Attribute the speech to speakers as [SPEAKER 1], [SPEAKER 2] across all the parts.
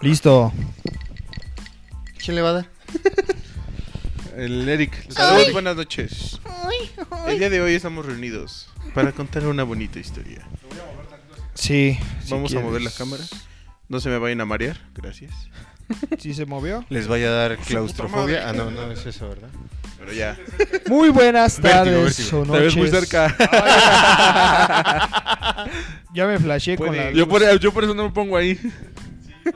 [SPEAKER 1] Listo.
[SPEAKER 2] ¿Quién le va a dar?
[SPEAKER 3] El Eric. Saludos, buenas noches. El día de hoy estamos reunidos para contar una bonita historia.
[SPEAKER 1] Sí. si
[SPEAKER 3] Vamos a
[SPEAKER 1] quieres.
[SPEAKER 3] mover la cámara. No se me vayan a marear. Gracias.
[SPEAKER 1] ¿Sí se movió?
[SPEAKER 2] ¿Les vaya a dar claustrofobia? Ah, no, no es eso, ¿verdad?
[SPEAKER 3] Pero ya.
[SPEAKER 1] Muy buenas
[SPEAKER 2] Vértigo,
[SPEAKER 1] tardes
[SPEAKER 2] vértigo.
[SPEAKER 1] o
[SPEAKER 4] Te ves muy
[SPEAKER 1] noches.
[SPEAKER 4] cerca.
[SPEAKER 1] Ya me flasheé con
[SPEAKER 3] Puede-
[SPEAKER 1] la
[SPEAKER 4] Yo
[SPEAKER 1] luz.
[SPEAKER 4] por, yo por eso no me pongo ahí.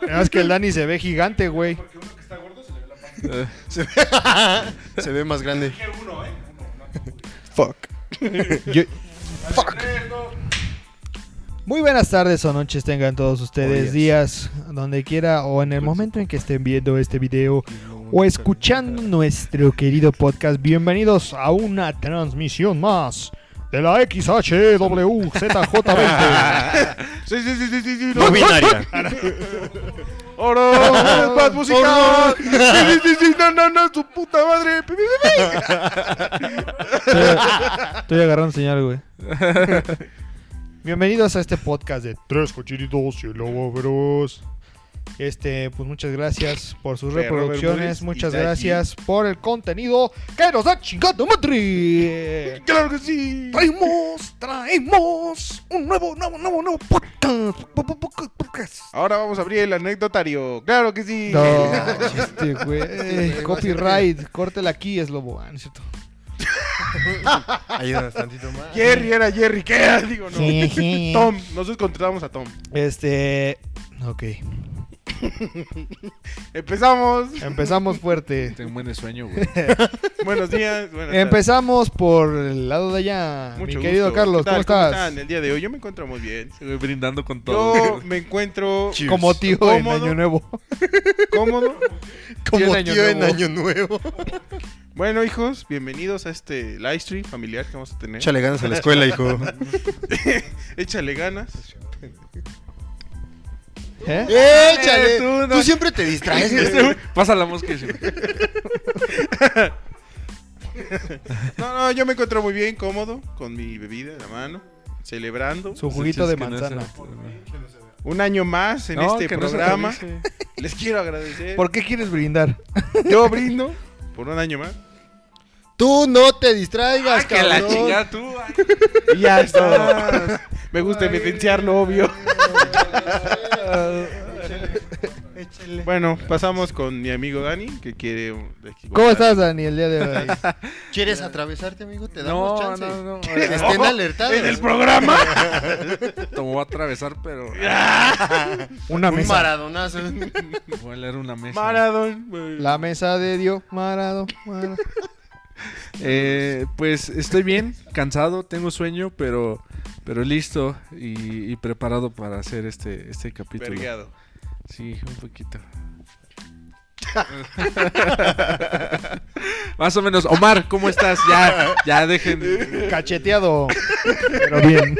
[SPEAKER 1] Es que el Dani se ve gigante, güey.
[SPEAKER 2] Se ve, se ve más grande.
[SPEAKER 3] ¿eh?
[SPEAKER 2] Fuck.
[SPEAKER 1] Yo- Muy buenas tardes o noches tengan todos ustedes, días, donde quiera o en el momento en que estén viendo este video o escuchando nuestro querido podcast. Bienvenidos a una transmisión más de la XHWZJ20.
[SPEAKER 3] Sí, sí, sí, sí, sí, sí,
[SPEAKER 2] No binaria.
[SPEAKER 3] ¡Oro! ¡Más música! Sí, sí, sí, sí, no, no, no, su puta madre. Pi, pi, pi, pi.
[SPEAKER 1] Estoy, estoy agarrando señal, güey. Bienvenidos a este podcast de Tres Cochinitos y Lobos. Este, pues muchas gracias por sus
[SPEAKER 3] De Robert
[SPEAKER 1] reproducciones,
[SPEAKER 3] Burns
[SPEAKER 1] muchas
[SPEAKER 3] y de
[SPEAKER 1] gracias por el contenido que nos ha chingado Matri.
[SPEAKER 3] ¡Claro que sí!
[SPEAKER 1] Traemos, traemos un nuevo, nuevo, nuevo, nuevo podcast. Po- po- po- podcast.
[SPEAKER 3] Ahora vamos a abrir el anecdotario. ¡Claro que sí!
[SPEAKER 1] No, chiste, güey. Copyright, córtela aquí, es lobo. Ah, no es cierto.
[SPEAKER 2] Ayúdanos tantito más.
[SPEAKER 3] Jerry era Jerry. ¿Qué? Digo, no.
[SPEAKER 1] Sí, sí.
[SPEAKER 3] Tom. Nosotros contratamos a Tom.
[SPEAKER 1] Este, ok.
[SPEAKER 3] Empezamos.
[SPEAKER 1] Empezamos fuerte.
[SPEAKER 4] Tengo un buen sueño, güey.
[SPEAKER 3] Buenos días. buenas
[SPEAKER 1] Empezamos por el lado de allá,
[SPEAKER 3] tardes. Mucho
[SPEAKER 1] mi querido
[SPEAKER 3] gusto.
[SPEAKER 1] Carlos,
[SPEAKER 3] ¿Qué tal?
[SPEAKER 1] ¿cómo estás?
[SPEAKER 3] están el día de hoy? Yo me encuentro muy bien.
[SPEAKER 4] Estoy brindando con todo.
[SPEAKER 3] Yo me encuentro
[SPEAKER 2] Cheers.
[SPEAKER 1] Como tío en
[SPEAKER 3] Cómodo.
[SPEAKER 1] Año Nuevo.
[SPEAKER 3] cómodo.
[SPEAKER 2] Como
[SPEAKER 1] Yo en Año
[SPEAKER 2] tío en
[SPEAKER 1] Nuevo.
[SPEAKER 2] Año Nuevo.
[SPEAKER 3] Bueno, hijos, bienvenidos a este live stream familiar que vamos a tener.
[SPEAKER 2] Échale ganas a la escuela, hijo.
[SPEAKER 3] Échale ganas.
[SPEAKER 1] ¿Eh?
[SPEAKER 2] ¡Échale!
[SPEAKER 3] Eh,
[SPEAKER 2] Tú,
[SPEAKER 3] tú no-
[SPEAKER 2] siempre te distraes. güey.
[SPEAKER 4] Pasa la mosca. y se-
[SPEAKER 3] No, no, yo me encuentro muy bien, cómodo, con mi bebida en la mano, celebrando
[SPEAKER 1] Su juguito de
[SPEAKER 4] "Pues Es que no es
[SPEAKER 1] manzana.
[SPEAKER 4] el-
[SPEAKER 3] un año más en
[SPEAKER 4] No,
[SPEAKER 3] este
[SPEAKER 4] que no se
[SPEAKER 3] programa.
[SPEAKER 4] atraviese.
[SPEAKER 3] Les quiero agradecer.
[SPEAKER 1] ¿Por qué quieres brindar?
[SPEAKER 3] Yo brindo por un año más.
[SPEAKER 2] Tú no te distraigas,
[SPEAKER 4] Ah, que la
[SPEAKER 2] cabrón.
[SPEAKER 4] chingada tú. ay.
[SPEAKER 3] Y ya está. me gusta evidenciarlo, obvio. Bueno, pasamos con mi amigo Dani, que quiere...
[SPEAKER 1] ¿Cómo estás, Dani, el día de hoy?
[SPEAKER 2] ¿Quieres atravesarte, amigo? Te damos
[SPEAKER 4] No,
[SPEAKER 2] chance.
[SPEAKER 4] no, no.
[SPEAKER 2] Que
[SPEAKER 4] Ahora,
[SPEAKER 2] estén alertados.
[SPEAKER 3] ¿En el programa?
[SPEAKER 4] Te voy a atravesar, pero.
[SPEAKER 1] Una
[SPEAKER 2] Un
[SPEAKER 1] mesa.
[SPEAKER 2] maradonazo.
[SPEAKER 4] Voy a leer una mesa.
[SPEAKER 3] Maradón. güey.
[SPEAKER 1] La mesa de Dios, Marado. Marado.
[SPEAKER 4] Eh, pues estoy bien, cansado, tengo sueño, pero, pero listo y, y preparado para hacer este, este capítulo.
[SPEAKER 3] Vergueado.
[SPEAKER 4] Sí, un poquito. Más o menos. Omar, ¿cómo estás? Ya, ya dejen.
[SPEAKER 1] Cacheteado. Pero bien.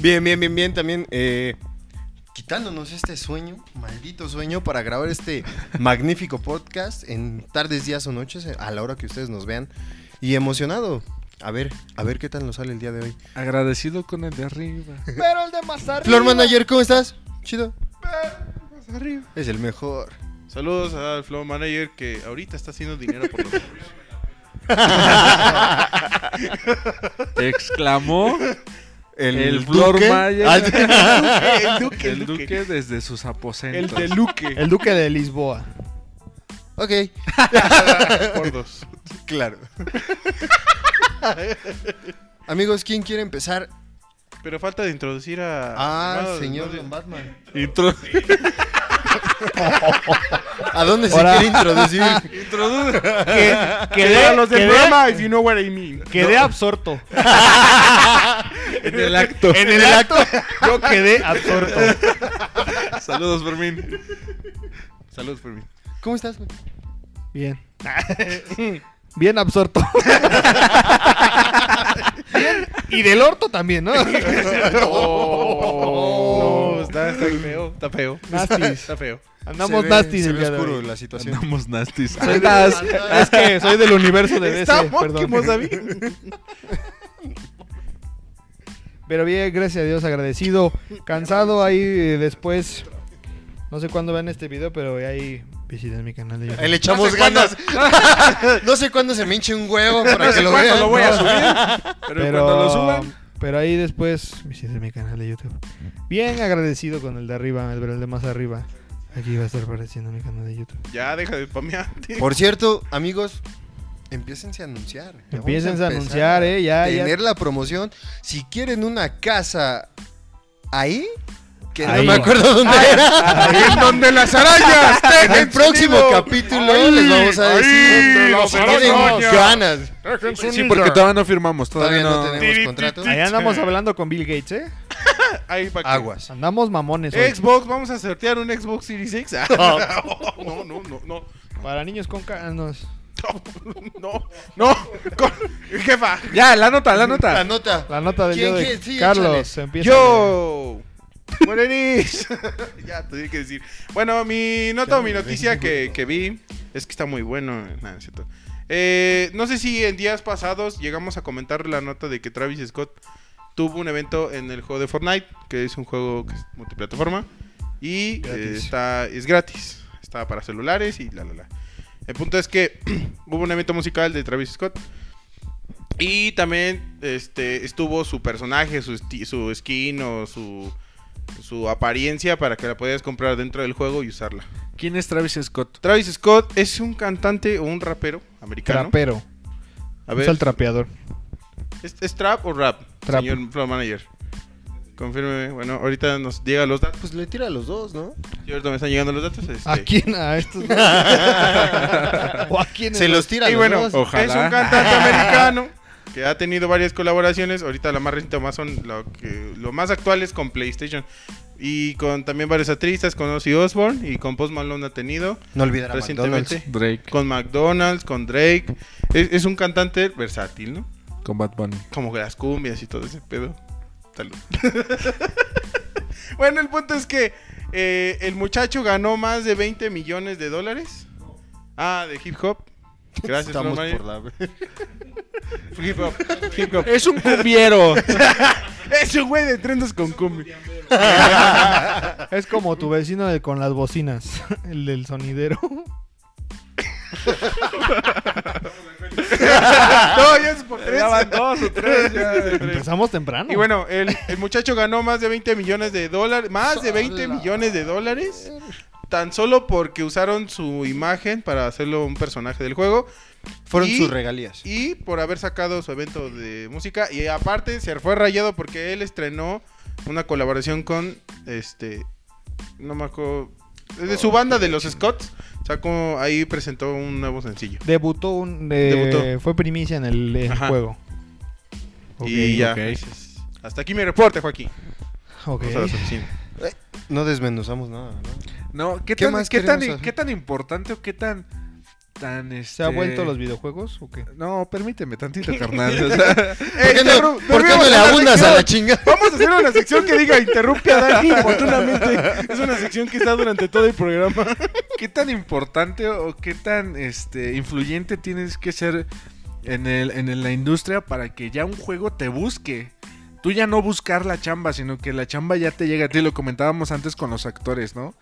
[SPEAKER 2] Bien, bien, bien, bien. También eh, quitándonos este sueño, maldito sueño, para grabar este magnífico podcast en tardes, días o noches, eh, a la hora que ustedes nos vean. Y emocionado. A ver, a ver qué tal nos sale el día de hoy.
[SPEAKER 4] Agradecido con el de arriba.
[SPEAKER 1] Pero el de más arriba.
[SPEAKER 2] Flor Manager, ¿cómo estás? Chido.
[SPEAKER 3] Más arriba.
[SPEAKER 2] Es el mejor.
[SPEAKER 3] Saludos al Flow Manager que ahorita está haciendo dinero por nosotros.
[SPEAKER 4] Exclamó
[SPEAKER 2] El,
[SPEAKER 4] el Flor
[SPEAKER 2] Duque.
[SPEAKER 4] Mayer.
[SPEAKER 2] Ah, sí.
[SPEAKER 3] el Duque,
[SPEAKER 4] el duque desde sus aposentos.
[SPEAKER 3] de Luque.
[SPEAKER 1] El duque de Lisboa.
[SPEAKER 2] ok,
[SPEAKER 3] Por dos.
[SPEAKER 2] claro. Amigos, ¿quién quiere empezar?
[SPEAKER 3] Pero falta de introducir a.
[SPEAKER 2] Ah,
[SPEAKER 3] no,
[SPEAKER 2] señor
[SPEAKER 3] no,
[SPEAKER 2] Don Batman.
[SPEAKER 4] Intro-
[SPEAKER 2] ¿A dónde se
[SPEAKER 1] Ahora-
[SPEAKER 2] quiere introducir?
[SPEAKER 1] Que,
[SPEAKER 3] Quedé a los del programa, if you know what I mean.
[SPEAKER 1] quedé absorto.
[SPEAKER 4] en el acto.
[SPEAKER 1] En el acto, yo quedé absorto.
[SPEAKER 4] Saludos, Fermín.
[SPEAKER 3] Saludos por mí.
[SPEAKER 2] ¿Cómo estás? güey?
[SPEAKER 1] Bien. Bien absorto. Y del orto también, ¿no?
[SPEAKER 3] Oh, no, está, está feo. Está feo.
[SPEAKER 1] Nastis.
[SPEAKER 3] Está feo.
[SPEAKER 1] Andamos
[SPEAKER 2] Se ve-
[SPEAKER 1] nasty
[SPEAKER 2] se
[SPEAKER 1] el
[SPEAKER 2] ve
[SPEAKER 1] día de
[SPEAKER 2] oscuro
[SPEAKER 1] hoy.
[SPEAKER 2] la situación.
[SPEAKER 4] Andamos nastis.
[SPEAKER 1] Soy das- es que soy del universo de DC,
[SPEAKER 3] Estamos
[SPEAKER 1] perdón.
[SPEAKER 3] como David.
[SPEAKER 1] Pero bien, gracias a Dios, agradecido, cansado ahí eh, después No sé cuándo vean este video, pero ahí visiten mi canal de YouTube.
[SPEAKER 2] Ahí le echamos
[SPEAKER 3] sé
[SPEAKER 2] ganas. no sé cuándo se me hinche un huevo para
[SPEAKER 4] No
[SPEAKER 2] que
[SPEAKER 4] sé
[SPEAKER 2] lo
[SPEAKER 4] cuándo
[SPEAKER 2] vean.
[SPEAKER 4] lo voy a subir, pero, cuando lo suban.
[SPEAKER 1] pero ahí después visiten mi canal de YouTube. Bien agradecido con el de arriba, el el de más arriba. Aquí va a estar apareciendo mi canal de YouTube.
[SPEAKER 3] Ya, deja de spamearte.
[SPEAKER 2] Por cierto, amigos, empiécense a anunciar. Ya vamos
[SPEAKER 1] Empiecen a
[SPEAKER 2] empezar
[SPEAKER 1] anunciar, eh, ya, ya.
[SPEAKER 2] tener la promoción. Si quieren una casa ahí, que
[SPEAKER 1] Ahí.
[SPEAKER 2] no me acuerdo dónde era.
[SPEAKER 3] en donde las arañas
[SPEAKER 2] En el próximo capítulo
[SPEAKER 3] Ahí,
[SPEAKER 2] les vamos a
[SPEAKER 3] ahí,
[SPEAKER 2] decir
[SPEAKER 3] las
[SPEAKER 2] si tienen
[SPEAKER 3] arañas.
[SPEAKER 2] ganas.
[SPEAKER 4] Sí, porque todavía no firmamos. Todavía,
[SPEAKER 2] Todavía no
[SPEAKER 4] no.
[SPEAKER 2] tenemos contrato.
[SPEAKER 1] Allá andamos hablando con Bill Gates, ¿eh?
[SPEAKER 3] Ahí para
[SPEAKER 2] Aguas.
[SPEAKER 1] Andamos mamones. hoy.
[SPEAKER 3] Xbox, vamos a sortear un Xbox Series X. Ah, No, no, no, no.
[SPEAKER 1] Para niños con canos.
[SPEAKER 3] No, no. Con- Jefa.
[SPEAKER 4] Ya, la nota, la
[SPEAKER 2] La
[SPEAKER 4] nota.
[SPEAKER 2] nota.
[SPEAKER 1] La nota del día
[SPEAKER 2] ¿Quién,
[SPEAKER 1] de
[SPEAKER 2] quién? Sí,
[SPEAKER 1] Carlos. Empieza
[SPEAKER 3] Yo. Morenis. ya, te dije que decir. Bueno, mi nota o mi noticia que, que vi es que está muy bueno. Nada, es cierto. Eh, no sé si en días pasados llegamos a comentar la nota de que Travis Scott tuvo un evento en el juego de Fortnite, que es un juego que es multiplataforma. Y eh,
[SPEAKER 1] Gratis.
[SPEAKER 3] está, es gratis. Está para celulares y la la la. El punto es que hubo un evento musical de Travis Scott. Y también este, estuvo su personaje, su, esti- su skin o su, su apariencia para que la podías comprar dentro del juego y usarla.
[SPEAKER 4] ¿Quién es Travis Scott?
[SPEAKER 3] Travis Scott es un cantante o un rapero americano.
[SPEAKER 1] Trapero.
[SPEAKER 3] A
[SPEAKER 1] Es
[SPEAKER 3] ver,
[SPEAKER 1] el trapeador.
[SPEAKER 3] ¿es, es trap o rap?
[SPEAKER 1] Trap.
[SPEAKER 3] Señor Flow Manager. Confírmeme. Bueno, ahorita nos llegan los datos.
[SPEAKER 2] Pues le tira a los dos, ¿no?
[SPEAKER 3] Y ahorita me están llegando los datos. este.
[SPEAKER 1] ¿A quién? ¿A estos? dos? ¿O a quiénes?
[SPEAKER 2] Se los tira a
[SPEAKER 3] Y
[SPEAKER 2] los
[SPEAKER 3] bueno,
[SPEAKER 2] dos.
[SPEAKER 4] ojalá. Ah,
[SPEAKER 3] es un cantante americano que ha tenido varias colaboraciones. Ahorita la más reciente más son lo que lo más actual es con PlayStation y con también varios artistas, con Ozzy Osbourne y con Post Malone ha tenido
[SPEAKER 2] No olvidar a
[SPEAKER 3] recientemente
[SPEAKER 2] McDonald's.
[SPEAKER 4] Drake
[SPEAKER 3] con McDonald's, con Drake. Es, es un cantante versátil, ¿no?
[SPEAKER 4] con Bad Bunny.
[SPEAKER 3] Como las cumbias y todo ese pedo. Salud. bueno, el punto es que eh, el muchacho ganó más de 20 millones de dólares. Ah, de hip hop. Gracias,
[SPEAKER 2] Estamos
[SPEAKER 3] Lomari.
[SPEAKER 2] por la...
[SPEAKER 3] Hip hop, hip hop.
[SPEAKER 4] Es un cubiero.
[SPEAKER 3] Es un güey de trendas con cumbia.
[SPEAKER 1] Es como tu vecino del- con las bocinas. El del sonidero.
[SPEAKER 3] no, ya es por tres.
[SPEAKER 4] Daban dos o tres. ya.
[SPEAKER 1] Empezamos temprano.
[SPEAKER 3] Y bueno, el, el muchacho ganó más de 20 millones de dólares. Más de 20 millones de dólares. Tan solo porque usaron su imagen para hacerlo un personaje del juego.
[SPEAKER 2] Fueron
[SPEAKER 3] Y-
[SPEAKER 2] sus regalías.
[SPEAKER 3] Y por haber sacado su evento de música. Y aparte se fue rayado porque él estrenó una colaboración con este. No me acuerdo. es De su banda de los Scots. Sacó ahí presentó un nuevo sencillo.
[SPEAKER 1] Debutó un. eh,
[SPEAKER 3] Debutó.
[SPEAKER 1] Fue primicia en el eh,
[SPEAKER 3] Ajá.
[SPEAKER 1] juego.
[SPEAKER 3] y ya.
[SPEAKER 4] ok.
[SPEAKER 3] Entonces, Hasta aquí mi reporte, Joaquín.
[SPEAKER 1] Ok.
[SPEAKER 3] Vamos a las oficinas.
[SPEAKER 2] No desmenuzamos nada, ¿no?
[SPEAKER 4] No, ¿qué,
[SPEAKER 2] ¿Qué
[SPEAKER 4] tan,
[SPEAKER 2] más
[SPEAKER 4] qué, tan,
[SPEAKER 2] queremos hacer?
[SPEAKER 4] qué tan importante o qué tan. tan
[SPEAKER 1] ¿Se
[SPEAKER 4] este...
[SPEAKER 1] ha vuelto los videojuegos o qué?
[SPEAKER 4] No, permíteme tantito, carnal. o sea,
[SPEAKER 2] ¿Por qué no,
[SPEAKER 3] interrum-
[SPEAKER 2] ¿por qué no
[SPEAKER 3] dormimos
[SPEAKER 2] le
[SPEAKER 3] en la
[SPEAKER 2] abundas a
[SPEAKER 3] sección.
[SPEAKER 2] la chinga?
[SPEAKER 3] Vamos a hacer una sección que diga interrumpe a Dani oportunamente. Es una sección que está durante todo el programa.
[SPEAKER 4] ¿Qué tan importante o qué tan este, influyente tienes que ser en, el, en el- la industria para que ya un juego te busque? Tú ya no buscar la chamba, sino que la chamba ya te llega a ti. Lo comentábamos antes con los actores, ¿no?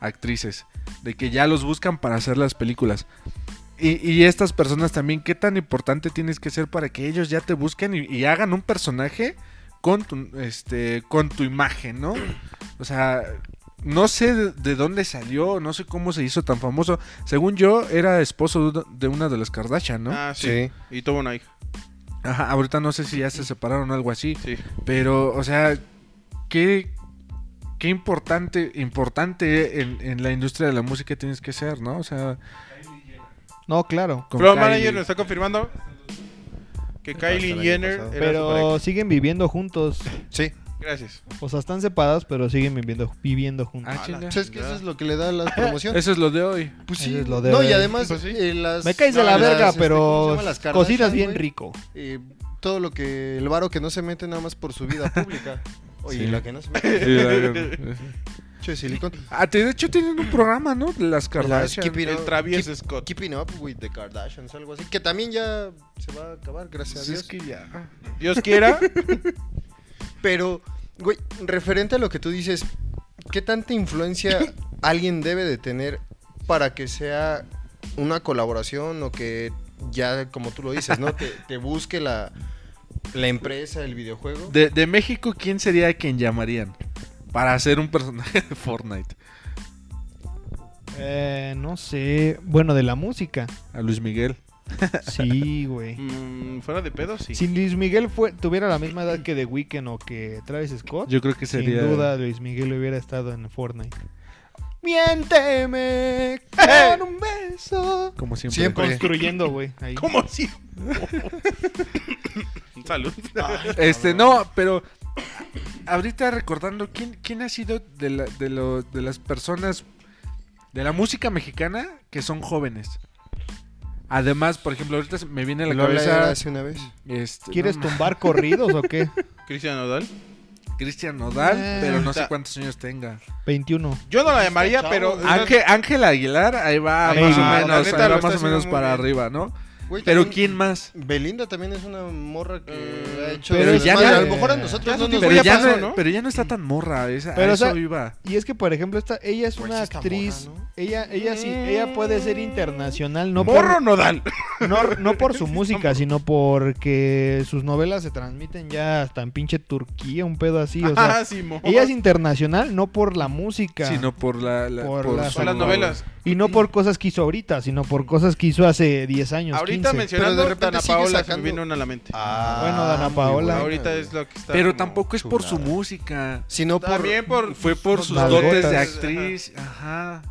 [SPEAKER 4] Actrices. De que ya los buscan para hacer las películas. Y, y estas personas también, ¿qué tan importante tienes que ser para que ellos ya te busquen y, y hagan un personaje con tu, este, con tu imagen, ¿no? O sea, no sé de, de dónde salió, no sé cómo se hizo tan famoso. Según yo, era esposo de una- de una de las Kardashian, ¿no?
[SPEAKER 3] Ah, sí.
[SPEAKER 2] Sí.
[SPEAKER 3] Y tuvo una hija.
[SPEAKER 4] Ajá, ahorita no sé si ya se separaron o algo así.
[SPEAKER 3] Sí.
[SPEAKER 4] Pero, o sea, qué, qué importante, importante en, en la industria de la música tienes que ser, ¿no? O sea,
[SPEAKER 1] No, claro.
[SPEAKER 4] con
[SPEAKER 3] Flow
[SPEAKER 4] Kylie.
[SPEAKER 3] Manager nos está confirmando que
[SPEAKER 2] Hasta el
[SPEAKER 3] Kylie
[SPEAKER 2] año
[SPEAKER 3] Jenner
[SPEAKER 2] pasado.
[SPEAKER 3] era su
[SPEAKER 1] Pero
[SPEAKER 3] pareja.
[SPEAKER 1] siguen viviendo juntos.
[SPEAKER 2] Sí.
[SPEAKER 3] Gracias.
[SPEAKER 1] O sea, están separados, pero siguen viviendo, viviendo juntos.
[SPEAKER 4] Ah, chinga.
[SPEAKER 2] O sea, Pues es que eso es lo que le da a las promociones.
[SPEAKER 4] Eso es lo de hoy.
[SPEAKER 2] Ah, Pues
[SPEAKER 1] Eso
[SPEAKER 2] sí.
[SPEAKER 1] es lo de
[SPEAKER 2] no,
[SPEAKER 1] hoy.
[SPEAKER 2] y además,
[SPEAKER 3] Pues sí.
[SPEAKER 2] eh, las.
[SPEAKER 1] Me caes de
[SPEAKER 2] no,
[SPEAKER 1] la
[SPEAKER 2] las,
[SPEAKER 1] verga,
[SPEAKER 2] este, ¿cómo se
[SPEAKER 1] pero
[SPEAKER 2] llama? Las Kardashian,
[SPEAKER 1] cocinas bien
[SPEAKER 2] güey.
[SPEAKER 1] rico.
[SPEAKER 2] Eh, todo lo que. El varo que no se mete nada más por su vida pública. Oye,
[SPEAKER 4] Sí.
[SPEAKER 2] y la que no se mete. Che, silicón.
[SPEAKER 4] Ah, te- de hecho tienen un programa, ¿no? De las
[SPEAKER 2] Las
[SPEAKER 4] Kardashian.
[SPEAKER 2] keeping
[SPEAKER 3] El
[SPEAKER 2] up-
[SPEAKER 3] Travis
[SPEAKER 2] keep-
[SPEAKER 3] Scott.
[SPEAKER 2] Keeping up with the Kardashians, algo así. Que también ya se va a acabar, gracias
[SPEAKER 4] Pues
[SPEAKER 2] a
[SPEAKER 4] es
[SPEAKER 2] Dios.
[SPEAKER 4] que ya.
[SPEAKER 3] Dios quiera.
[SPEAKER 2] Pero, güey, referente a lo que tú dices, ¿qué tanta influencia alguien debe de tener para que sea una colaboración o que ya, como tú lo dices, ¿no? te, te busque la, la empresa, el videojuego.
[SPEAKER 4] De, de México, ¿quién sería quien llamarían para hacer un personaje de Fortnite?
[SPEAKER 1] Eh, no sé. Bueno, de la música.
[SPEAKER 4] A Luis Miguel.
[SPEAKER 1] Sí, güey.
[SPEAKER 3] Mm, fuera de pedo, sí.
[SPEAKER 1] Si Luis Miguel fue- tuviera la misma edad que The Weeknd o que Travis Scott,
[SPEAKER 4] Yo creo que sería.
[SPEAKER 1] sin duda Luis Miguel hubiera estado en Fortnite. Miénteme con un beso.
[SPEAKER 4] Como siempre.
[SPEAKER 2] Siempre.
[SPEAKER 1] Construyendo, güey. ahí.
[SPEAKER 3] ¿Cómo sí? Salud.
[SPEAKER 4] Este, no, pero ahorita recordando, ¿quién, quién ha sido de, la- de, lo- de las personas de la música mexicana que son jóvenes? Además, por ejemplo, ahorita se me viene a la
[SPEAKER 2] Lo hablé
[SPEAKER 4] cabeza.
[SPEAKER 2] hace una vez.
[SPEAKER 4] este,
[SPEAKER 1] ¿Quieres
[SPEAKER 4] no,
[SPEAKER 1] tumbar corridos o qué?
[SPEAKER 3] Cristian Odal.
[SPEAKER 4] Cristian Nodal,
[SPEAKER 1] Eh,
[SPEAKER 4] pero no sé
[SPEAKER 3] ahorita-
[SPEAKER 4] cuántos años tenga.
[SPEAKER 1] 21.
[SPEAKER 3] Yo no la llamaría,
[SPEAKER 2] chavo,
[SPEAKER 3] pero.
[SPEAKER 2] güey.
[SPEAKER 4] Ángel, Ángel Aguilar, ahí va
[SPEAKER 1] Ahí va,
[SPEAKER 4] más o
[SPEAKER 3] la
[SPEAKER 4] menos,
[SPEAKER 3] neta
[SPEAKER 4] ahí
[SPEAKER 3] lo
[SPEAKER 4] va
[SPEAKER 3] está
[SPEAKER 4] más o
[SPEAKER 3] haciendo
[SPEAKER 4] menos
[SPEAKER 3] muy
[SPEAKER 4] para
[SPEAKER 3] bien.
[SPEAKER 4] arriba, ¿no?
[SPEAKER 2] Güey,
[SPEAKER 4] Pero
[SPEAKER 2] también-
[SPEAKER 4] ¿quién más?
[SPEAKER 2] Belinda también es una morra que
[SPEAKER 3] Eh,
[SPEAKER 2] ha hecho.
[SPEAKER 1] pero
[SPEAKER 2] desmadre.
[SPEAKER 4] ya no-
[SPEAKER 2] a lo mejor a
[SPEAKER 3] ya
[SPEAKER 2] nosotros
[SPEAKER 3] no
[SPEAKER 2] no nos
[SPEAKER 3] tiene-
[SPEAKER 2] voy
[SPEAKER 4] Pero
[SPEAKER 2] a
[SPEAKER 4] ya,
[SPEAKER 3] pasó,
[SPEAKER 4] no,
[SPEAKER 3] ¿no?
[SPEAKER 4] pero ya no está tan morra, es, a
[SPEAKER 1] Pero, o
[SPEAKER 4] eso
[SPEAKER 1] sea,
[SPEAKER 4] iba.
[SPEAKER 1] Y es que, por ejemplo, esta, ella es
[SPEAKER 2] Pues
[SPEAKER 1] una
[SPEAKER 2] esta
[SPEAKER 1] actriz.
[SPEAKER 2] morra, ¿no?
[SPEAKER 1] Ella, ella sí, ella puede ser internacional, no por,
[SPEAKER 3] Morro Nodal.
[SPEAKER 1] No, no por su música, sino porque sus novelas se transmiten ya hasta en pinche Turquía, un pedo así. O sea,
[SPEAKER 3] Ah, sí, mo.
[SPEAKER 1] ella es internacional, no por la música.
[SPEAKER 4] Sino por la, la-
[SPEAKER 1] Por las-
[SPEAKER 3] Son las
[SPEAKER 4] su-
[SPEAKER 3] novelas.
[SPEAKER 1] Y no por cosas que hizo ahorita, sino por cosas que hizo hace 10 años.
[SPEAKER 3] Ahorita
[SPEAKER 1] 15.
[SPEAKER 3] mencionando
[SPEAKER 2] Pero de repente
[SPEAKER 3] Dana
[SPEAKER 2] sigue
[SPEAKER 3] Paola, se me
[SPEAKER 2] sacando-
[SPEAKER 3] vino una a la mente.
[SPEAKER 2] Ah,
[SPEAKER 1] Bueno, Dana
[SPEAKER 2] muy
[SPEAKER 1] Paola.
[SPEAKER 2] buena,
[SPEAKER 3] Ahorita
[SPEAKER 2] güey.
[SPEAKER 3] es lo que está.
[SPEAKER 4] Pero
[SPEAKER 3] como-
[SPEAKER 4] tampoco es por su
[SPEAKER 2] chulada.
[SPEAKER 4] música.
[SPEAKER 2] Sino por.
[SPEAKER 3] También por.
[SPEAKER 4] Fue por sus
[SPEAKER 1] Las
[SPEAKER 4] dotes
[SPEAKER 1] gotas.
[SPEAKER 4] de
[SPEAKER 3] Ajá.
[SPEAKER 4] actriz. Ajá.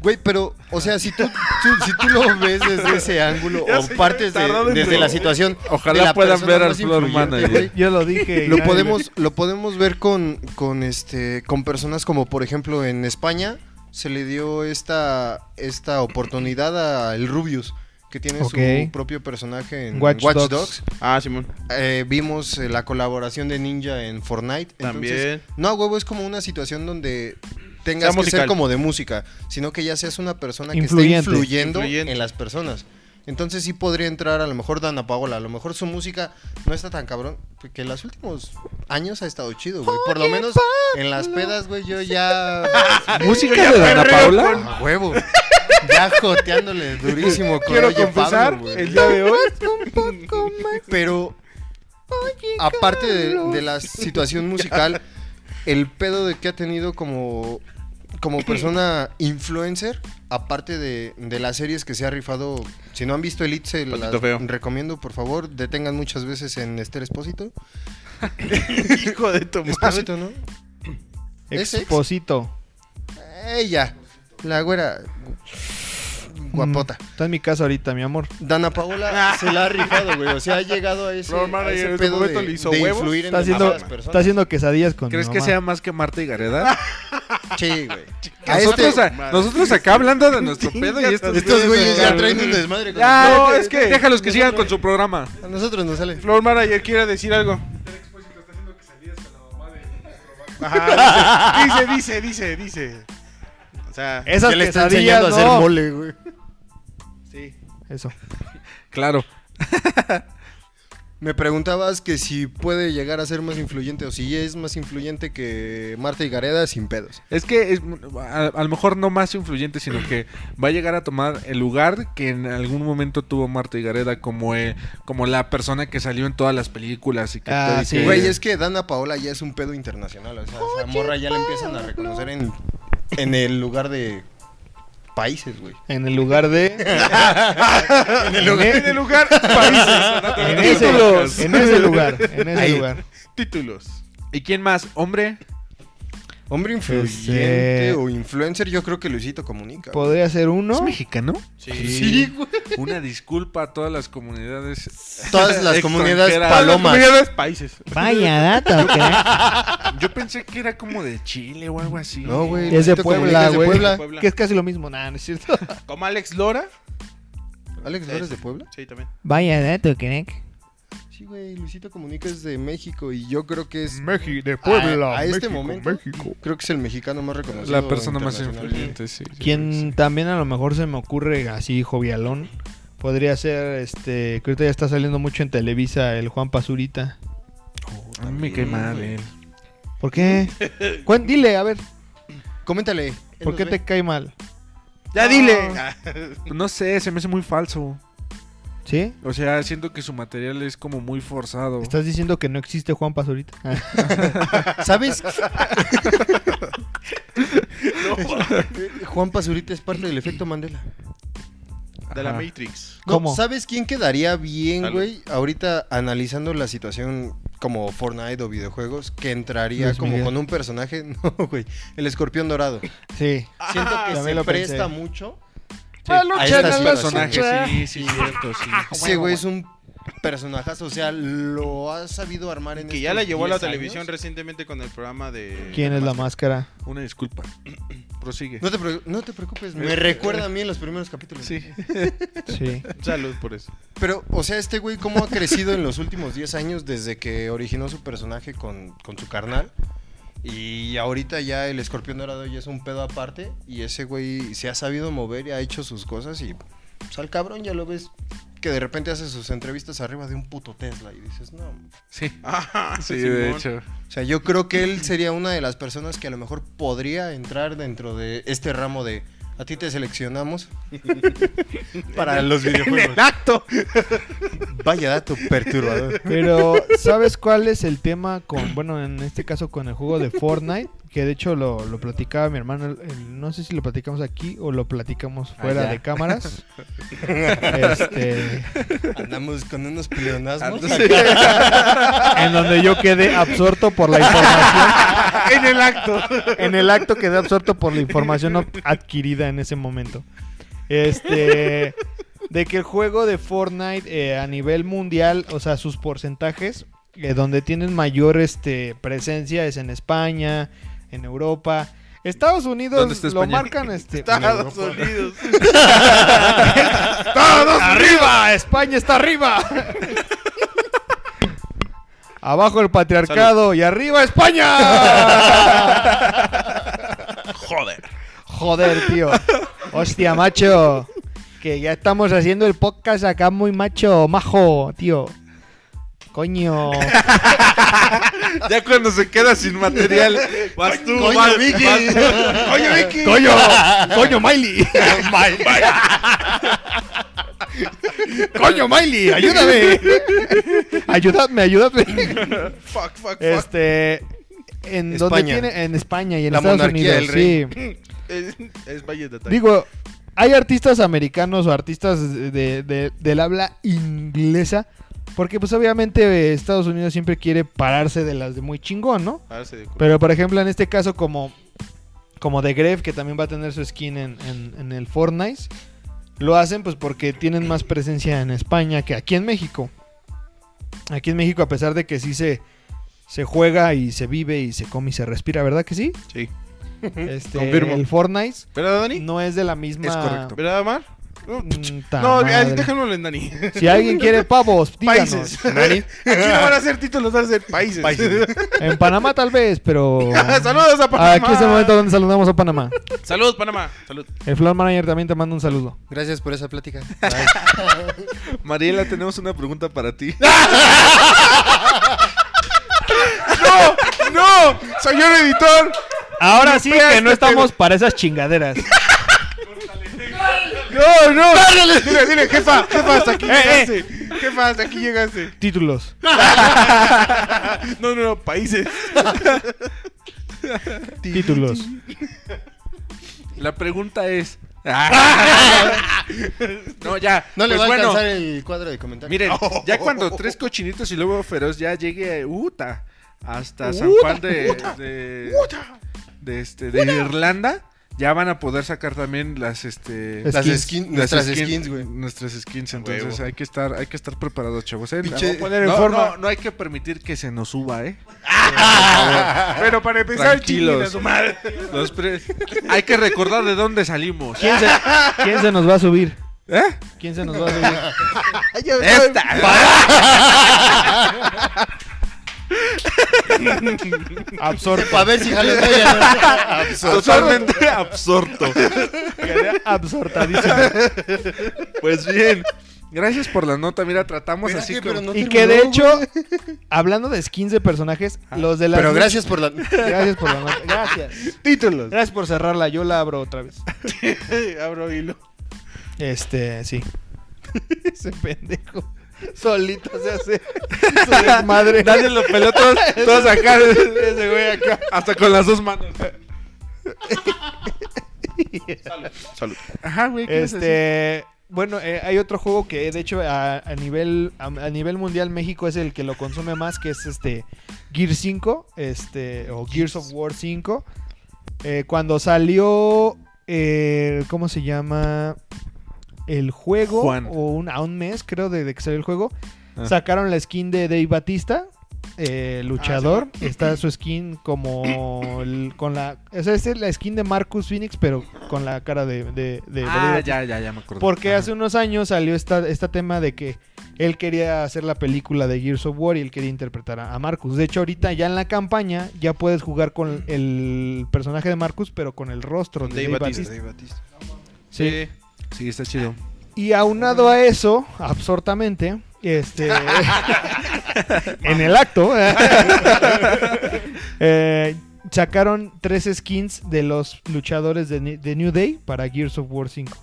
[SPEAKER 2] Güey, pero, o sea, si tú, tú- si tú lo ves desde ese ángulo
[SPEAKER 3] Ya
[SPEAKER 2] o
[SPEAKER 3] sé,
[SPEAKER 2] partes de-
[SPEAKER 3] tardado en
[SPEAKER 2] desde
[SPEAKER 3] todo.
[SPEAKER 2] la situación.
[SPEAKER 4] Ojalá
[SPEAKER 2] de la
[SPEAKER 4] puedan
[SPEAKER 2] persona
[SPEAKER 4] ver al
[SPEAKER 2] más
[SPEAKER 4] Floor
[SPEAKER 2] influyente,
[SPEAKER 4] Manager.
[SPEAKER 2] güey,
[SPEAKER 1] Yo lo dije. y
[SPEAKER 2] Lo
[SPEAKER 1] nadie-
[SPEAKER 2] podemos, lo podemos ver con, con este, con personas como por ejemplo en España se le dio esta, esta oportunidad a el Rubius, que tiene
[SPEAKER 1] Ok.
[SPEAKER 2] su propio personaje en
[SPEAKER 1] Watch
[SPEAKER 2] Watch,
[SPEAKER 1] Dogs.
[SPEAKER 2] Dogs.
[SPEAKER 3] Ah, Simón.
[SPEAKER 2] Eh, vimos eh, la colaboración de Ninja en Fortnite.
[SPEAKER 3] También.
[SPEAKER 2] Entonces, no, a huevo, es como una situación donde tengas
[SPEAKER 3] Sea
[SPEAKER 2] que
[SPEAKER 3] musical.
[SPEAKER 2] ser como de música, sino que ya seas una persona que
[SPEAKER 1] Influyente.
[SPEAKER 2] esté influyendo
[SPEAKER 3] Influyente.
[SPEAKER 2] en las personas. Entonces sí podría entrar a lo mejor Dana Paola, a lo mejor su música no está tan cabrón, porque en los últimos años ha estado chido, güey. Por lo menos en las pedas, güey, yo ya...
[SPEAKER 4] Ah, ¿Música de Dana Paula?
[SPEAKER 2] a huevo. Ya joteándole durísimo con
[SPEAKER 3] Quiero
[SPEAKER 2] Oye Pablo,
[SPEAKER 3] confesar
[SPEAKER 2] güey.
[SPEAKER 3] el día de hoy.
[SPEAKER 2] Pero aparte de, de la situación musical, el pedo de que ha tenido como, como persona influencer, aparte de, de las series que se ha rifado, si no han visto Elite, se las
[SPEAKER 3] Patito feo.
[SPEAKER 2] recomiendo, por favor, detengan muchas veces en Esther Espósito. Ah,
[SPEAKER 3] Hijo de tu madre.
[SPEAKER 2] Espósito, ¿no? ¿Es ex?
[SPEAKER 1] Exposito.
[SPEAKER 2] Ella, la güera guapota.
[SPEAKER 1] Mm, Está en mi casa ahorita, mi amor.
[SPEAKER 2] Dana Paola
[SPEAKER 3] Ah.
[SPEAKER 2] se la ha rifado, güey. O sea, ha llegado a ese,
[SPEAKER 3] Floor
[SPEAKER 2] a
[SPEAKER 3] Manager
[SPEAKER 2] ese
[SPEAKER 3] en ese
[SPEAKER 2] pedo
[SPEAKER 3] momento
[SPEAKER 2] de,
[SPEAKER 3] le hizo
[SPEAKER 2] de
[SPEAKER 3] huevos.
[SPEAKER 2] influir en
[SPEAKER 1] Está haciendo,
[SPEAKER 2] las personas.
[SPEAKER 1] está haciendo quesadillas con mi
[SPEAKER 4] ¿Crees que
[SPEAKER 1] mamá.
[SPEAKER 4] sea más que Marta y Gareda?
[SPEAKER 2] Sí, güey. A este-
[SPEAKER 4] Nosotros, a-
[SPEAKER 3] madre.
[SPEAKER 4] nosotros acá hablando de nuestro pedo y estos,
[SPEAKER 2] Estos güeyes ya
[SPEAKER 4] acá-
[SPEAKER 2] traen un desmadre con
[SPEAKER 4] Ya,
[SPEAKER 3] No,
[SPEAKER 4] de-
[SPEAKER 3] es que-
[SPEAKER 4] Déjalos que sigan con su programa.
[SPEAKER 2] nosotros. A nosotros nos sale.
[SPEAKER 3] Flor Manager quiere decir algo. Ajá, dice, dice, dice, dice. O sea,
[SPEAKER 1] Esas quesadillas, no.
[SPEAKER 2] mole, güey.
[SPEAKER 3] sí.
[SPEAKER 1] Eso.
[SPEAKER 4] Claro.
[SPEAKER 2] Me preguntabas que si puede llegar a ser más influyente o si es más influyente que Marta y Gareda sin pedos.
[SPEAKER 4] Es que es, a, a lo mejor no más influyente, sino que va a llegar a tomar el lugar que en algún momento tuvo Marta y Gareda como, eh, como la persona que salió en todas las películas y que
[SPEAKER 1] Ah,
[SPEAKER 4] y
[SPEAKER 1] sí.
[SPEAKER 4] que-
[SPEAKER 2] Güey, es que Dana Paola ya es un pedo internacional. O sea, esa morra ya la empiezan a reconocer en, en el lugar de países, güey.
[SPEAKER 1] En el lugar de.
[SPEAKER 3] En el lugar, en el lugar países.
[SPEAKER 1] En ese, en ese lugar. En ese
[SPEAKER 2] Ahí.
[SPEAKER 1] lugar.
[SPEAKER 3] Títulos.
[SPEAKER 4] ¿Y quién más? ¿Hombre?
[SPEAKER 2] Hombre influyente
[SPEAKER 1] Este-
[SPEAKER 2] o influencer, yo creo que Luisito comunica. güey.
[SPEAKER 1] Podría ser uno.
[SPEAKER 4] ¿Es mexicano?
[SPEAKER 2] Sí, güey.
[SPEAKER 4] Una disculpa a todas las comunidades. eh,
[SPEAKER 2] Todas las comunidades
[SPEAKER 4] Extranjeras.
[SPEAKER 2] palomas.
[SPEAKER 3] Comunidades, países.
[SPEAKER 1] Vaya data,
[SPEAKER 4] Yo pensé que era como de Chile o algo así.
[SPEAKER 2] No, güey.
[SPEAKER 1] Es de
[SPEAKER 2] Luisito Comunica
[SPEAKER 1] Puebla,
[SPEAKER 2] es de
[SPEAKER 1] güey.
[SPEAKER 2] Puebla.
[SPEAKER 3] Puebla.
[SPEAKER 1] Que es casi lo mismo, nada, no es cierto.
[SPEAKER 3] Como Alex Lora.
[SPEAKER 2] ¿Alex Lora es de Puebla?
[SPEAKER 3] Sí, también.
[SPEAKER 1] Vaya dato, crack.
[SPEAKER 2] Sí, güey, Luisito Comunica es de México y yo creo que es
[SPEAKER 1] de Ah,
[SPEAKER 2] a, a este momento creo que es el mexicano más reconocido.
[SPEAKER 4] La persona más
[SPEAKER 2] internacionalmente.
[SPEAKER 4] influyente, sí. sí,
[SPEAKER 1] Quien también a lo mejor se me ocurre así, jovialón, podría ser este. Que ahorita ya está saliendo mucho en Televisa el Juan Pazurita.
[SPEAKER 4] sí. A mí me cae mal él.
[SPEAKER 1] ¿Por qué? Cuán- dile, a ver.
[SPEAKER 2] Coméntale.
[SPEAKER 1] ¿Por
[SPEAKER 2] los
[SPEAKER 1] qué
[SPEAKER 2] ve.
[SPEAKER 1] te cae mal?
[SPEAKER 3] ¡Ya
[SPEAKER 2] Ah,
[SPEAKER 4] No.
[SPEAKER 3] dile!
[SPEAKER 4] Pues No sé, se me hace muy falso.
[SPEAKER 1] ¿Sí?
[SPEAKER 4] O sea, siento que su material es como muy forzado.
[SPEAKER 1] ¿Estás diciendo que no existe Juan Pazurita?
[SPEAKER 2] Ah, ¿Sabes? Juan Pazurita es parte del efecto Mandela.
[SPEAKER 3] De la
[SPEAKER 4] Ajá.
[SPEAKER 3] Matrix.
[SPEAKER 2] No,
[SPEAKER 1] ¿Cómo?
[SPEAKER 2] ¿Sabes quién quedaría bien,
[SPEAKER 3] Salud.
[SPEAKER 2] güey? Ahorita analizando la situación como Fortnite o videojuegos, que entraría
[SPEAKER 1] Luis
[SPEAKER 2] como
[SPEAKER 1] Miguel.
[SPEAKER 2] con un personaje. No, güey. El escorpión dorado.
[SPEAKER 1] Sí.
[SPEAKER 2] Siento que
[SPEAKER 1] también
[SPEAKER 2] se
[SPEAKER 1] Ah, lo pensé.
[SPEAKER 2] presta mucho.
[SPEAKER 1] Ah,
[SPEAKER 2] A
[SPEAKER 1] luchan
[SPEAKER 2] estas
[SPEAKER 1] a la
[SPEAKER 2] personajes,
[SPEAKER 1] lucha.
[SPEAKER 4] sí, sí, cierto, sí.
[SPEAKER 2] Ese güey es un personaje social. Lo ha sabido armar en
[SPEAKER 3] Que ya la
[SPEAKER 2] estos
[SPEAKER 3] llevó a la
[SPEAKER 2] 10 años.
[SPEAKER 3] televisión recientemente con el programa de.
[SPEAKER 1] ¿Quién es la máscara?
[SPEAKER 4] Una disculpa. Prosigue.
[SPEAKER 2] No te, pre- no te preocupes, me recuerda a mí en los primeros capítulos.
[SPEAKER 4] Sí.
[SPEAKER 1] Sí.
[SPEAKER 3] Salud por eso.
[SPEAKER 2] Pero, o sea, este güey, ¿cómo ha crecido en los últimos 10 años desde que originó su personaje con, con su carnal? Y ahorita ya el escorpión dorado ya es un pedo aparte. Y ese güey se ha sabido mover y ha hecho sus cosas. Y, pues, al cabrón ya lo ves que de repente hace sus entrevistas arriba de un puto Tesla. Y dices, no.
[SPEAKER 4] Sí.
[SPEAKER 3] Ah,
[SPEAKER 4] Sí,
[SPEAKER 3] Simón.
[SPEAKER 4] de hecho.
[SPEAKER 2] O sea, yo creo que él sería una de las personas que a lo mejor podría entrar dentro de este ramo de. A ti te seleccionamos para los videojuegos.
[SPEAKER 3] ¡Acto!
[SPEAKER 2] Vaya dato perturbador.
[SPEAKER 1] Pero, ¿sabes cuál es el tema con, bueno, en este caso con el juego de Fortnite? Que de hecho lo, lo platicaba mi hermano, el- el- no sé si lo platicamos aquí o lo platicamos fuera
[SPEAKER 4] Allá.
[SPEAKER 1] de cámaras. Este,
[SPEAKER 2] Andamos con unos pleonasmos.
[SPEAKER 1] Ah, en donde yo quedé absorto por la información,
[SPEAKER 4] en el acto.
[SPEAKER 1] en el acto quedé absorto por la información ob- adquirida en ese momento. Este, de que el juego de Fortnite eh, a nivel mundial, o sea, sus porcentajes, eh, donde tienen mayor este, presencia es en España, en Europa. Estados
[SPEAKER 4] ¿Dónde
[SPEAKER 1] Unidos
[SPEAKER 4] está
[SPEAKER 1] lo
[SPEAKER 4] España?
[SPEAKER 1] marcan este
[SPEAKER 3] Estados Unidos.
[SPEAKER 1] arriba, España está arriba. Abajo el patriarcado y arriba España.
[SPEAKER 3] Joder.
[SPEAKER 1] Joder, tío. Hostia, macho. Que ya estamos haciendo el podcast acá muy macho, majo, tío. Coño.
[SPEAKER 4] Ya cuando se queda sin material, vas tú,
[SPEAKER 2] Coño,
[SPEAKER 4] vas-
[SPEAKER 2] Vicky.
[SPEAKER 4] vas tú.
[SPEAKER 3] Oye, Vicky.
[SPEAKER 1] Coño. Coño, Miley. Coño, Miley, ayúdame. Ayúdame, ayúdame.
[SPEAKER 3] Fuck, fuck, fuck.
[SPEAKER 1] Este. En, donde
[SPEAKER 2] España.
[SPEAKER 1] tiene, en España y en
[SPEAKER 2] La
[SPEAKER 1] Estados
[SPEAKER 2] monarquía
[SPEAKER 1] Unidos,
[SPEAKER 2] del rey.
[SPEAKER 1] sí.
[SPEAKER 3] Es, es Valle de Ataque.
[SPEAKER 1] Este. Digo, hay artistas americanos o artistas de, de- del habla inglesa. Porque, pues, obviamente, eh, Estados Unidos siempre quiere pararse de las de muy chingón, ¿no?
[SPEAKER 3] Ahora se dio cuenta.
[SPEAKER 1] Pero, por ejemplo, en este caso, como, como The Grefg, que también va a tener su skin en, en- en el Fortnite, lo hacen pues porque tienen más presencia en España que aquí en México. Aquí en México, a pesar de que sí se, se juega y se vive y se come y se respira, ¿verdad que sí?
[SPEAKER 3] Sí.
[SPEAKER 1] Este,
[SPEAKER 3] Confirmo.
[SPEAKER 1] El Fortnite
[SPEAKER 3] ¿Verdad, Dani?
[SPEAKER 1] no es de la misma...
[SPEAKER 4] Es correcto.
[SPEAKER 3] ¿Verdad, Mar? No,
[SPEAKER 1] Mm, ta
[SPEAKER 3] no
[SPEAKER 1] madre.
[SPEAKER 3] ahí déjalo en Dani.
[SPEAKER 1] Si alguien quiere pavos, díganos.
[SPEAKER 3] Países. Aquí no van a ser títulos, van a ser países.
[SPEAKER 1] En Panamá tal vez, pero...
[SPEAKER 3] Saludos a Panamá.
[SPEAKER 1] Aquí es el momento donde saludamos a Panamá.
[SPEAKER 3] Saludos, Panamá. Salud.
[SPEAKER 1] El Floor Manager también te manda un saludo.
[SPEAKER 2] Gracias por esa plática.
[SPEAKER 4] Mariela, tenemos una pregunta para ti.
[SPEAKER 3] ¡No! ¡Soy yo el editor!
[SPEAKER 1] Ahora sí que no estamos para esas chingaderas.
[SPEAKER 3] ¡No, no! Dile, dile, jefa, jefa, hasta aquí
[SPEAKER 1] Eh, eh.
[SPEAKER 3] llegaste. Jefa, hasta aquí llegaste.
[SPEAKER 1] Títulos.
[SPEAKER 3] No, no, no, países.
[SPEAKER 1] Títulos.
[SPEAKER 4] La pregunta es. no, ya.
[SPEAKER 2] No le
[SPEAKER 4] pues
[SPEAKER 2] va a
[SPEAKER 4] bueno,
[SPEAKER 2] alcanzar el cuadro de comentarios.
[SPEAKER 4] Miren, ya cuando tres cochinitos y luego feroz ya llegue a Utah hasta San Juan de. de, de este, de Irlanda. Ya van a poder sacar también las este
[SPEAKER 1] Es-
[SPEAKER 2] las
[SPEAKER 1] skins.
[SPEAKER 2] skins,
[SPEAKER 4] las
[SPEAKER 2] nuestras
[SPEAKER 4] skin-
[SPEAKER 2] skins, güey.
[SPEAKER 4] Nuestras skins, entonces
[SPEAKER 3] huevo.
[SPEAKER 4] hay que estar, hay que estar preparados, chavos. ¿eh?
[SPEAKER 2] Pinche-
[SPEAKER 4] No,
[SPEAKER 3] poner en
[SPEAKER 4] no,
[SPEAKER 3] forma.
[SPEAKER 4] no, no hay que permitir que se nos suba, eh.
[SPEAKER 3] Pero para empezar,
[SPEAKER 4] Tranquilos.
[SPEAKER 3] chinguen a su madre.
[SPEAKER 4] Los pre- Hay que recordar de dónde salimos.
[SPEAKER 1] ¿Quién se, quién se nos va a subir?
[SPEAKER 4] ¿Eh?
[SPEAKER 1] ¿Quién se nos va a subir?
[SPEAKER 2] Para ver si jalo talla.
[SPEAKER 4] Totalmente absorto.
[SPEAKER 1] Absortadísimo.
[SPEAKER 4] Pues bien, Gracias por la nota. Mira, tratamos
[SPEAKER 2] Espérate,
[SPEAKER 4] así
[SPEAKER 2] pero
[SPEAKER 4] como.
[SPEAKER 2] no
[SPEAKER 1] y
[SPEAKER 2] terminó,
[SPEAKER 1] que de
[SPEAKER 2] güey.
[SPEAKER 1] hecho, hablando de skins de personajes, los de las.
[SPEAKER 2] Pero gracias por la.
[SPEAKER 1] Gracias por la nota. Gracias.
[SPEAKER 3] Títulos.
[SPEAKER 1] Gracias por cerrarla. Yo la abro otra vez.
[SPEAKER 3] Abro hilo.
[SPEAKER 1] Este, sí. Ese pendejo. Solito se hace su desmadre.
[SPEAKER 4] Nadie lo peló todos, todos acá. Ese güey acá. Hasta con las dos manos.
[SPEAKER 3] Salud.
[SPEAKER 4] Ajá, güey. ¿qué es así?
[SPEAKER 1] Este, bueno, eh, hay otro juego que de hecho a, a nivel a, a nivel mundial México es el que lo consume más, que es este Gear 5, este o Gears of War 5. Eh, cuando salió eh, ¿cómo se llama? El juego
[SPEAKER 4] Juan.
[SPEAKER 1] o un, a un mes creo de, de que salió el juego,
[SPEAKER 4] Ah.
[SPEAKER 1] sacaron la skin de Dave Batista. eh, luchador
[SPEAKER 4] Ah,
[SPEAKER 1] está su skin como el- con la o sea, esa es la skin de Marcus Phoenix pero con la cara de, de, de-
[SPEAKER 4] Ah,
[SPEAKER 1] de-
[SPEAKER 4] ya, ya, ya me acordé.
[SPEAKER 1] porque
[SPEAKER 4] Ajá.
[SPEAKER 1] hace unos años salió esta, esta tema de que él quería hacer la película de Gears of War y él quería interpretar a, a Marcus. De hecho, ahorita ya en la campaña ya puedes jugar con el personaje de Marcus, pero con el rostro de Dave, Bautista. Sí.
[SPEAKER 4] Sí, está chido.
[SPEAKER 1] Y aunado a eso, absortamente, este, en el acto, eh, sacaron tres skins de los luchadores de, Ni- de New Day para Gears of War 5.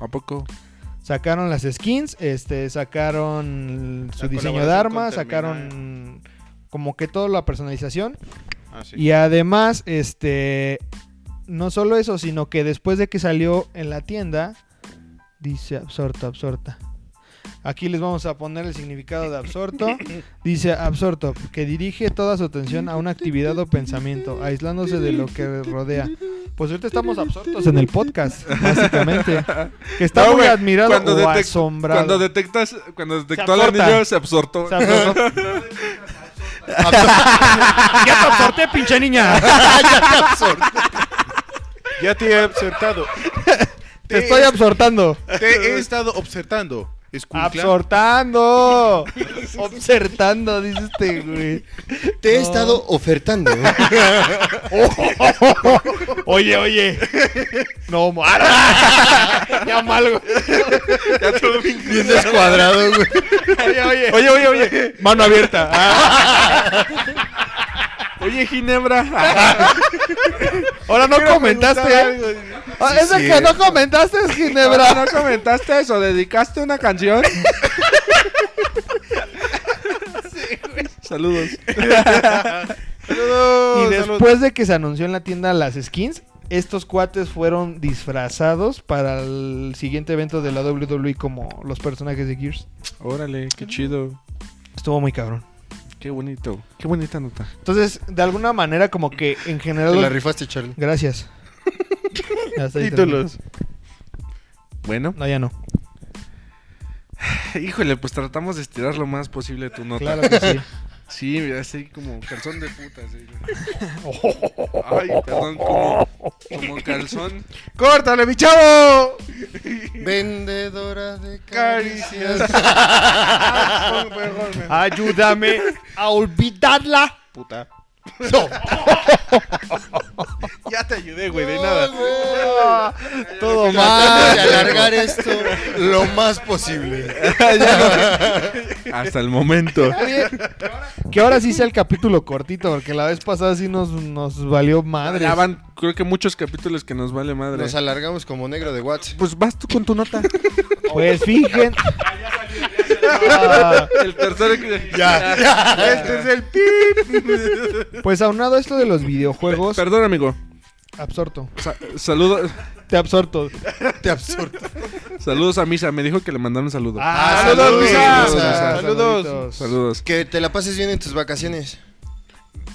[SPEAKER 4] ¿A poco?
[SPEAKER 1] Sacaron las skins, este, sacaron su
[SPEAKER 3] La
[SPEAKER 1] diseño de
[SPEAKER 3] colaboración
[SPEAKER 1] armas,
[SPEAKER 3] con Terminal.
[SPEAKER 1] sacaron como que toda la personalización.
[SPEAKER 3] Ah, sí.
[SPEAKER 1] Y además, este, no solo eso, sino que después de que salió en la tienda, dice absorto, absorta. Aquí les vamos a poner el significado de absorto. Dice absorto, que dirige toda su atención a una actividad o pensamiento, aislándose de lo que rodea. Pues ahorita estamos absortos en el podcast, básicamente. Que está
[SPEAKER 4] No,
[SPEAKER 1] muy
[SPEAKER 4] güey,
[SPEAKER 1] admirado
[SPEAKER 4] cuando
[SPEAKER 1] o
[SPEAKER 4] detec-
[SPEAKER 1] asombrado.
[SPEAKER 4] Cuando detectas, cuando detectó al
[SPEAKER 1] absorta.
[SPEAKER 4] anillo, se absortó.
[SPEAKER 1] Se absortó. ¡Ya te absorté, pinche niña!
[SPEAKER 3] Ya te he obsertado.
[SPEAKER 1] ¡Te estoy absortando!
[SPEAKER 3] Te he estado observando. Escucha.
[SPEAKER 1] ¡Absortando! ¡Obsertando! Dice este, güey.
[SPEAKER 2] Te he
[SPEAKER 1] No.
[SPEAKER 2] estado ofertando. ¿no?
[SPEAKER 1] Oye, oye. No, mo- ¡Ah! Ya mal, güey.
[SPEAKER 2] Bien descuadrado, güey.
[SPEAKER 1] Oye, oye.
[SPEAKER 4] Oye, oye, oye.
[SPEAKER 1] Mano abierta. Ah,
[SPEAKER 4] Oye, Ginebra.
[SPEAKER 1] Ahora no comentaste. ¿eh? Ah, Ese
[SPEAKER 2] sí
[SPEAKER 1] que
[SPEAKER 2] es.
[SPEAKER 1] no comentaste es
[SPEAKER 4] Ginebra,
[SPEAKER 1] Ginebra.
[SPEAKER 4] ¿no comentaste eso? ¿Dedicaste una canción? Saludos.
[SPEAKER 1] Y
[SPEAKER 3] Saludos, saludos.
[SPEAKER 1] después de que se anunció en la tienda las skins, estos cuates fueron disfrazados para el siguiente evento de la WWE como los personajes de Gears.
[SPEAKER 4] Órale, qué chido.
[SPEAKER 1] Estuvo muy cabrón.
[SPEAKER 4] Qué bonito. Qué bonita nota.
[SPEAKER 1] Entonces, de alguna manera, como que en general.
[SPEAKER 2] Te la
[SPEAKER 1] los-
[SPEAKER 2] rifaste, Charlie.
[SPEAKER 1] Gracias. Ya está ahí
[SPEAKER 3] Títulos.
[SPEAKER 4] Bueno,
[SPEAKER 1] terminando. No, ya no.
[SPEAKER 4] híjole, pues tratamos de estirar lo más posible tu nota.
[SPEAKER 1] Claro que sí.
[SPEAKER 4] Sí, mira, así como calzón de puta. así. Ay, perdón, como, como calzón.
[SPEAKER 3] ¡Córtale, mi chavo!
[SPEAKER 2] Vendedora de
[SPEAKER 3] Caricias.
[SPEAKER 2] caricias.
[SPEAKER 3] Ah, pon- perdón, me-
[SPEAKER 1] Ayúdame a olvidarla.
[SPEAKER 3] Puta.
[SPEAKER 1] No.
[SPEAKER 3] Ya te ayudé, güey, de
[SPEAKER 2] No,
[SPEAKER 3] nada.
[SPEAKER 2] güey.
[SPEAKER 1] Todo
[SPEAKER 2] Tratando
[SPEAKER 1] mal.
[SPEAKER 2] de alargar esto lo más posible.
[SPEAKER 4] Hasta el momento.
[SPEAKER 1] Está bien. Que ahora sí sea el capítulo cortito, porque la vez pasada sí nos, nos valió madre.
[SPEAKER 4] Ya van, creo que muchos capítulos que nos vale madre.
[SPEAKER 2] Nos alargamos como negro de Watts.
[SPEAKER 4] Pues vas tú con tu nota.
[SPEAKER 1] Pues fijen. Ah,
[SPEAKER 4] El tercero que...
[SPEAKER 2] Ya.
[SPEAKER 3] Este es el pip.
[SPEAKER 1] pues aunado a esto de los videojuegos,
[SPEAKER 4] Perdón, amigo.
[SPEAKER 1] absorto.
[SPEAKER 4] Sa- saludo-
[SPEAKER 1] Te absorto.
[SPEAKER 2] Te absorto.
[SPEAKER 4] saludos a Misa. Me dijo que le mandaron un saludo.
[SPEAKER 2] Ah, saludos, Luisa.
[SPEAKER 3] Saludos.
[SPEAKER 4] Saludos.
[SPEAKER 2] Que te la pases bien en tus vacaciones.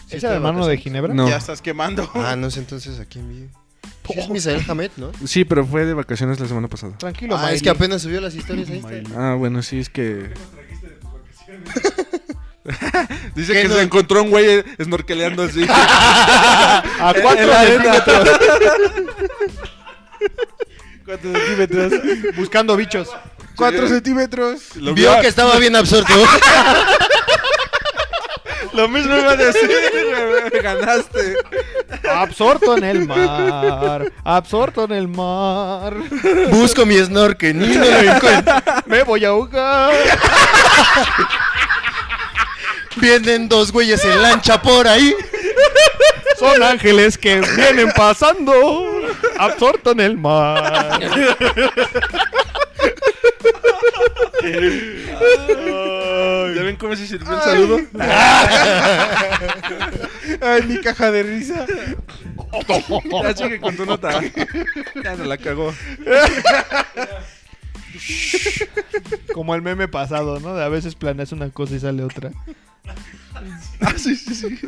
[SPEAKER 1] ¿Es el hermano de Ginebra?
[SPEAKER 4] No.
[SPEAKER 3] Ya estás quemando.
[SPEAKER 2] Ah, no sé entonces a quién vi. Sí, Es Pues, Misael Hamed, ¿no?
[SPEAKER 4] Sí, pero fue de vacaciones la semana pasada.
[SPEAKER 1] Tranquilo,
[SPEAKER 2] Ah, es
[SPEAKER 1] Miley.
[SPEAKER 2] que apenas subió las historias ahí. está.
[SPEAKER 4] Ah, bueno, sí, es que... Dice
[SPEAKER 2] ¿Qué
[SPEAKER 4] que
[SPEAKER 2] no-
[SPEAKER 4] se encontró un güey snorkeleando así.
[SPEAKER 1] A cuatro
[SPEAKER 4] En la arena.
[SPEAKER 1] centímetros.
[SPEAKER 3] Cuatro centímetros.
[SPEAKER 1] Buscando bichos.
[SPEAKER 3] Cuatro centímetros.
[SPEAKER 4] Lo
[SPEAKER 2] Vio que estaba bien absorto.
[SPEAKER 3] Lo mismo iba a decir, güey, me ganaste.
[SPEAKER 1] Absorto en el mar. Absorto en el mar.
[SPEAKER 2] Busco mi snorkel y no lo encuentro.
[SPEAKER 1] Me voy a ahogar.
[SPEAKER 2] Vienen dos güeyes en lancha por ahí.
[SPEAKER 1] Son ángeles que vienen pasando. Absorto en el mar.
[SPEAKER 3] ¿Ya ven cómo se sirvió el saludo?
[SPEAKER 4] Ay, mi caja de risa. Ya sigue con tu nota. Ya no la cagó.
[SPEAKER 1] Como el meme pasado, ¿no? De a veces planeas una cosa y sale otra.
[SPEAKER 4] Ah, sí, sí, sí.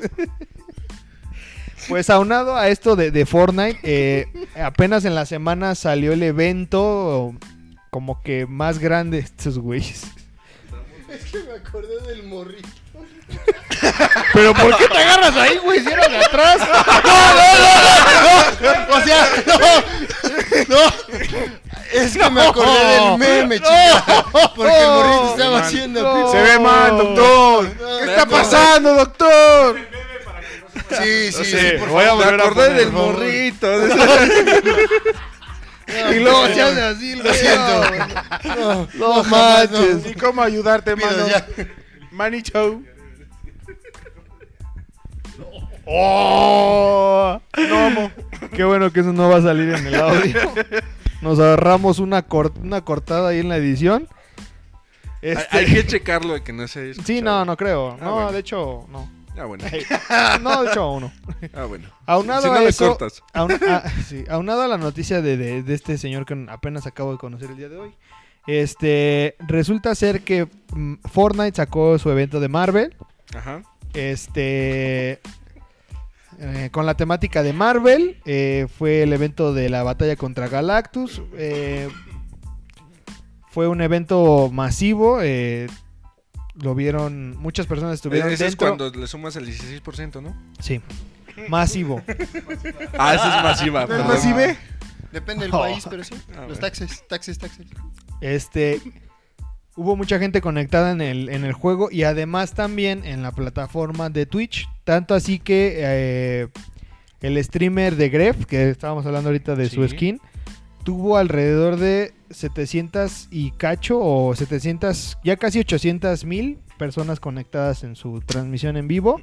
[SPEAKER 1] Pues aunado a esto de, de Fortnite, eh, apenas en la semana salió el evento como que más grande de estos güeyes.
[SPEAKER 2] Es que me acordé del morrito.
[SPEAKER 1] Pero ¿por qué te agarras ahí, güey? Si era de atrás.
[SPEAKER 2] O sea, no, no. Es que me acordé del meme, chica. Porque el morrito estaba
[SPEAKER 3] Man.
[SPEAKER 2] haciendo
[SPEAKER 1] No.
[SPEAKER 3] Se ve mal, doctor.
[SPEAKER 2] No,
[SPEAKER 3] ¿Qué está
[SPEAKER 2] no.
[SPEAKER 3] pasando, doctor?
[SPEAKER 2] Sí, sí, sí.
[SPEAKER 1] sé,
[SPEAKER 2] por
[SPEAKER 1] voy a
[SPEAKER 2] favor.
[SPEAKER 1] volver
[SPEAKER 3] Me acordé
[SPEAKER 1] poner,
[SPEAKER 3] del
[SPEAKER 1] por favor.
[SPEAKER 3] morrito.
[SPEAKER 1] Y luego se hace así,
[SPEAKER 2] Lo siento.
[SPEAKER 1] No
[SPEAKER 2] jamás, no.
[SPEAKER 1] manches.
[SPEAKER 3] ¿Y cómo ayudarte,
[SPEAKER 2] Pido
[SPEAKER 3] mano?
[SPEAKER 2] ya.
[SPEAKER 3] Manny Chow.
[SPEAKER 1] ¡Oh!
[SPEAKER 3] Nomo.
[SPEAKER 1] Qué bueno que eso no va a salir en el audio. Nos ahorramos una, cor- una cortada ahí en la edición. Este-
[SPEAKER 4] Hay que checarlo de que no se haya
[SPEAKER 1] Sí,
[SPEAKER 4] escuchado.
[SPEAKER 1] no, no creo.
[SPEAKER 4] Ah,
[SPEAKER 1] no,
[SPEAKER 4] bueno.
[SPEAKER 1] de hecho, no.
[SPEAKER 4] Ah, bueno.
[SPEAKER 1] No, de hecho, uno.
[SPEAKER 4] Ah, bueno.
[SPEAKER 1] Aunado
[SPEAKER 4] Si no
[SPEAKER 1] a
[SPEAKER 4] le
[SPEAKER 1] eso,
[SPEAKER 4] cortas.
[SPEAKER 1] aun- a, sí, aunado a la noticia de, de- de este señor que apenas acabo de conocer el día de hoy, este resulta ser que mm, Fortnite sacó su evento de Marvel,
[SPEAKER 4] Ajá.
[SPEAKER 1] este eh, con la temática de Marvel eh, fue el evento de la batalla contra Galactus, eh, fue un evento masivo, eh, lo vieron muchas personas estuvieron
[SPEAKER 4] Ese es
[SPEAKER 1] dentro.
[SPEAKER 4] cuando le sumas el 16%, ¿no?
[SPEAKER 1] Sí. Masivo.
[SPEAKER 4] Ah, esa es masiva.
[SPEAKER 2] No, es
[SPEAKER 4] perdón.
[SPEAKER 2] masiva. Depende del
[SPEAKER 1] Oh.
[SPEAKER 2] país, pero sí.
[SPEAKER 4] Ah, bueno.
[SPEAKER 2] Los taxes, taxes, taxes.
[SPEAKER 1] Este. Hubo mucha gente conectada en el, en el juego y además también en la plataforma de Twitch. Tanto así que eh, el streamer de Gref, que estábamos hablando ahorita de su
[SPEAKER 4] Sí.
[SPEAKER 1] skin, tuvo alrededor de 700 y cacho o 700, ya casi 800 mil personas conectadas en su transmisión en vivo.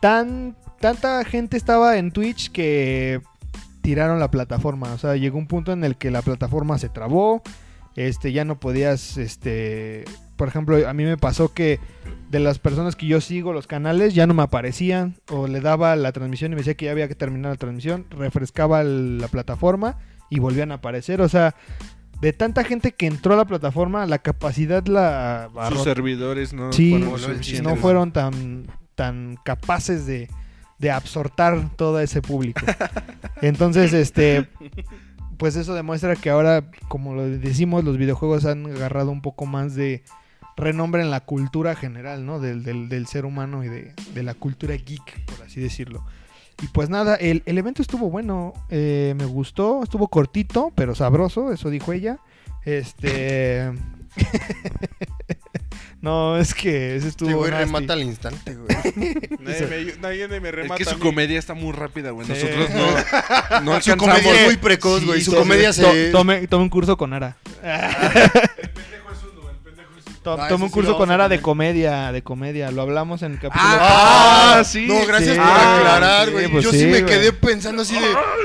[SPEAKER 1] Tan, tanta gente estaba en Twitch que tiraron la plataforma. O sea, llegó un punto en el que la plataforma se trabó. Este, ya no podías, este... Por ejemplo, a mí me pasó que de las personas que yo sigo los canales ya no me aparecían o le daba la transmisión y me decía que ya había que terminar la transmisión, refrescaba el- la plataforma y volvían a aparecer, o sea, de tanta gente que entró a la plataforma, la capacidad la
[SPEAKER 4] Sus
[SPEAKER 1] abarrotó.
[SPEAKER 4] servidores no
[SPEAKER 1] Sí,
[SPEAKER 4] fueron
[SPEAKER 2] sí,
[SPEAKER 4] suficientes.
[SPEAKER 1] no fueron tan tan capaces de de absortar todo ese público. Entonces, este pues eso demuestra que ahora, como lo decimos, los videojuegos han agarrado un poco más de renombre en la cultura general, ¿no? Del, del- del ser humano y de, de la cultura geek, por así decirlo. Y pues nada, el, el evento estuvo bueno, eh, me gustó, estuvo cortito, pero sabroso, eso dijo ella. Este... no, es que ese estuvo...
[SPEAKER 2] Sí, güey,
[SPEAKER 1] nasty.
[SPEAKER 2] remata al instante, güey.
[SPEAKER 3] Nadie me, nadie me
[SPEAKER 4] Es
[SPEAKER 3] remata.
[SPEAKER 4] que
[SPEAKER 3] a
[SPEAKER 4] su
[SPEAKER 3] mí.
[SPEAKER 4] comedia está muy rápida, güey.
[SPEAKER 1] Sí.
[SPEAKER 4] Nosotros no, no
[SPEAKER 2] Su
[SPEAKER 4] alcanzamos.
[SPEAKER 2] comedia es muy precoz,
[SPEAKER 4] Sí,
[SPEAKER 2] güey. Su
[SPEAKER 4] sí,
[SPEAKER 2] comedia
[SPEAKER 1] To-
[SPEAKER 2] se.
[SPEAKER 1] tome, tome un curso con Ara. To-
[SPEAKER 2] Ah,
[SPEAKER 1] Tome
[SPEAKER 2] ese
[SPEAKER 1] un
[SPEAKER 2] sí
[SPEAKER 1] curso
[SPEAKER 2] lo
[SPEAKER 1] con
[SPEAKER 2] vamos a
[SPEAKER 1] Ara de
[SPEAKER 2] poner.
[SPEAKER 1] comedia, de comedia. Lo hablamos en el capítulo.
[SPEAKER 4] Ah,
[SPEAKER 2] Ah,
[SPEAKER 4] sí.
[SPEAKER 2] No, gracias
[SPEAKER 1] Sí.
[SPEAKER 2] por
[SPEAKER 1] Ah,
[SPEAKER 2] aclarar,
[SPEAKER 1] sí,
[SPEAKER 2] güey.
[SPEAKER 1] pues
[SPEAKER 2] Yo
[SPEAKER 1] sí,
[SPEAKER 2] sí, me
[SPEAKER 1] güey.
[SPEAKER 2] quedé pensando así de.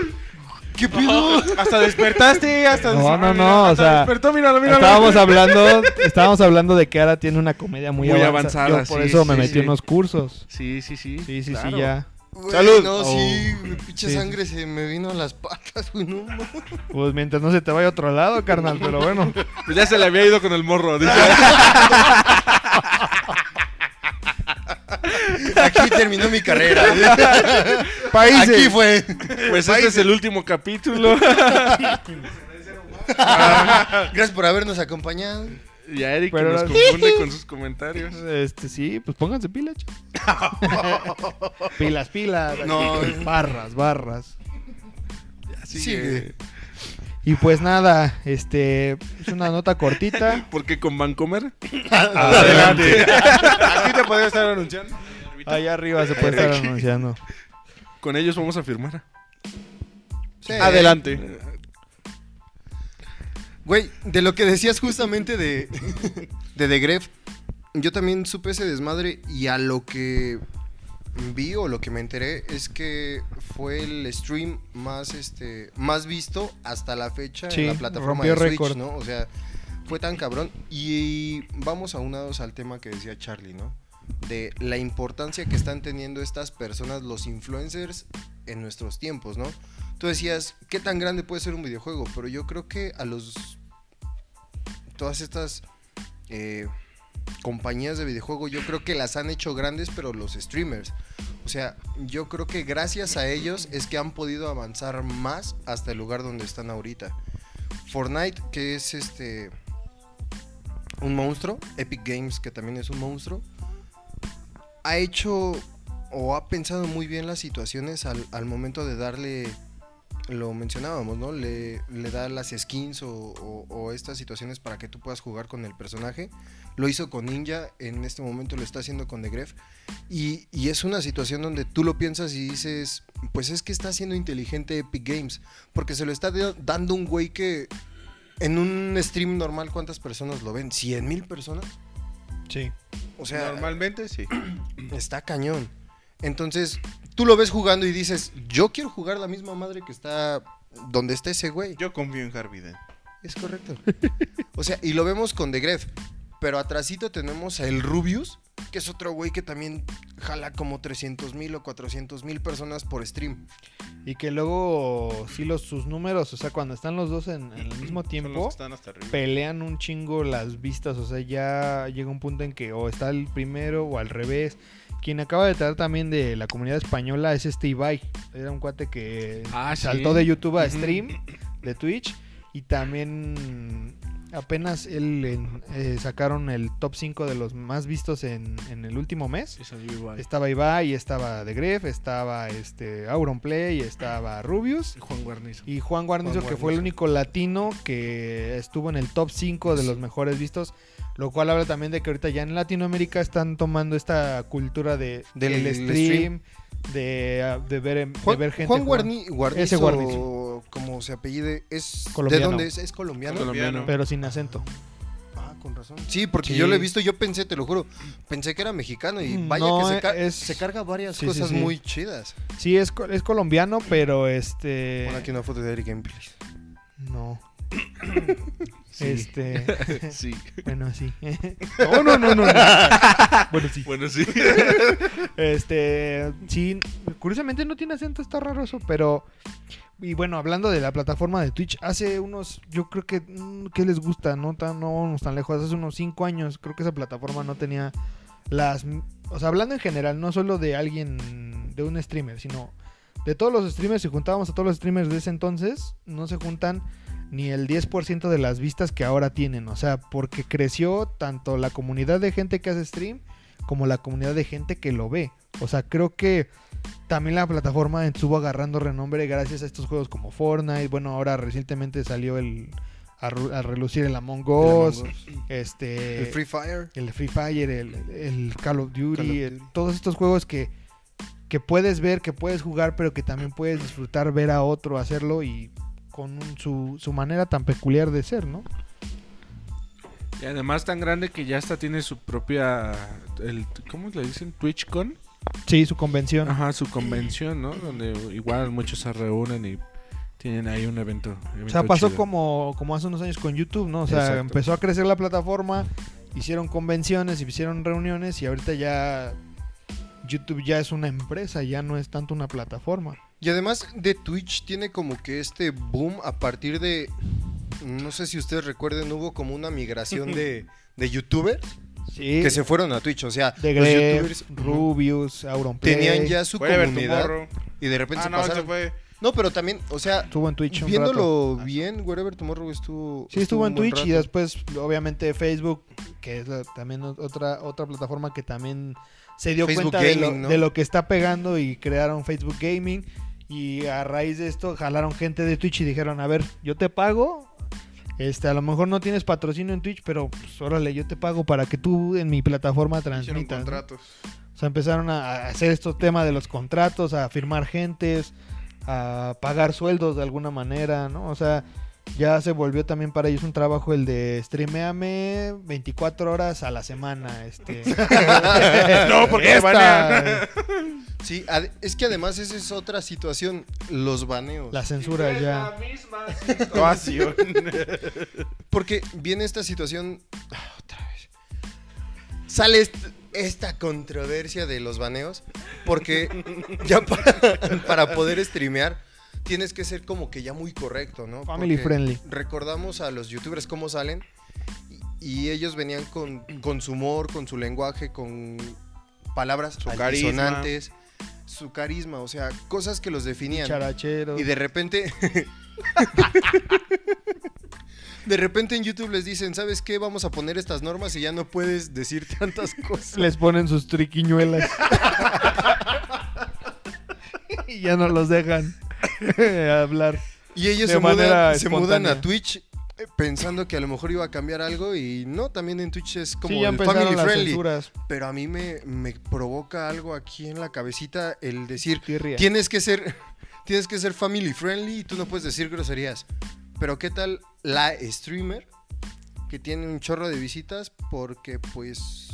[SPEAKER 2] ¿Qué pedo?
[SPEAKER 3] Hasta despertaste, hasta
[SPEAKER 1] No,
[SPEAKER 3] des-
[SPEAKER 1] no, no,
[SPEAKER 3] mira,
[SPEAKER 1] o
[SPEAKER 3] hasta
[SPEAKER 1] sea,
[SPEAKER 3] Despertó, míralo, míralo.
[SPEAKER 1] Estábamos hablando, estábamos hablando de que Ara tiene una comedia muy,
[SPEAKER 4] Muy
[SPEAKER 1] avanzada.
[SPEAKER 4] avanzada,
[SPEAKER 1] Yo por
[SPEAKER 4] sí,
[SPEAKER 1] eso me
[SPEAKER 4] sí,
[SPEAKER 1] metí
[SPEAKER 4] sí.
[SPEAKER 1] unos cursos.
[SPEAKER 4] Sí, sí, sí.
[SPEAKER 1] Sí, sí,
[SPEAKER 4] claro.
[SPEAKER 1] sí, ya.
[SPEAKER 2] Güey,
[SPEAKER 3] Salud.
[SPEAKER 2] No, sí, güey, pinche
[SPEAKER 1] Oh. Sí, sí.
[SPEAKER 2] sangre se me vino a las patas, güey. No, no.
[SPEAKER 1] Pues mientras no se te vaya a otro lado, carnal, pero bueno.
[SPEAKER 4] Pues ya se le había ido con el morro. dice.
[SPEAKER 2] Aquí terminó mi carrera.
[SPEAKER 1] Países.
[SPEAKER 2] Aquí fue.
[SPEAKER 4] pues este es el último capítulo.
[SPEAKER 1] Ah.
[SPEAKER 2] Gracias por habernos acompañado.
[SPEAKER 4] Y a Eric que
[SPEAKER 1] Pero-
[SPEAKER 4] nos confunde con sus comentarios.
[SPEAKER 1] Este, sí, pues pónganse pilas, chavos. pilas, pilas.
[SPEAKER 2] No.
[SPEAKER 1] Barras, barras.
[SPEAKER 4] Así
[SPEAKER 2] Sigue.
[SPEAKER 4] que-
[SPEAKER 1] Y pues nada, este, es una nota cortita.
[SPEAKER 4] Porque con Vancomer.
[SPEAKER 3] Adelante. Aquí te podría estar anunciando. ahorita.
[SPEAKER 1] Allá arriba se puede estar anunciando.
[SPEAKER 4] Con ellos vamos a firmar.
[SPEAKER 2] Sí.
[SPEAKER 3] Adelante.
[SPEAKER 2] Güey, de lo que decías justamente de, de The Gref, yo también supe ese desmadre y a lo que vi o lo que me enteré es que fue el stream más este más visto hasta la fecha
[SPEAKER 1] Sí,
[SPEAKER 2] en la plataforma
[SPEAKER 1] rompió
[SPEAKER 2] de Switch,
[SPEAKER 1] récord.
[SPEAKER 2] ¿no? O sea, fue tan cabrón y vamos aunados al tema que decía Charlie, ¿no? De la importancia que están teniendo estas personas, los influencers en nuestros tiempos, ¿no? Tú decías, ¿qué tan grande puede ser un videojuego? Pero yo creo que a los todas estas eh, compañías de videojuego, yo creo que las han hecho grandes, pero los streamers. O sea, yo creo que gracias a ellos es que han podido avanzar más hasta el lugar donde están ahorita. Fortnite, que es este un monstruo, Epic Games, que también es un monstruo, ha hecho o ha pensado muy bien las situaciones al, al momento de darle, lo mencionábamos, ¿no? Le, le da las skins o, o- o estas situaciones para que tú puedas jugar con el personaje. Lo hizo con Ninja, en este momento lo está haciendo con The Gref. Y, y es una situación donde tú lo piensas y dices, pues es que está siendo inteligente Epic Games, porque se lo está de- dando un güey que en un stream normal, ¿cuántas personas lo ven? ¿100 mil personas?
[SPEAKER 1] Sí.
[SPEAKER 2] O sea,
[SPEAKER 3] Normalmente sí.
[SPEAKER 2] está cañón. Entonces, tú lo ves jugando y dices, yo quiero jugar la misma madre que está donde está ese güey.
[SPEAKER 3] Yo confío en Harvey Dent.
[SPEAKER 2] Es correcto. o sea, y lo vemos con The Gref. Pero atrásito tenemos a el Rubius, que es otro güey que también jala como 300 mil o 400 mil personas por stream.
[SPEAKER 1] Y que luego, sí, los, sus números, o sea, cuando están los dos en, en el mismo
[SPEAKER 3] Son los que
[SPEAKER 1] tiempo,
[SPEAKER 3] están hasta arriba.
[SPEAKER 1] pelean un chingo las vistas. O sea, ya llega un punto en que o está el primero o al revés. Quien acaba de traer también de la comunidad española es este Ibai. Era un cuate que
[SPEAKER 4] Ah, sí.
[SPEAKER 1] saltó de YouTube a
[SPEAKER 4] Ujú.
[SPEAKER 1] stream de Twitch. Y también apenas él en- eh, sacaron el top 5 de los más vistos en, en el último mes. Estaba Ibai, estaba De Gref, estaba este Auronplay, estaba Rubius.
[SPEAKER 4] Juan Guarnizo.
[SPEAKER 1] Y Juan Guarnizo,
[SPEAKER 2] Juan
[SPEAKER 1] que fue el
[SPEAKER 2] Guarnizo.
[SPEAKER 1] único latino que estuvo en el top 5 de los mejores vistos. Lo cual habla también de que ahorita ya en Latinoamérica están tomando esta cultura de, del
[SPEAKER 2] Del- del
[SPEAKER 1] stream, de, ah, de ver, en- de
[SPEAKER 2] Juan,
[SPEAKER 1] ver gente.
[SPEAKER 2] Juan
[SPEAKER 1] jugar.
[SPEAKER 2] Guarni- Guarnizo,
[SPEAKER 1] Ese Guarnizo.
[SPEAKER 2] como se apellide, es
[SPEAKER 1] Colombiano.
[SPEAKER 2] ¿de dónde es? ¿Es colombiano?
[SPEAKER 3] Colombiano.
[SPEAKER 1] Pero sin acento.
[SPEAKER 2] Ah, con razón. Sí, porque
[SPEAKER 1] Sí. Mm,
[SPEAKER 2] yo lo he visto, yo pensé, te lo juro, pensé que era mexicano y vaya
[SPEAKER 1] No,
[SPEAKER 2] que se, ca-
[SPEAKER 1] es-
[SPEAKER 2] se carga varias
[SPEAKER 1] sí, sí,
[SPEAKER 2] cosas
[SPEAKER 1] sí.
[SPEAKER 2] muy chidas.
[SPEAKER 1] Sí, es, co- es colombiano, pero este.
[SPEAKER 2] Pon aquí una foto de Eric Gameplays.
[SPEAKER 1] No.
[SPEAKER 4] Sí.
[SPEAKER 1] Este.
[SPEAKER 4] Sí.
[SPEAKER 1] Bueno, sí. no, no, no, no, no. Bueno, sí.
[SPEAKER 4] Bueno, sí.
[SPEAKER 1] Este, sí, curiosamente no tiene acento, está raro eso, pero... Y bueno, hablando de la plataforma de Twitch, hace unos, yo creo que, mm, ¿qué les gusta? No tan, no vamos tan lejos, hace unos 5 años creo que esa plataforma no tenía las... O sea, hablando en general, no solo de alguien, de un streamer, sino de todos los streamers, si juntábamos a todos los streamers de ese entonces, no se juntan ni el 10% de las vistas que ahora tienen. O sea, porque creció tanto la comunidad de gente que hace stream como la comunidad de gente que lo ve. O sea, creo que también la plataforma estuvo agarrando renombre gracias a estos juegos como Fortnite. Bueno, ahora recientemente salió el a, ru- a relucir el Among Us, este
[SPEAKER 2] El Free Fire.
[SPEAKER 1] el Free Fire, el, el Call of Duty,
[SPEAKER 2] Call of
[SPEAKER 1] eh,
[SPEAKER 2] Duty.
[SPEAKER 1] todos estos juegos que, que puedes ver, que puedes jugar, pero que también puedes disfrutar ver a otro hacerlo y con un- su, su manera tan peculiar de ser, ¿no?
[SPEAKER 4] Y además tan grande que ya hasta tiene su propia... El, ¿Cómo le dicen? TwitchCon.
[SPEAKER 1] Sí, su convención.
[SPEAKER 2] Ah,
[SPEAKER 4] Ajá, su convención, ¿no? Donde igual muchos se reúnen y tienen ahí un evento.
[SPEAKER 1] O sea, pasó
[SPEAKER 4] como
[SPEAKER 1] como, como hace unos años con YouTube, ¿no? O sea,
[SPEAKER 4] Exacto.
[SPEAKER 1] empezó a crecer la plataforma, hicieron convenciones, hicieron reuniones y ahorita ya YouTube ya es una empresa, ya no es tanto una plataforma.
[SPEAKER 2] Y además de Twitch tiene como que este boom a partir de, no sé si ustedes recuerden, hubo como una migración de, de youtubers
[SPEAKER 1] Sí.
[SPEAKER 2] que se fueron a Twitch. O sea,
[SPEAKER 1] de
[SPEAKER 2] los
[SPEAKER 1] Gref,
[SPEAKER 2] youtubers
[SPEAKER 1] Rubius, Auronplay.
[SPEAKER 2] tenían ya su
[SPEAKER 3] Forever
[SPEAKER 2] comunidad
[SPEAKER 3] Tomorrow.
[SPEAKER 2] y de repente
[SPEAKER 3] Ah,
[SPEAKER 2] se
[SPEAKER 3] no, se
[SPEAKER 2] pasaron.
[SPEAKER 3] fue.
[SPEAKER 2] No, pero también, o sea,
[SPEAKER 1] Estuvo en Twitch un rato.
[SPEAKER 2] viéndolo bien, Wherever Tomorrow estuvo...
[SPEAKER 1] Sí, estuvo en
[SPEAKER 2] un buen
[SPEAKER 1] Twitch y
[SPEAKER 2] rato.
[SPEAKER 1] después, obviamente, Facebook, que es la- también o- otra, otra plataforma que también se dio
[SPEAKER 2] Facebook
[SPEAKER 1] cuenta de, lo,
[SPEAKER 2] Gaming, ¿no?
[SPEAKER 1] de lo que está pegando y crearon Facebook Gaming. Y a raíz de esto, jalaron gente de Twitch y dijeron: A ver, yo te pago. Este, a lo mejor no tienes patrocinio en Twitch, pero pues, órale, yo te pago para que tú en mi plataforma
[SPEAKER 3] Hicieron
[SPEAKER 1] transmitas. ¿no?
[SPEAKER 3] contratos.
[SPEAKER 1] O sea, empezaron a hacer estos temas de los contratos, a firmar gentes, a pagar sueldos de alguna manera, ¿no? O sea, ya se volvió también para ellos un trabajo el de streameame 24 horas a la semana. Este.
[SPEAKER 3] No, porque te
[SPEAKER 1] Esta-
[SPEAKER 3] banean.
[SPEAKER 2] Sí, ad- es que además esa es otra situación, los baneos.
[SPEAKER 1] La censura ya.
[SPEAKER 3] Actuación.
[SPEAKER 2] Porque viene esta situación ah, otra vez. Sale est- esta controversia de los baneos porque ya para, para poder streamear tienes que ser como que ya muy correcto, ¿no?
[SPEAKER 1] Family
[SPEAKER 2] Porque
[SPEAKER 1] friendly.
[SPEAKER 2] Recordamos a los youtubers cómo salen y, y ellos venían con, con su humor, con su lenguaje, con palabras
[SPEAKER 3] Su
[SPEAKER 2] altisonantes, su carisma, o sea, cosas que los definían.
[SPEAKER 1] Charachero.
[SPEAKER 2] Y de repente. de repente en YouTube les dicen, ¿sabes qué? Vamos a poner estas normas y ya no puedes decir tantas cosas.
[SPEAKER 1] Les ponen sus triquiñuelas. y ya no los dejan hablar.
[SPEAKER 2] Y ellos
[SPEAKER 1] De
[SPEAKER 2] se mudan,
[SPEAKER 1] manera
[SPEAKER 2] se mudan a
[SPEAKER 1] espontánea.
[SPEAKER 2] Twitch eh, pensando que a lo mejor iba a cambiar algo y no, también en Twitch es como
[SPEAKER 1] sí, ya
[SPEAKER 2] el
[SPEAKER 1] empezaron
[SPEAKER 2] family
[SPEAKER 1] las
[SPEAKER 2] friendly.
[SPEAKER 1] censuras.
[SPEAKER 2] Pero a mí me, me provoca algo aquí en la cabecita el decir,
[SPEAKER 1] Tirria.
[SPEAKER 2] tienes que ser tienes que ser family friendly y tú no puedes decir groserías. Pero ¿qué tal la streamer que tiene un chorro de visitas porque pues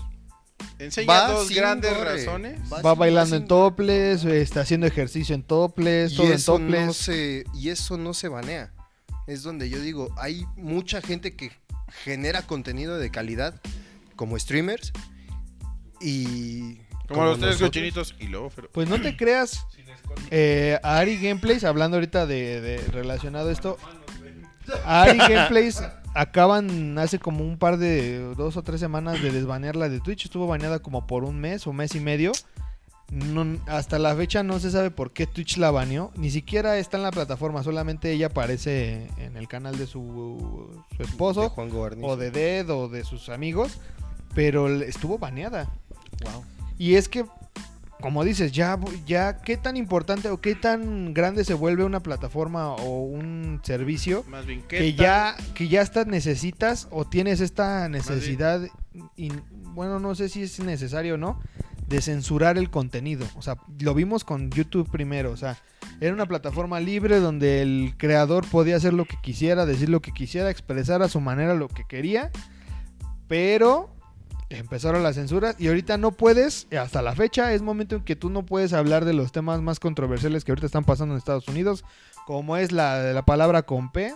[SPEAKER 3] Enseña dos
[SPEAKER 2] sin
[SPEAKER 3] grandes
[SPEAKER 2] gore,
[SPEAKER 3] razones.
[SPEAKER 1] Va
[SPEAKER 2] sin-
[SPEAKER 1] bailando
[SPEAKER 2] sin-
[SPEAKER 1] en toples, está haciendo ejercicio en toples, todo
[SPEAKER 2] y
[SPEAKER 1] en
[SPEAKER 2] eso no
[SPEAKER 1] toples.
[SPEAKER 2] se y eso no se banea. Es donde yo digo, hay mucha gente que genera contenido de calidad como streamers y
[SPEAKER 3] Como los tres
[SPEAKER 2] nosotros.
[SPEAKER 3] cochinitos y luego, pero.
[SPEAKER 1] Pues no te creas eh, a Ari Gameplays, hablando ahorita de, de- relacionado a esto. A Ari Gameplays acaban hace como un par de dos o tres semanas de desbanearla de Twitch. Estuvo baneada como por un mes o mes y medio. No- hasta la fecha no se sabe por qué Twitch la baneó. Ni siquiera está en la plataforma, solamente ella aparece en el canal de su, su
[SPEAKER 2] de
[SPEAKER 1] esposo
[SPEAKER 2] Juan Goberniz.
[SPEAKER 1] o de Dead o de sus amigos, pero le- estuvo baneada. Y es que, como dices, ya, ya qué tan importante o qué tan grande se vuelve una plataforma o un servicio
[SPEAKER 3] Más bien, ¿qué
[SPEAKER 1] que
[SPEAKER 3] tal?
[SPEAKER 1] ya, que ya hasta necesitas o tienes esta necesidad, in- bueno, no sé si es necesario o no, de censurar el contenido. O sea, lo vimos con YouTube primero, o sea, era una plataforma libre donde el creador podía hacer lo que quisiera, decir lo que quisiera, expresar a su manera lo que quería, pero empezaron las censuras y ahorita no puedes, hasta la fecha es momento en que tú no puedes hablar de los temas más controversiales que ahorita están pasando en Estados Unidos, como es la de la palabra con P,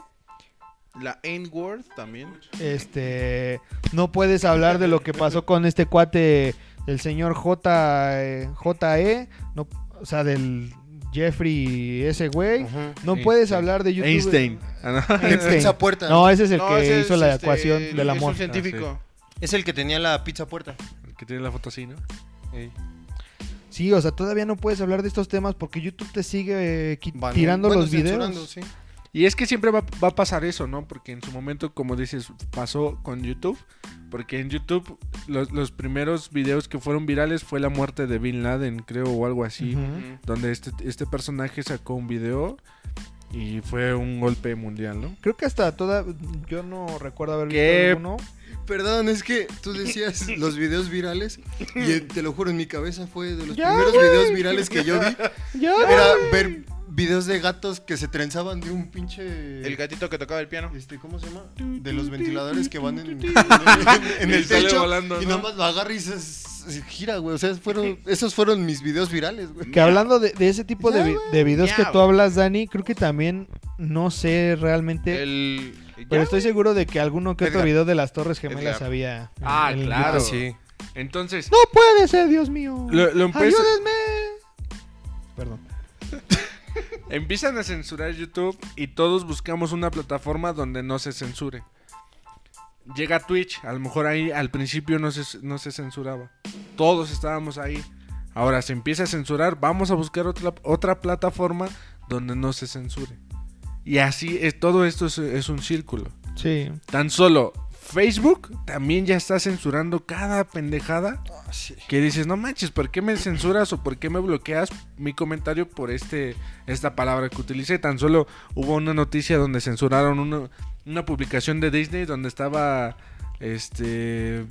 [SPEAKER 3] La N-Word también.
[SPEAKER 1] este no puedes hablar de lo que pasó con este cuate el señor J eh, JE, no, o sea, del Jeffrey ese güey.
[SPEAKER 2] Ajá.
[SPEAKER 1] No
[SPEAKER 4] Einstein.
[SPEAKER 1] puedes hablar de YouTube.
[SPEAKER 4] Einstein. Ah, no.
[SPEAKER 1] Einstein.
[SPEAKER 2] Pizza puerta.
[SPEAKER 1] No, ese es el que
[SPEAKER 3] ese
[SPEAKER 1] hizo
[SPEAKER 3] es,
[SPEAKER 1] la Ah,
[SPEAKER 3] este,
[SPEAKER 1] ecuación del
[SPEAKER 3] Es
[SPEAKER 1] amor.
[SPEAKER 3] un científico.
[SPEAKER 2] Es el que tenía la pizza puerta.
[SPEAKER 4] El que tiene la foto así, ¿no?
[SPEAKER 1] Sí, o sea, todavía no puedes hablar de estos temas porque YouTube te sigue eh, qui- tirando
[SPEAKER 2] Bueno,
[SPEAKER 1] los videos.
[SPEAKER 2] censurando, sí.
[SPEAKER 4] Y es que siempre va, va a pasar eso, ¿no? Porque en su momento, como dices, pasó con YouTube. Porque en YouTube los, los primeros videos que fueron virales fue la muerte de Bin Laden, creo, o algo así.
[SPEAKER 1] Ujú.
[SPEAKER 3] Ujú.
[SPEAKER 4] Donde este, este personaje sacó un video y fue un golpe mundial, ¿no?
[SPEAKER 1] Creo que hasta toda yo no recuerdo haber visto
[SPEAKER 4] ¿Qué?
[SPEAKER 1] alguno.
[SPEAKER 2] Perdón, es que tú decías los videos virales y eh, te lo juro, en mi cabeza fue de los
[SPEAKER 1] Ya,
[SPEAKER 2] primeros
[SPEAKER 1] güey.
[SPEAKER 2] videos virales que yo vi.
[SPEAKER 1] Ya.
[SPEAKER 2] Era ver videos de gatos que se trenzaban de un pinche...
[SPEAKER 3] El gatito que tocaba el piano.
[SPEAKER 2] Este, ¿Cómo se llama? De los ventiladores que van en, en
[SPEAKER 4] Y
[SPEAKER 2] el
[SPEAKER 4] sale
[SPEAKER 2] techo
[SPEAKER 4] volando,
[SPEAKER 2] y
[SPEAKER 4] ¿no?
[SPEAKER 2] nada más lo agarra y se, se gira, güey. O sea, fueron, esos fueron mis videos virales, güey.
[SPEAKER 1] Que hablando de, de ese tipo de, vi- de videos que
[SPEAKER 3] Ya,
[SPEAKER 1] tú
[SPEAKER 3] güey.
[SPEAKER 1] hablas, Dani, creo que también no sé realmente,
[SPEAKER 3] El.
[SPEAKER 1] pero este- estoy seguro de que alguno que otro
[SPEAKER 3] Edgar.
[SPEAKER 1] video de las Torres Gemelas
[SPEAKER 3] Edgar.
[SPEAKER 1] había. en-
[SPEAKER 4] Ah,
[SPEAKER 1] en el
[SPEAKER 4] claro.
[SPEAKER 1] YouTube.
[SPEAKER 4] Entonces,
[SPEAKER 1] No puede ser, Dios mío.
[SPEAKER 4] Lo- lo empecé-
[SPEAKER 1] Ayúdenme. Perdón.
[SPEAKER 4] empiezan a censurar YouTube y todos buscamos una plataforma donde no se censure. Llega Twitch, a lo mejor ahí al principio no se, no se censuraba. Todos estábamos ahí. Ahora se empieza a censurar, vamos a buscar otra, otra plataforma donde no se censure. Y así es, todo esto es, es un círculo.
[SPEAKER 1] Sí.
[SPEAKER 4] Tan solo Facebook también ya está censurando cada pendejada
[SPEAKER 1] Ah,
[SPEAKER 4] que dices, no manches, ¿por qué me censuras o por qué me bloqueas mi comentario por este esta palabra que utilicé? Tan solo hubo una noticia donde censuraron una, una publicación de Disney donde estaba este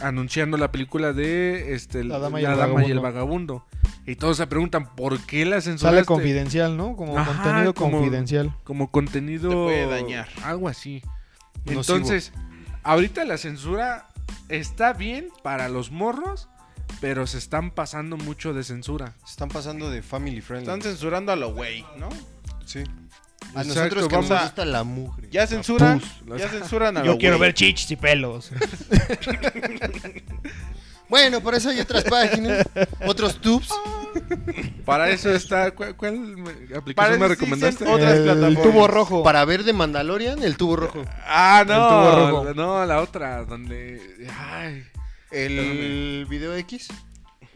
[SPEAKER 4] anunciando la película de este,
[SPEAKER 1] La Dama y
[SPEAKER 4] La
[SPEAKER 1] el
[SPEAKER 4] Dama y el
[SPEAKER 1] Vagabundo.
[SPEAKER 4] Vagabundo. Y todos se preguntan por qué la censuraste.
[SPEAKER 1] Sale confidencial, ¿no? Como
[SPEAKER 4] este- Ajá,
[SPEAKER 1] contenido
[SPEAKER 4] como-
[SPEAKER 1] confidencial.
[SPEAKER 4] como contenido.
[SPEAKER 3] Te puede dañar.
[SPEAKER 4] Algo así.
[SPEAKER 2] Nocivo.
[SPEAKER 4] Entonces, ahorita la censura está bien para los morros, pero se están pasando mucho de censura.
[SPEAKER 2] Se están pasando de family friendly.
[SPEAKER 3] Están censurando a lo güey, ¿no?
[SPEAKER 2] Sí. A
[SPEAKER 4] Exacto,
[SPEAKER 2] nosotros que
[SPEAKER 4] vamos
[SPEAKER 2] nos
[SPEAKER 4] a-
[SPEAKER 2] gusta la mugre.
[SPEAKER 3] Ya censuran,
[SPEAKER 4] pus,
[SPEAKER 3] ya
[SPEAKER 4] la-
[SPEAKER 3] censuran a lo
[SPEAKER 1] Yo quiero
[SPEAKER 3] güey.
[SPEAKER 1] ver chichis y pelos.
[SPEAKER 2] Bueno, por eso hay otras páginas, otros tubs.
[SPEAKER 4] Para eso está. ¿Cuál, cuál me- aplicación
[SPEAKER 3] Para
[SPEAKER 4] me
[SPEAKER 3] eso
[SPEAKER 4] recomendaste?
[SPEAKER 3] existen Otras
[SPEAKER 1] el
[SPEAKER 3] plataformas.
[SPEAKER 1] tubo rojo.
[SPEAKER 2] Para ver de Mandalorian, el tubo rojo.
[SPEAKER 4] Ah,
[SPEAKER 1] El tubo
[SPEAKER 4] no.
[SPEAKER 1] rojo.
[SPEAKER 4] No, la otra, donde. Ay.
[SPEAKER 2] El video X.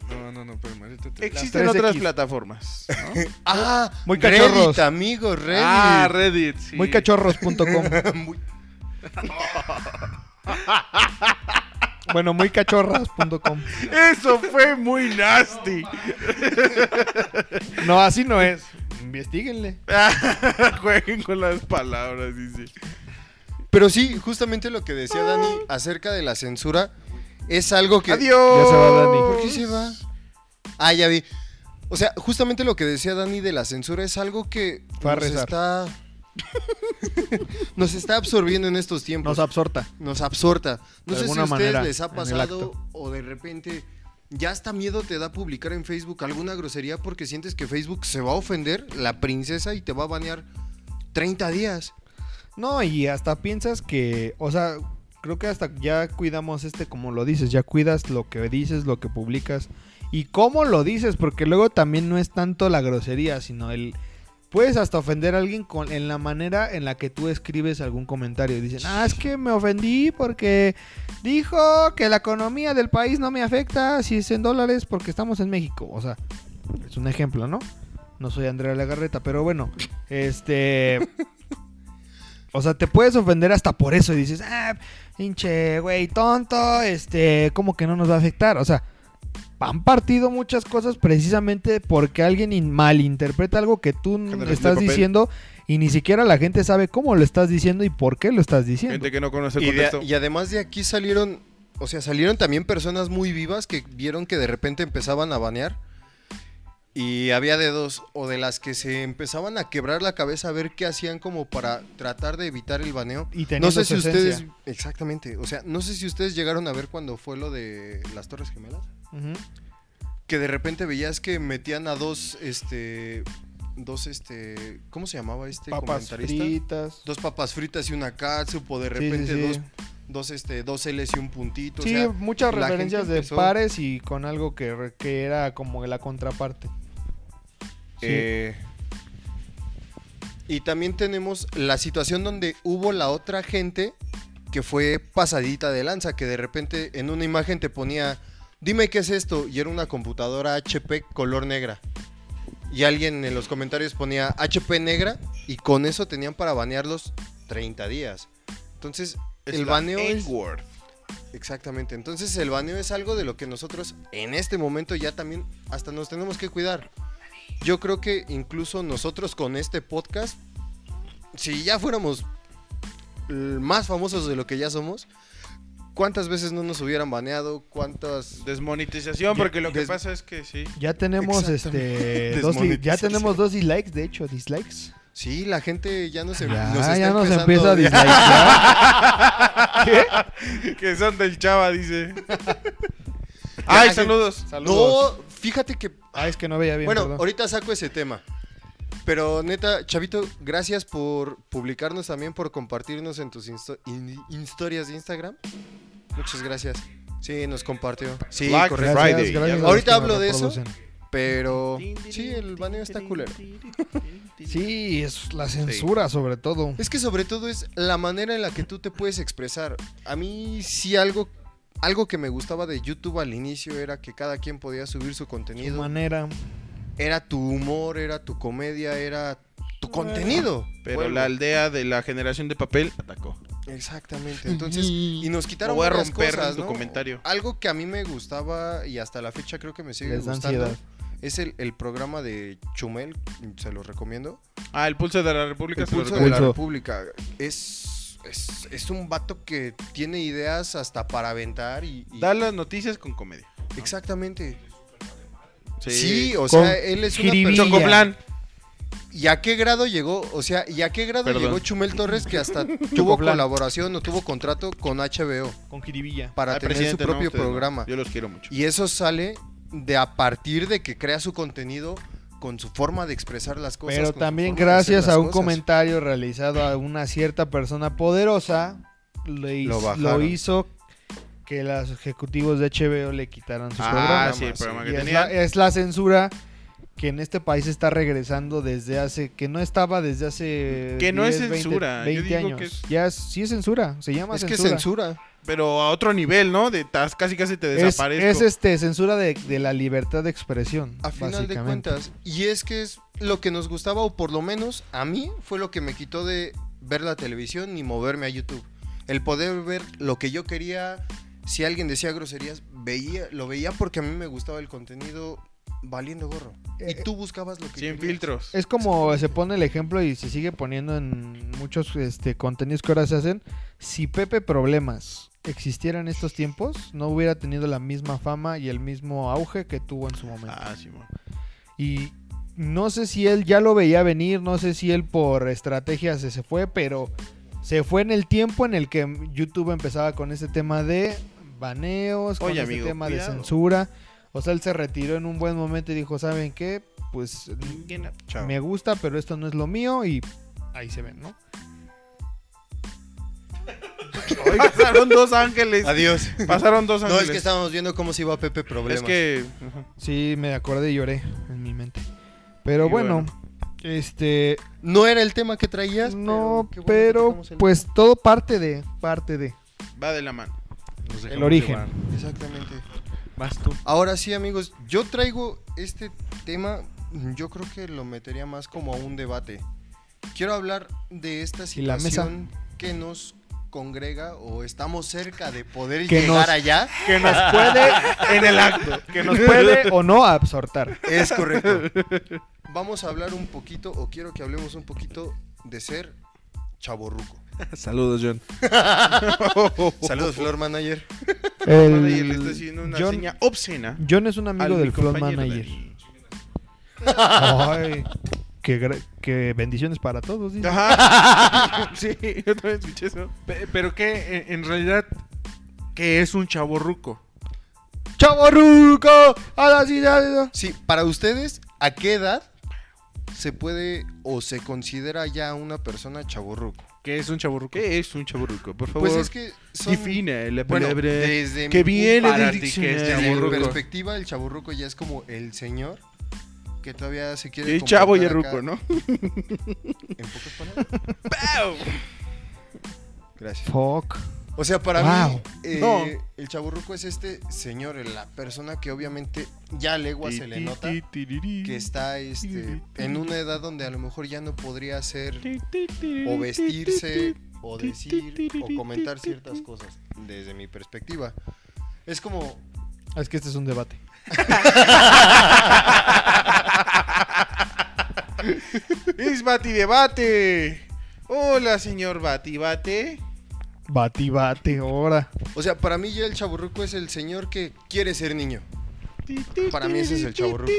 [SPEAKER 4] No, no, no, pero ahorita te-
[SPEAKER 3] Existen
[SPEAKER 1] Las 3X.
[SPEAKER 3] otras plataformas. ¿no?
[SPEAKER 2] Ah,
[SPEAKER 1] Muy cachorros.
[SPEAKER 2] Reddit, amigos, Reddit.
[SPEAKER 4] Ah, Reddit. sí.
[SPEAKER 1] Muy cachorros.com.
[SPEAKER 2] Muy-
[SPEAKER 1] bueno, muy cachorras.com.
[SPEAKER 4] Eso fue muy nasty.
[SPEAKER 1] No, así no es. Investíguenle.
[SPEAKER 3] Jueguen con las palabras, dice.
[SPEAKER 2] Pero sí, justamente lo que decía Dani acerca de la censura es algo que...
[SPEAKER 3] Adiós.
[SPEAKER 1] Ya se va Dani.
[SPEAKER 2] ¿Por qué se va? Ah, ya vi. O sea, justamente lo que decía Dani de la censura es algo que
[SPEAKER 1] Va a
[SPEAKER 2] nos
[SPEAKER 1] rezar.
[SPEAKER 2] está... nos está absorbiendo en estos tiempos.
[SPEAKER 1] Nos absorta.
[SPEAKER 2] nos absorta. No
[SPEAKER 1] De
[SPEAKER 2] sé si a
[SPEAKER 1] alguna
[SPEAKER 2] ustedes
[SPEAKER 1] manera,
[SPEAKER 2] les ha
[SPEAKER 1] en el
[SPEAKER 2] pasado
[SPEAKER 1] acto.
[SPEAKER 2] o de repente ya hasta miedo te da publicar en Facebook alguna grosería porque sientes que Facebook se va a ofender la princesa y te va a banear 30 días.
[SPEAKER 1] No, y hasta piensas que, o sea, creo que hasta ya cuidamos este, como lo dices, ya cuidas lo que dices, lo que publicas y cómo lo dices, porque luego también no es tanto la grosería, sino el... Puedes hasta ofender a alguien con, en la manera en la que tú escribes algún comentario. Dicen, ah, es que me ofendí porque dijo que la economía del país no me afecta si es en dólares porque estamos en México. O sea, es un ejemplo, ¿no? No soy Andrea Lagarreta, pero bueno, este... O sea, te puedes ofender hasta por eso y dices, ah, pinche güey tonto, este, como que no nos va a afectar. O sea, han partido muchas cosas precisamente porque alguien in- malinterpreta algo que tú n-
[SPEAKER 3] Generación de
[SPEAKER 1] estás
[SPEAKER 3] papel.
[SPEAKER 1] diciendo y ni siquiera la gente sabe cómo lo estás diciendo y por qué lo estás diciendo.
[SPEAKER 3] Gente que no conoce el
[SPEAKER 2] Y, de-
[SPEAKER 3] contexto.
[SPEAKER 2] y además de aquí salieron, o sea, salieron también personas muy vivas que vieron que de repente empezaban a banear. Y había de dos, o de las que se empezaban a quebrar la cabeza a ver qué hacían como para tratar de evitar el baneo.
[SPEAKER 1] Y teniendo
[SPEAKER 2] No sé si
[SPEAKER 1] su esencia.
[SPEAKER 2] ustedes. Exactamente. O sea, no sé si ustedes llegaron a ver cuando fue lo de las Torres Gemelas.
[SPEAKER 1] Ujú.
[SPEAKER 2] Que de repente veías que metían a dos, este. Dos, este. ¿Cómo se llamaba este
[SPEAKER 1] Papas
[SPEAKER 2] comentarista?
[SPEAKER 1] fritas.
[SPEAKER 2] Dos papas fritas y una catsup, o de
[SPEAKER 1] Sí, sí,
[SPEAKER 2] repente
[SPEAKER 1] sí.
[SPEAKER 2] dos. Dos, este, dos L's y un puntito.
[SPEAKER 1] Sí,
[SPEAKER 2] o sea,
[SPEAKER 1] muchas
[SPEAKER 2] la gente
[SPEAKER 1] referencias de
[SPEAKER 2] empezó-
[SPEAKER 1] pares y con algo que, re- que era como la contraparte. Sí.
[SPEAKER 2] Eh, y también tenemos la situación donde hubo la otra gente que fue pasadita de lanza, que de repente en una imagen te ponía, dime qué es esto, y era una computadora HP color negra. Y alguien en los comentarios ponía HP negra y con eso tenían para banearlos 30 días. Entonces,
[SPEAKER 3] Es
[SPEAKER 2] el
[SPEAKER 3] la
[SPEAKER 2] baneo es...
[SPEAKER 3] N-word.
[SPEAKER 2] Exactamente, entonces el baneo es algo de lo que nosotros en este momento ya también hasta nos tenemos que cuidar. Yo creo que incluso nosotros con este podcast, si ya fuéramos eh, más famosos de lo que ya somos, ¿cuántas veces no nos hubieran baneado? ¿Cuántas...
[SPEAKER 3] Desmonetización, porque lo que
[SPEAKER 2] Des-
[SPEAKER 3] pasa es que sí.
[SPEAKER 1] Ya tenemos
[SPEAKER 2] Exactamente.
[SPEAKER 1] este dos li- ya
[SPEAKER 2] Desmonetización.
[SPEAKER 1] tenemos dos dislikes, de hecho, dislikes.
[SPEAKER 2] Sí, la gente ya nos, em-
[SPEAKER 1] Ya,
[SPEAKER 2] nos está
[SPEAKER 1] ya nos empieza
[SPEAKER 2] empezando
[SPEAKER 1] a
[SPEAKER 2] odiar.
[SPEAKER 1] dislikear.
[SPEAKER 3] que son del chava, dice. Ay, saludos.
[SPEAKER 2] No, fíjate que
[SPEAKER 1] Ah, es que no veía bien.
[SPEAKER 2] Bueno,
[SPEAKER 1] perdón.
[SPEAKER 2] ahorita saco ese tema. Pero neta, Chavito, gracias por publicarnos también, por compartirnos en tus insto- in- historias de Instagram. Muchas gracias. Sí, nos compartió. Sí,
[SPEAKER 3] Black
[SPEAKER 2] correcto.
[SPEAKER 1] Gracias,
[SPEAKER 3] Friday,
[SPEAKER 1] gracias
[SPEAKER 3] ya
[SPEAKER 1] a los
[SPEAKER 2] Ahorita
[SPEAKER 1] que
[SPEAKER 2] hablo
[SPEAKER 1] lo
[SPEAKER 2] de eso.
[SPEAKER 1] reproducen.
[SPEAKER 2] Pero sí, el baneo está culero.
[SPEAKER 1] Sí, es la censura sobre todo.
[SPEAKER 2] Es que sobre todo es la manera en la que tú te puedes expresar. A mí sí algo, algo que me gustaba de YouTube al inicio era que cada quien podía subir su
[SPEAKER 1] Su
[SPEAKER 2] contenido.
[SPEAKER 1] manera.
[SPEAKER 2] Era tu humor, era tu comedia, era tu contenido.
[SPEAKER 3] Pero
[SPEAKER 2] Pueblo.
[SPEAKER 3] la aldea de la generación de papel atacó.
[SPEAKER 2] Exactamente, entonces, y nos quitaron
[SPEAKER 3] Lo voy a
[SPEAKER 2] varias
[SPEAKER 3] romper
[SPEAKER 2] cosas,
[SPEAKER 3] en tu
[SPEAKER 2] ¿no?
[SPEAKER 3] comentario.
[SPEAKER 2] Algo que a mí me gustaba y hasta la fecha creo que me sigue
[SPEAKER 1] Les da
[SPEAKER 2] gustando
[SPEAKER 1] ansiedad.
[SPEAKER 2] es el, el programa de Chumel, se los recomiendo.
[SPEAKER 3] Ah, el pulso de la República.
[SPEAKER 2] El
[SPEAKER 3] se lo
[SPEAKER 2] Pulso de la
[SPEAKER 1] Pulso.
[SPEAKER 2] República es es, es un vato que tiene ideas hasta para aventar y... y-
[SPEAKER 3] Da las noticias con comedia.
[SPEAKER 2] Exactamente. Sí,
[SPEAKER 3] Sí.
[SPEAKER 2] o
[SPEAKER 1] Con
[SPEAKER 2] sea, él es una
[SPEAKER 1] jiribilla.
[SPEAKER 2] persona...
[SPEAKER 3] Chocoplan.
[SPEAKER 2] ¿Y a qué grado llegó? O sea, ¿y a qué grado
[SPEAKER 3] Perdón.
[SPEAKER 2] llegó Chumel Torres que hasta tuvo
[SPEAKER 1] Plan.
[SPEAKER 2] colaboración o tuvo contrato con HBO
[SPEAKER 1] Con jiribilla.
[SPEAKER 2] para
[SPEAKER 3] Ay,
[SPEAKER 2] tener su
[SPEAKER 3] presidente, no,
[SPEAKER 2] propio
[SPEAKER 3] ustedes no.
[SPEAKER 2] programa?
[SPEAKER 3] Yo los quiero mucho.
[SPEAKER 2] Y eso sale de a partir de que crea su contenido con su forma de expresar las cosas.
[SPEAKER 1] Pero
[SPEAKER 2] con su
[SPEAKER 1] también
[SPEAKER 2] forma de hacer
[SPEAKER 1] gracias
[SPEAKER 2] las
[SPEAKER 1] a un
[SPEAKER 2] cosas.
[SPEAKER 1] comentario realizado a una cierta persona poderosa, lo, hiz-
[SPEAKER 2] Lo bajaron.
[SPEAKER 1] lo hizo que los ejecutivos de HBO le quitaran sus
[SPEAKER 3] Ah,
[SPEAKER 1] programas.
[SPEAKER 3] sí, el
[SPEAKER 2] sí.
[SPEAKER 3] programa
[SPEAKER 1] Y
[SPEAKER 3] que
[SPEAKER 1] es,
[SPEAKER 3] tenía.
[SPEAKER 1] la, es la censura que en este país está regresando desde hace, que no estaba desde hace...
[SPEAKER 3] Que no es
[SPEAKER 1] 10, 20,
[SPEAKER 3] censura, yo
[SPEAKER 1] 20
[SPEAKER 3] digo
[SPEAKER 1] años.
[SPEAKER 3] que es-
[SPEAKER 1] Ya es- sí es censura, se llama
[SPEAKER 2] Es que
[SPEAKER 1] censura.
[SPEAKER 2] censura.
[SPEAKER 3] Pero a otro nivel, ¿no? De tas- casi casi te
[SPEAKER 1] Es,
[SPEAKER 3] desaparezco.
[SPEAKER 1] es, este, censura de, de la libertad de expresión.
[SPEAKER 2] A final de
[SPEAKER 1] básicamente.
[SPEAKER 2] cuentas. Y es que es lo que nos gustaba, o por lo menos a mí, fue lo que me quitó de ver la televisión ni moverme a YouTube. El poder ver lo que yo quería. Si alguien decía groserías, veía, lo veía porque a mí me gustaba el contenido valiendo gorro. Y
[SPEAKER 1] Eh,
[SPEAKER 2] tú buscabas lo que
[SPEAKER 3] Sin
[SPEAKER 2] querías.
[SPEAKER 3] filtros.
[SPEAKER 1] Es como se pone el ejemplo y se sigue poniendo en muchos este, contenidos que ahora se hacen. Si Pepe Problemas existiera en estos tiempos, no hubiera tenido la misma fama y el mismo auge que tuvo en su momento.
[SPEAKER 3] Ah, sí, mo.
[SPEAKER 1] Y no sé si él ya lo veía venir, no sé si él por estrategia se, se fue, pero se fue en el tiempo en el que YouTube empezaba con este tema de baneos, con
[SPEAKER 3] Oye,
[SPEAKER 1] este
[SPEAKER 3] amigo,
[SPEAKER 1] tema
[SPEAKER 3] cuidado.
[SPEAKER 1] de censura. O sea, él se retiró en un buen momento y dijo, ¿saben qué? Pues
[SPEAKER 3] Chao.
[SPEAKER 1] me gusta, pero esto no es lo mío y ahí se ven, ¿no?
[SPEAKER 3] Hoy pasaron dos ángeles.
[SPEAKER 2] Adiós.
[SPEAKER 3] Pasaron dos
[SPEAKER 2] No,
[SPEAKER 3] ángeles.
[SPEAKER 2] es que estábamos viendo cómo se iba Pepe Problemas.
[SPEAKER 3] Es que, ajá.
[SPEAKER 1] Sí, me acordé y lloré en mi mente. Pero
[SPEAKER 3] Y
[SPEAKER 1] bueno,
[SPEAKER 3] bueno.
[SPEAKER 1] este
[SPEAKER 2] no era el tema que traías.
[SPEAKER 1] no,
[SPEAKER 2] qué bueno que
[SPEAKER 1] pero,
[SPEAKER 2] tocamos el-
[SPEAKER 1] pues todo parte de parte de
[SPEAKER 3] va de la mano.
[SPEAKER 4] Nos
[SPEAKER 1] el
[SPEAKER 4] dejamos
[SPEAKER 1] origen.
[SPEAKER 4] llevar.
[SPEAKER 2] Exactamente.
[SPEAKER 4] Vas tú.
[SPEAKER 2] Ahora sí, amigos, yo traigo este tema, yo creo que lo metería más como a un debate. Quiero hablar de esta
[SPEAKER 1] ¿Y la mesa?
[SPEAKER 2] situación que nos congrega o estamos cerca de poder
[SPEAKER 1] Que
[SPEAKER 2] llegar
[SPEAKER 1] nos-
[SPEAKER 2] allá.
[SPEAKER 1] que nos puede
[SPEAKER 3] En el acto.
[SPEAKER 1] que nos puede o no absortar.
[SPEAKER 2] Es correcto. Vamos a hablar un poquito, o quiero que hablemos un poquito de ser chaborruco.
[SPEAKER 4] Saludos, John.
[SPEAKER 2] Saludos, Flor Manager.
[SPEAKER 3] Manager le está haciendo una
[SPEAKER 1] John,
[SPEAKER 3] seña obscena.
[SPEAKER 1] John es un
[SPEAKER 3] al
[SPEAKER 1] amigo del
[SPEAKER 3] mi
[SPEAKER 1] Flow
[SPEAKER 3] compañero
[SPEAKER 1] Manager.
[SPEAKER 3] Dani.
[SPEAKER 1] Ay, qué, gra- qué bendiciones para todos. dice.
[SPEAKER 3] Ajá. sí, yo también escuché eso.
[SPEAKER 4] Pe- Pero que eh, en- en realidad, ¿qué es un chavo ruco?
[SPEAKER 1] ¡Chavo Ruco! ¡A la ciudad!
[SPEAKER 2] Sí, para ustedes, ¿a qué edad se puede o se considera ya una persona chaborruco?
[SPEAKER 4] ¿Qué es un chavo ruco?
[SPEAKER 3] ¿Qué es un chaburruco? Por favor,
[SPEAKER 2] Pues es que son...
[SPEAKER 3] define la
[SPEAKER 2] Bueno,
[SPEAKER 3] palabra
[SPEAKER 2] desde
[SPEAKER 3] que
[SPEAKER 2] mi-
[SPEAKER 3] viene
[SPEAKER 4] para
[SPEAKER 3] del
[SPEAKER 4] ti, ¿qué es
[SPEAKER 2] Desde mi
[SPEAKER 4] chavorruco?
[SPEAKER 3] diccionario.
[SPEAKER 2] perspectiva, el chaburruco ya es como el señor que todavía se quiere.
[SPEAKER 3] Y chavo y
[SPEAKER 2] comportar
[SPEAKER 3] ruco,
[SPEAKER 2] acá,
[SPEAKER 3] ¿no?
[SPEAKER 2] En pocas palabras. Gracias.
[SPEAKER 1] Fuck.
[SPEAKER 2] O sea, para mí,
[SPEAKER 1] Wow.
[SPEAKER 2] eh,
[SPEAKER 3] No.
[SPEAKER 2] el chaburruco es este señor, la persona que obviamente ya a legua se le nota que está este, en una edad donde a lo mejor ya no podría hacer o vestirse o decir o comentar ciertas cosas, desde mi perspectiva. Es como
[SPEAKER 1] Es que este es un debate.
[SPEAKER 3] Es Bati Debate. Hola, señor Bati Bate.
[SPEAKER 1] Bati, bate, ahora.
[SPEAKER 2] O sea, para mí ya el chaburruco es el señor que quiere ser niño. Para mí ese es el chavorruco.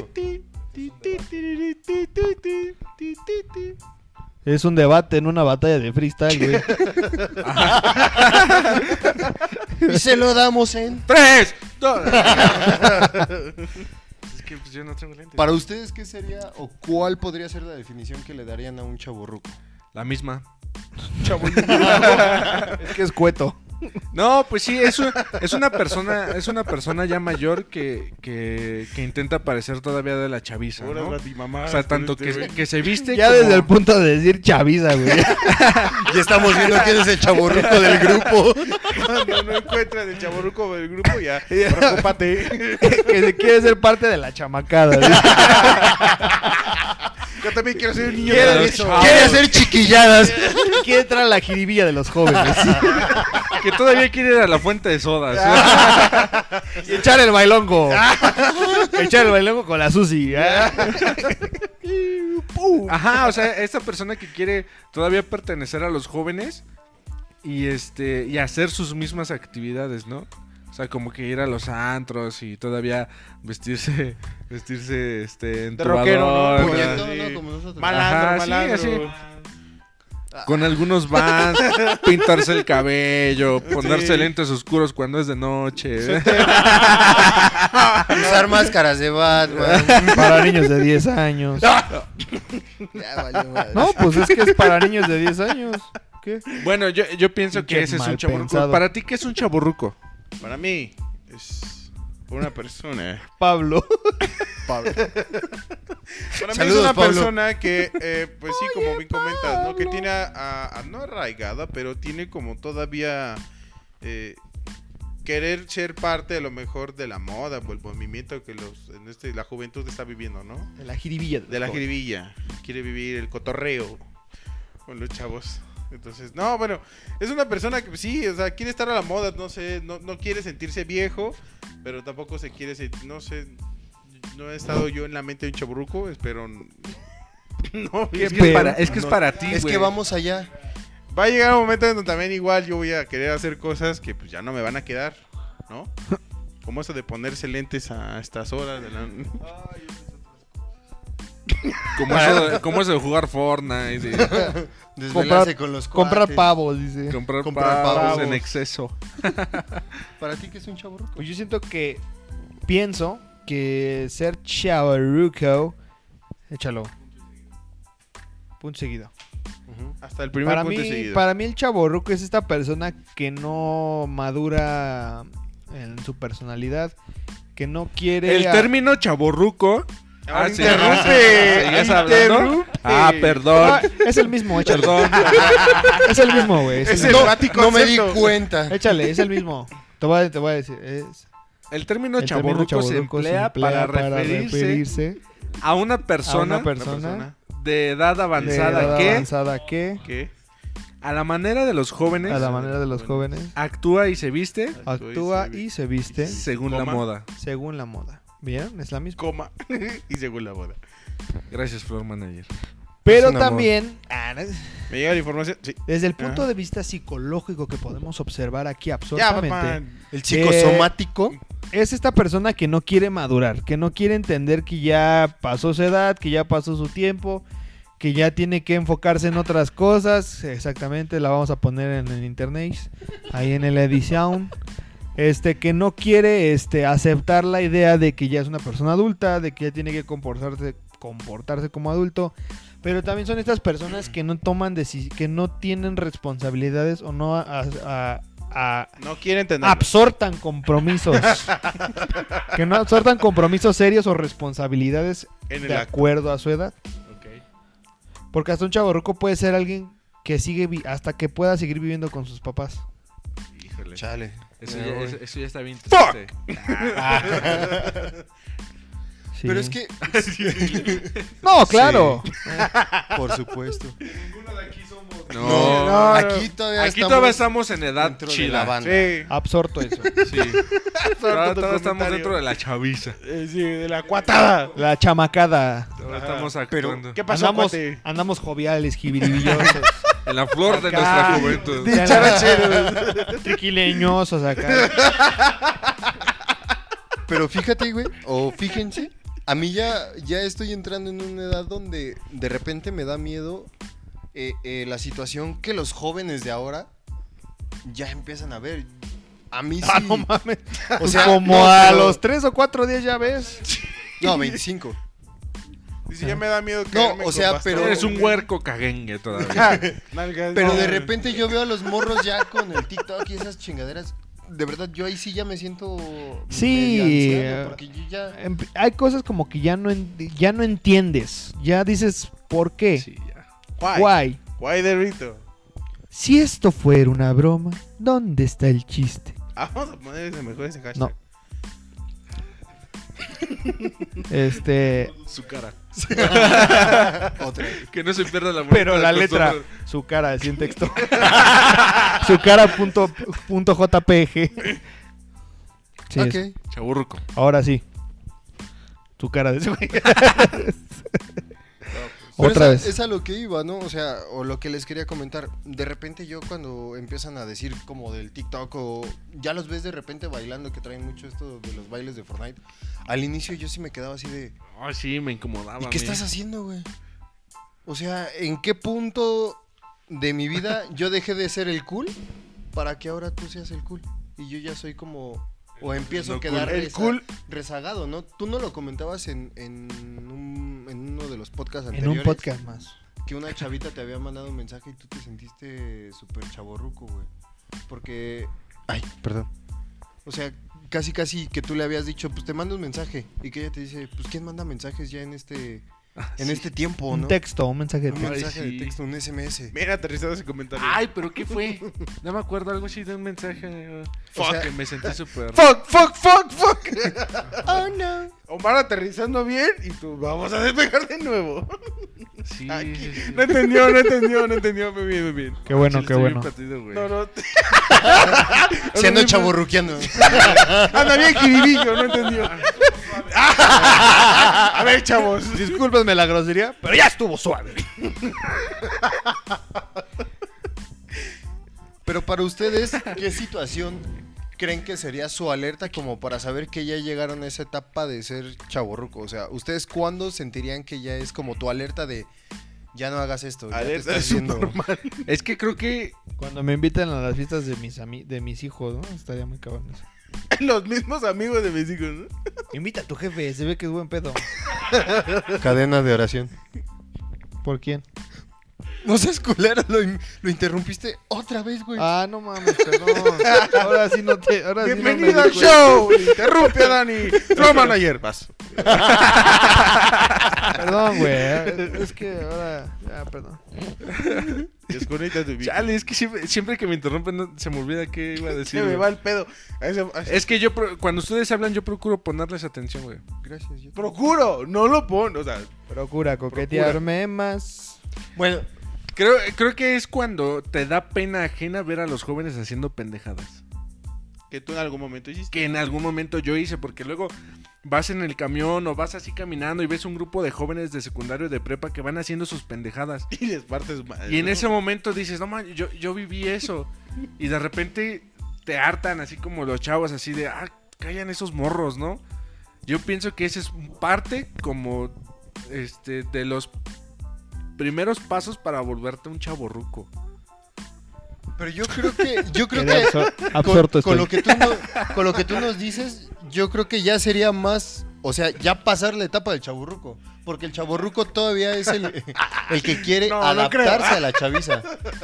[SPEAKER 1] Es un debate en una batalla de freestyle, güey.
[SPEAKER 2] Y se lo damos en.
[SPEAKER 4] ¡Tres! ¡Dos! es que pues, yo no tengo lentes.
[SPEAKER 2] Para ustedes, ¿qué sería o cuál podría ser la definición que le darían a un chaburruco?
[SPEAKER 4] La misma.
[SPEAKER 1] es que es cueto.
[SPEAKER 4] No, pues sí, es, un- es una persona, es una persona ya mayor que, que, que intenta parecer todavía de la chaviza, ¿no? O sea, tanto
[SPEAKER 3] este
[SPEAKER 4] que, que se viste
[SPEAKER 1] Ya
[SPEAKER 4] como-
[SPEAKER 1] desde el punto de decir chaviza, güey.
[SPEAKER 2] Y estamos viendo quién es el chaburruco del grupo.
[SPEAKER 3] Cuando no encuentras el chaborruco del grupo, ya. Preocúpate.
[SPEAKER 1] que se quiere ser parte de la chamacada. güey.
[SPEAKER 3] Yo también quiero ser un niño
[SPEAKER 1] Quiere-
[SPEAKER 3] de
[SPEAKER 2] Eso.
[SPEAKER 3] ocho.
[SPEAKER 2] Quiere hacer chiquilladas.
[SPEAKER 1] quiere entrar a la jiribilla de los jóvenes.
[SPEAKER 4] que todavía quiere ir a la fuente de sodas.
[SPEAKER 1] y echar el bailongo. echar el bailongo con la Susi. ¿eh?
[SPEAKER 4] Ajá, o sea, esta persona que quiere todavía pertenecer a los jóvenes, y este y hacer sus mismas actividades, ¿no? O sea, como que ir a los antros y todavía vestirse vestirse este en
[SPEAKER 3] De rockero, ¿no?
[SPEAKER 4] trovador,
[SPEAKER 3] Puñet-
[SPEAKER 2] Puñetón,
[SPEAKER 3] sí.
[SPEAKER 2] ¿no? Como nosotros.
[SPEAKER 3] Mala- Malandro,
[SPEAKER 4] Ajá, sí,
[SPEAKER 3] malandro.
[SPEAKER 4] así, Con algunos vans, pintarse el cabello, ponerse
[SPEAKER 3] Sí.
[SPEAKER 4] lentes oscuros cuando es de noche.
[SPEAKER 2] Usar máscaras de Batman.
[SPEAKER 1] Para niños de 10 años.
[SPEAKER 2] Ya valió madre.
[SPEAKER 1] No, pues es que es para niños de 10 años. ¿Qué?
[SPEAKER 4] Bueno, yo, yo pienso
[SPEAKER 1] Qué
[SPEAKER 4] que ese es
[SPEAKER 1] mal
[SPEAKER 4] un chaburruco.
[SPEAKER 1] pensado.
[SPEAKER 4] Para ti, ¿qué es un chaburruco?
[SPEAKER 3] Para mí es una persona.
[SPEAKER 1] Pablo.
[SPEAKER 2] Pablo.
[SPEAKER 3] Para mí
[SPEAKER 2] Saludos,
[SPEAKER 3] es una
[SPEAKER 2] Pablo.
[SPEAKER 3] persona que, eh, pues sí, como bien comentas, ¿no? Que tiene, a, a- a- no arraigada, pero tiene como todavía eh, querer ser parte a lo mejor de la moda o el movimiento que los, en este, la juventud está viviendo, ¿no?
[SPEAKER 1] De la jiribilla.
[SPEAKER 3] De la jiribilla. Quiere vivir el cotorreo con los chavos. Entonces, no, bueno, es una persona que sí, o sea, quiere estar a la moda, no sé, no, no quiere sentirse viejo, pero tampoco se quiere sentir, no sé, no he estado yo en la mente de un chaburruco, espero... n- No,
[SPEAKER 4] Es
[SPEAKER 3] bien,
[SPEAKER 4] que es
[SPEAKER 1] Pero-
[SPEAKER 4] para, es que es
[SPEAKER 2] no.
[SPEAKER 4] para ti,
[SPEAKER 2] Es que
[SPEAKER 4] güey.
[SPEAKER 2] vamos allá.
[SPEAKER 3] va a llegar un momento en donde también igual yo voy a querer hacer cosas que pues ya no me van a quedar, ¿no? Como eso de ponerse lentes a estas horas de la...
[SPEAKER 4] Como eso, de- como eso de jugar Fortnite, de
[SPEAKER 2] Desvelarse con los
[SPEAKER 1] Comprar
[SPEAKER 2] cuates.
[SPEAKER 1] pavos, dice.
[SPEAKER 4] comprar,
[SPEAKER 2] Comprar
[SPEAKER 4] pavos
[SPEAKER 2] pavos.
[SPEAKER 4] en exceso.
[SPEAKER 2] ¿Para ti qué es un chaburruco?
[SPEAKER 1] Pues yo siento que pienso que ser chavarruco. Échalo. Punto seguido.
[SPEAKER 3] Hasta el primer
[SPEAKER 1] Para
[SPEAKER 3] punto
[SPEAKER 1] mí,
[SPEAKER 3] seguido.
[SPEAKER 1] para mí el chavorruco es esta persona que no madura en su personalidad, que no quiere...
[SPEAKER 4] El
[SPEAKER 1] a-
[SPEAKER 4] término chaburruco.
[SPEAKER 3] Ahora
[SPEAKER 4] Ah, sí,
[SPEAKER 3] Ah, interrumpe,
[SPEAKER 4] ¿seguías hablando?
[SPEAKER 3] interrumpe.
[SPEAKER 4] Ah,
[SPEAKER 1] Ah,
[SPEAKER 4] perdón.
[SPEAKER 1] es el mismo, échalo.
[SPEAKER 4] Perdón.
[SPEAKER 1] Es el mismo, güey. Es
[SPEAKER 3] Es
[SPEAKER 1] el
[SPEAKER 3] el
[SPEAKER 1] mismo.
[SPEAKER 3] Vatican
[SPEAKER 2] No me di
[SPEAKER 3] Concepto.
[SPEAKER 2] cuenta.
[SPEAKER 1] Échale, es el mismo. Te voy a, te voy a decir. es-
[SPEAKER 4] El término
[SPEAKER 1] el término
[SPEAKER 4] chaburruco, se,
[SPEAKER 1] chavorruco
[SPEAKER 4] emplea
[SPEAKER 1] se
[SPEAKER 4] para,
[SPEAKER 1] emplea
[SPEAKER 4] referirse a una persona,
[SPEAKER 1] a una persona,
[SPEAKER 3] persona.
[SPEAKER 4] de edad
[SPEAKER 1] de
[SPEAKER 4] avanzada
[SPEAKER 1] edad
[SPEAKER 4] que,
[SPEAKER 1] avanzada que,
[SPEAKER 3] ¿Qué?
[SPEAKER 4] a la manera de los jóvenes,
[SPEAKER 1] a la manera de los jóvenes,
[SPEAKER 4] actúa y se viste
[SPEAKER 1] actúa y se viste
[SPEAKER 4] según la
[SPEAKER 3] Coma.
[SPEAKER 4] moda.
[SPEAKER 1] según la moda. Bien, es la misma.
[SPEAKER 3] Coma. y según la boda.
[SPEAKER 4] Gracias, Floor Manager.
[SPEAKER 1] Pero
[SPEAKER 2] un amor.
[SPEAKER 1] también, ah, no,
[SPEAKER 3] Me llega la información. Sí.
[SPEAKER 1] desde el punto
[SPEAKER 3] Ajá.
[SPEAKER 1] de vista psicológico que podemos observar aquí
[SPEAKER 3] Ya,
[SPEAKER 1] absolutamente,
[SPEAKER 3] papá.
[SPEAKER 2] El psicosomático.
[SPEAKER 1] es esta persona que no quiere madurar, que no quiere entender que ya pasó su edad, que ya pasó su tiempo, que ya tiene que enfocarse en otras cosas. Exactamente, la vamos a poner en el internet, ahí en la edición. Este, que no quiere este, aceptar la idea de que ya es una persona adulta, de que ya tiene que comportarse, comportarse como adulto. Pero también son estas personas que no toman deci- que no tienen responsabilidades o no a- a- a-
[SPEAKER 3] No quiere entender.
[SPEAKER 1] Ah, absortan compromisos. que no absortan compromisos serios o responsabilidades
[SPEAKER 3] en el
[SPEAKER 1] de
[SPEAKER 3] acto.
[SPEAKER 1] acuerdo a su edad. Porque hasta un chaborruco puede ser alguien que sigue vi- hasta que pueda seguir viviendo con sus papás.
[SPEAKER 4] Híjole.
[SPEAKER 2] Chale.
[SPEAKER 4] Eso
[SPEAKER 2] Me
[SPEAKER 4] ya,
[SPEAKER 2] voy.
[SPEAKER 4] eso- eso ya está bien. triste.
[SPEAKER 1] Sí.
[SPEAKER 2] Pero es que,
[SPEAKER 1] No, claro.
[SPEAKER 2] por supuesto.
[SPEAKER 4] No.
[SPEAKER 2] No,
[SPEAKER 3] no.
[SPEAKER 2] aquí todavía
[SPEAKER 4] Aquí
[SPEAKER 2] estamos
[SPEAKER 4] todavía estamos en edad
[SPEAKER 2] dentro de la
[SPEAKER 4] chida.
[SPEAKER 2] banda.
[SPEAKER 3] Sí.
[SPEAKER 1] Absorto eso.
[SPEAKER 4] Sí. Todavía- todavía estamos dentro de la chaviza.
[SPEAKER 3] Eh, sí, de la cuatada.
[SPEAKER 1] La chamacada.
[SPEAKER 4] Todavía
[SPEAKER 3] Ajá.
[SPEAKER 4] estamos
[SPEAKER 2] Pero-
[SPEAKER 4] actuando.
[SPEAKER 3] ¿Qué pasó,
[SPEAKER 1] andamos,
[SPEAKER 3] cuate?
[SPEAKER 1] andamos joviales, jibiribillosos,
[SPEAKER 4] En la flor de nuestra juventud.
[SPEAKER 1] de la- triquileñosos acá.
[SPEAKER 2] Pero fíjate, güey, o fíjense, a mí ya, ya estoy entrando en una edad donde de repente me da miedo eh, eh, la situación que los jóvenes de ahora ya empiezan a ver. A mí sí.
[SPEAKER 1] Ah, no mames.
[SPEAKER 2] O sea,
[SPEAKER 1] como
[SPEAKER 2] no,
[SPEAKER 1] a
[SPEAKER 2] pero-
[SPEAKER 1] los tres o cuatro días ya ves.
[SPEAKER 2] No, 25.
[SPEAKER 3] Dice, ya me da miedo que.
[SPEAKER 2] o sea, pero-
[SPEAKER 4] Eres un huerco cagengue
[SPEAKER 1] Ah,
[SPEAKER 4] todavía.
[SPEAKER 2] Pero de repente yo veo a los morros ya con el TikTok y esas chingaderas. De verdad, yo ahí sí ya me siento.
[SPEAKER 1] Sí.
[SPEAKER 2] medio anciano, Porque yo ya.
[SPEAKER 1] Em- Hay cosas como que ya no, en- ya no entiendes. Ya dices, ¿por qué?
[SPEAKER 4] Sí, ya.
[SPEAKER 3] Guay. Guay.
[SPEAKER 1] Guay.
[SPEAKER 3] de Rito.
[SPEAKER 1] Si esto fuera una broma, ¿dónde está el chiste?
[SPEAKER 3] Ah, vamos a poner ese mejor ese hashtag.
[SPEAKER 1] No. Este.
[SPEAKER 4] Su cara.
[SPEAKER 2] Otra.
[SPEAKER 4] Que no se pierda la
[SPEAKER 1] Pero
[SPEAKER 4] bonita
[SPEAKER 1] la letra,
[SPEAKER 4] costumbre.
[SPEAKER 1] su cara, así en texto. su cara punto, punto JPG. Sí,
[SPEAKER 2] ok.
[SPEAKER 1] es-
[SPEAKER 4] Chaburruco.
[SPEAKER 1] ahora sí. Su cara de ese güey.
[SPEAKER 2] Pero
[SPEAKER 1] Otra
[SPEAKER 2] es a-
[SPEAKER 1] vez.
[SPEAKER 2] Es a lo que iba, ¿no? O sea, o lo que les quería comentar. De repente yo cuando empiezan a decir como del TikTok o ya los ves de repente bailando que traen mucho esto de los bailes de Fortnite. Al inicio yo sí me quedaba así de...
[SPEAKER 4] Ah, sí, me incomodaba.
[SPEAKER 2] ¿Y qué estás haciendo, güey? O sea, ¿en qué punto de mi vida yo dejé de ser el cool para que ahora tú seas el cool? Y yo ya soy como... O empiezo a quedar
[SPEAKER 3] El
[SPEAKER 2] reza-
[SPEAKER 3] cool.
[SPEAKER 2] rezagado, ¿no? Tú no lo comentabas en, en, un- en uno de los podcasts
[SPEAKER 1] En
[SPEAKER 2] anteriores.
[SPEAKER 1] un podcast más.
[SPEAKER 2] Que una chavita te había mandado un mensaje y tú te sentiste súper chaborruco, güey. Porque... Ay, perdón. O sea, casi casi que tú le habías dicho, pues te mando un mensaje. Y que ella te dice, pues ¿quién manda mensajes ya en este... En este tiempo,
[SPEAKER 1] Un
[SPEAKER 2] ¿no?
[SPEAKER 1] texto, un mensaje de
[SPEAKER 2] Un
[SPEAKER 1] texto.
[SPEAKER 2] mensaje
[SPEAKER 4] Ah, Ay,
[SPEAKER 2] de
[SPEAKER 4] sí.
[SPEAKER 2] texto, un SMS.
[SPEAKER 3] Mira, aterrizado ese comentario.
[SPEAKER 4] Ay, pero ¿qué fue? No me acuerdo, algo así de un mensaje.
[SPEAKER 2] O
[SPEAKER 4] Fuck,
[SPEAKER 2] sea-
[SPEAKER 4] que me sentí súper.
[SPEAKER 2] Fuck, fuck, fuck, fuck.
[SPEAKER 3] Omar aterrizando bien y tú, vamos a despegar de nuevo.
[SPEAKER 4] Sí,
[SPEAKER 3] Aquí.
[SPEAKER 4] sí, sí.
[SPEAKER 3] No entendió, no entendió, no entendió. Muy bien, muy bien.
[SPEAKER 1] Qué bueno,
[SPEAKER 4] Sí,
[SPEAKER 1] qué
[SPEAKER 4] estoy
[SPEAKER 1] bueno.
[SPEAKER 4] bien perdido, güey.
[SPEAKER 3] No, no. te-
[SPEAKER 2] Se anda chaborruqueando.
[SPEAKER 4] Ah,
[SPEAKER 3] Anda bien, Kiribillo, no entendió. a ver, chavos.
[SPEAKER 1] Discúlpenme la grosería, pero ya estuvo suave.
[SPEAKER 2] Pero para ustedes, ¿qué situación creen que sería su alerta como para saber que ya llegaron a esa etapa de ser chaborruco? O sea, ¿ustedes cuándo sentirían que ya es como tu alerta de ya no hagas esto? ya te
[SPEAKER 3] Alerta
[SPEAKER 2] estás
[SPEAKER 3] de
[SPEAKER 2] yendo"?
[SPEAKER 4] Es que creo que.
[SPEAKER 1] Cuando me invitan a las fiestas de mis ami- de mis hijos, ¿no? Estaría muy cabrón eso.
[SPEAKER 3] Los mismos amigos de mis hijos, ¿no?
[SPEAKER 1] Invita a tu jefe, se ve que es buen pedo.
[SPEAKER 2] Cadena de oración.
[SPEAKER 1] ¿Por quién?
[SPEAKER 2] No seas culero, lo, in- lo interrumpiste otra vez, güey.
[SPEAKER 1] Ah, no mames, perdón. Ahora sí no te. Ahora sí no me
[SPEAKER 3] Bienvenido
[SPEAKER 1] di
[SPEAKER 3] al
[SPEAKER 1] cuenta.
[SPEAKER 3] show. Interrumpe a Dani. Flow manager. Vas.
[SPEAKER 1] Perdón, güey. ¿eh? Es que ahora. Ya, perdón.
[SPEAKER 3] Desconecta tu vida.
[SPEAKER 4] Chale, es que siempre, siempre que me interrumpen no- se me olvida qué iba a
[SPEAKER 3] Se
[SPEAKER 4] decir.
[SPEAKER 3] me
[SPEAKER 4] güey.
[SPEAKER 3] va el pedo. A ese- a ese-
[SPEAKER 4] Es que yo, pro- cuando ustedes hablan, yo procuro ponerles atención, güey.
[SPEAKER 2] Gracias. yo-
[SPEAKER 3] Procuro, no lo pon. O sea,
[SPEAKER 1] Procura coquetearme más.
[SPEAKER 2] Bueno,
[SPEAKER 4] Creo, creo que es cuando te da pena ajena ver a los jóvenes haciendo pendejadas.
[SPEAKER 3] que tú en algún momento hiciste.
[SPEAKER 4] Que en algún momento yo hice, porque luego vas en el camión o vas así caminando y ves un grupo de jóvenes de secundario y de prepa que van haciendo sus pendejadas.
[SPEAKER 3] Y les partes su madre,
[SPEAKER 4] Y en
[SPEAKER 3] ¿no?
[SPEAKER 4] ese momento dices, no man, yo, yo viví eso. Y de repente te hartan, así como los chavos, así de, ah, callan esos morros, ¿no? Yo pienso que ese es parte como este de los primeros pasos para volverte un chaborruco.
[SPEAKER 2] pero yo creo que... Yo creo
[SPEAKER 1] Quedé
[SPEAKER 2] que...
[SPEAKER 1] absor-
[SPEAKER 2] con,
[SPEAKER 1] absorto estoy.
[SPEAKER 2] con lo que tú no- con lo que tú nos dices, yo creo que ya sería más, o sea, ya pasar la etapa del chaburruco. Porque el chaburruco todavía es el, el que quiere
[SPEAKER 4] No, no creo.
[SPEAKER 2] adaptarse a la chaviza.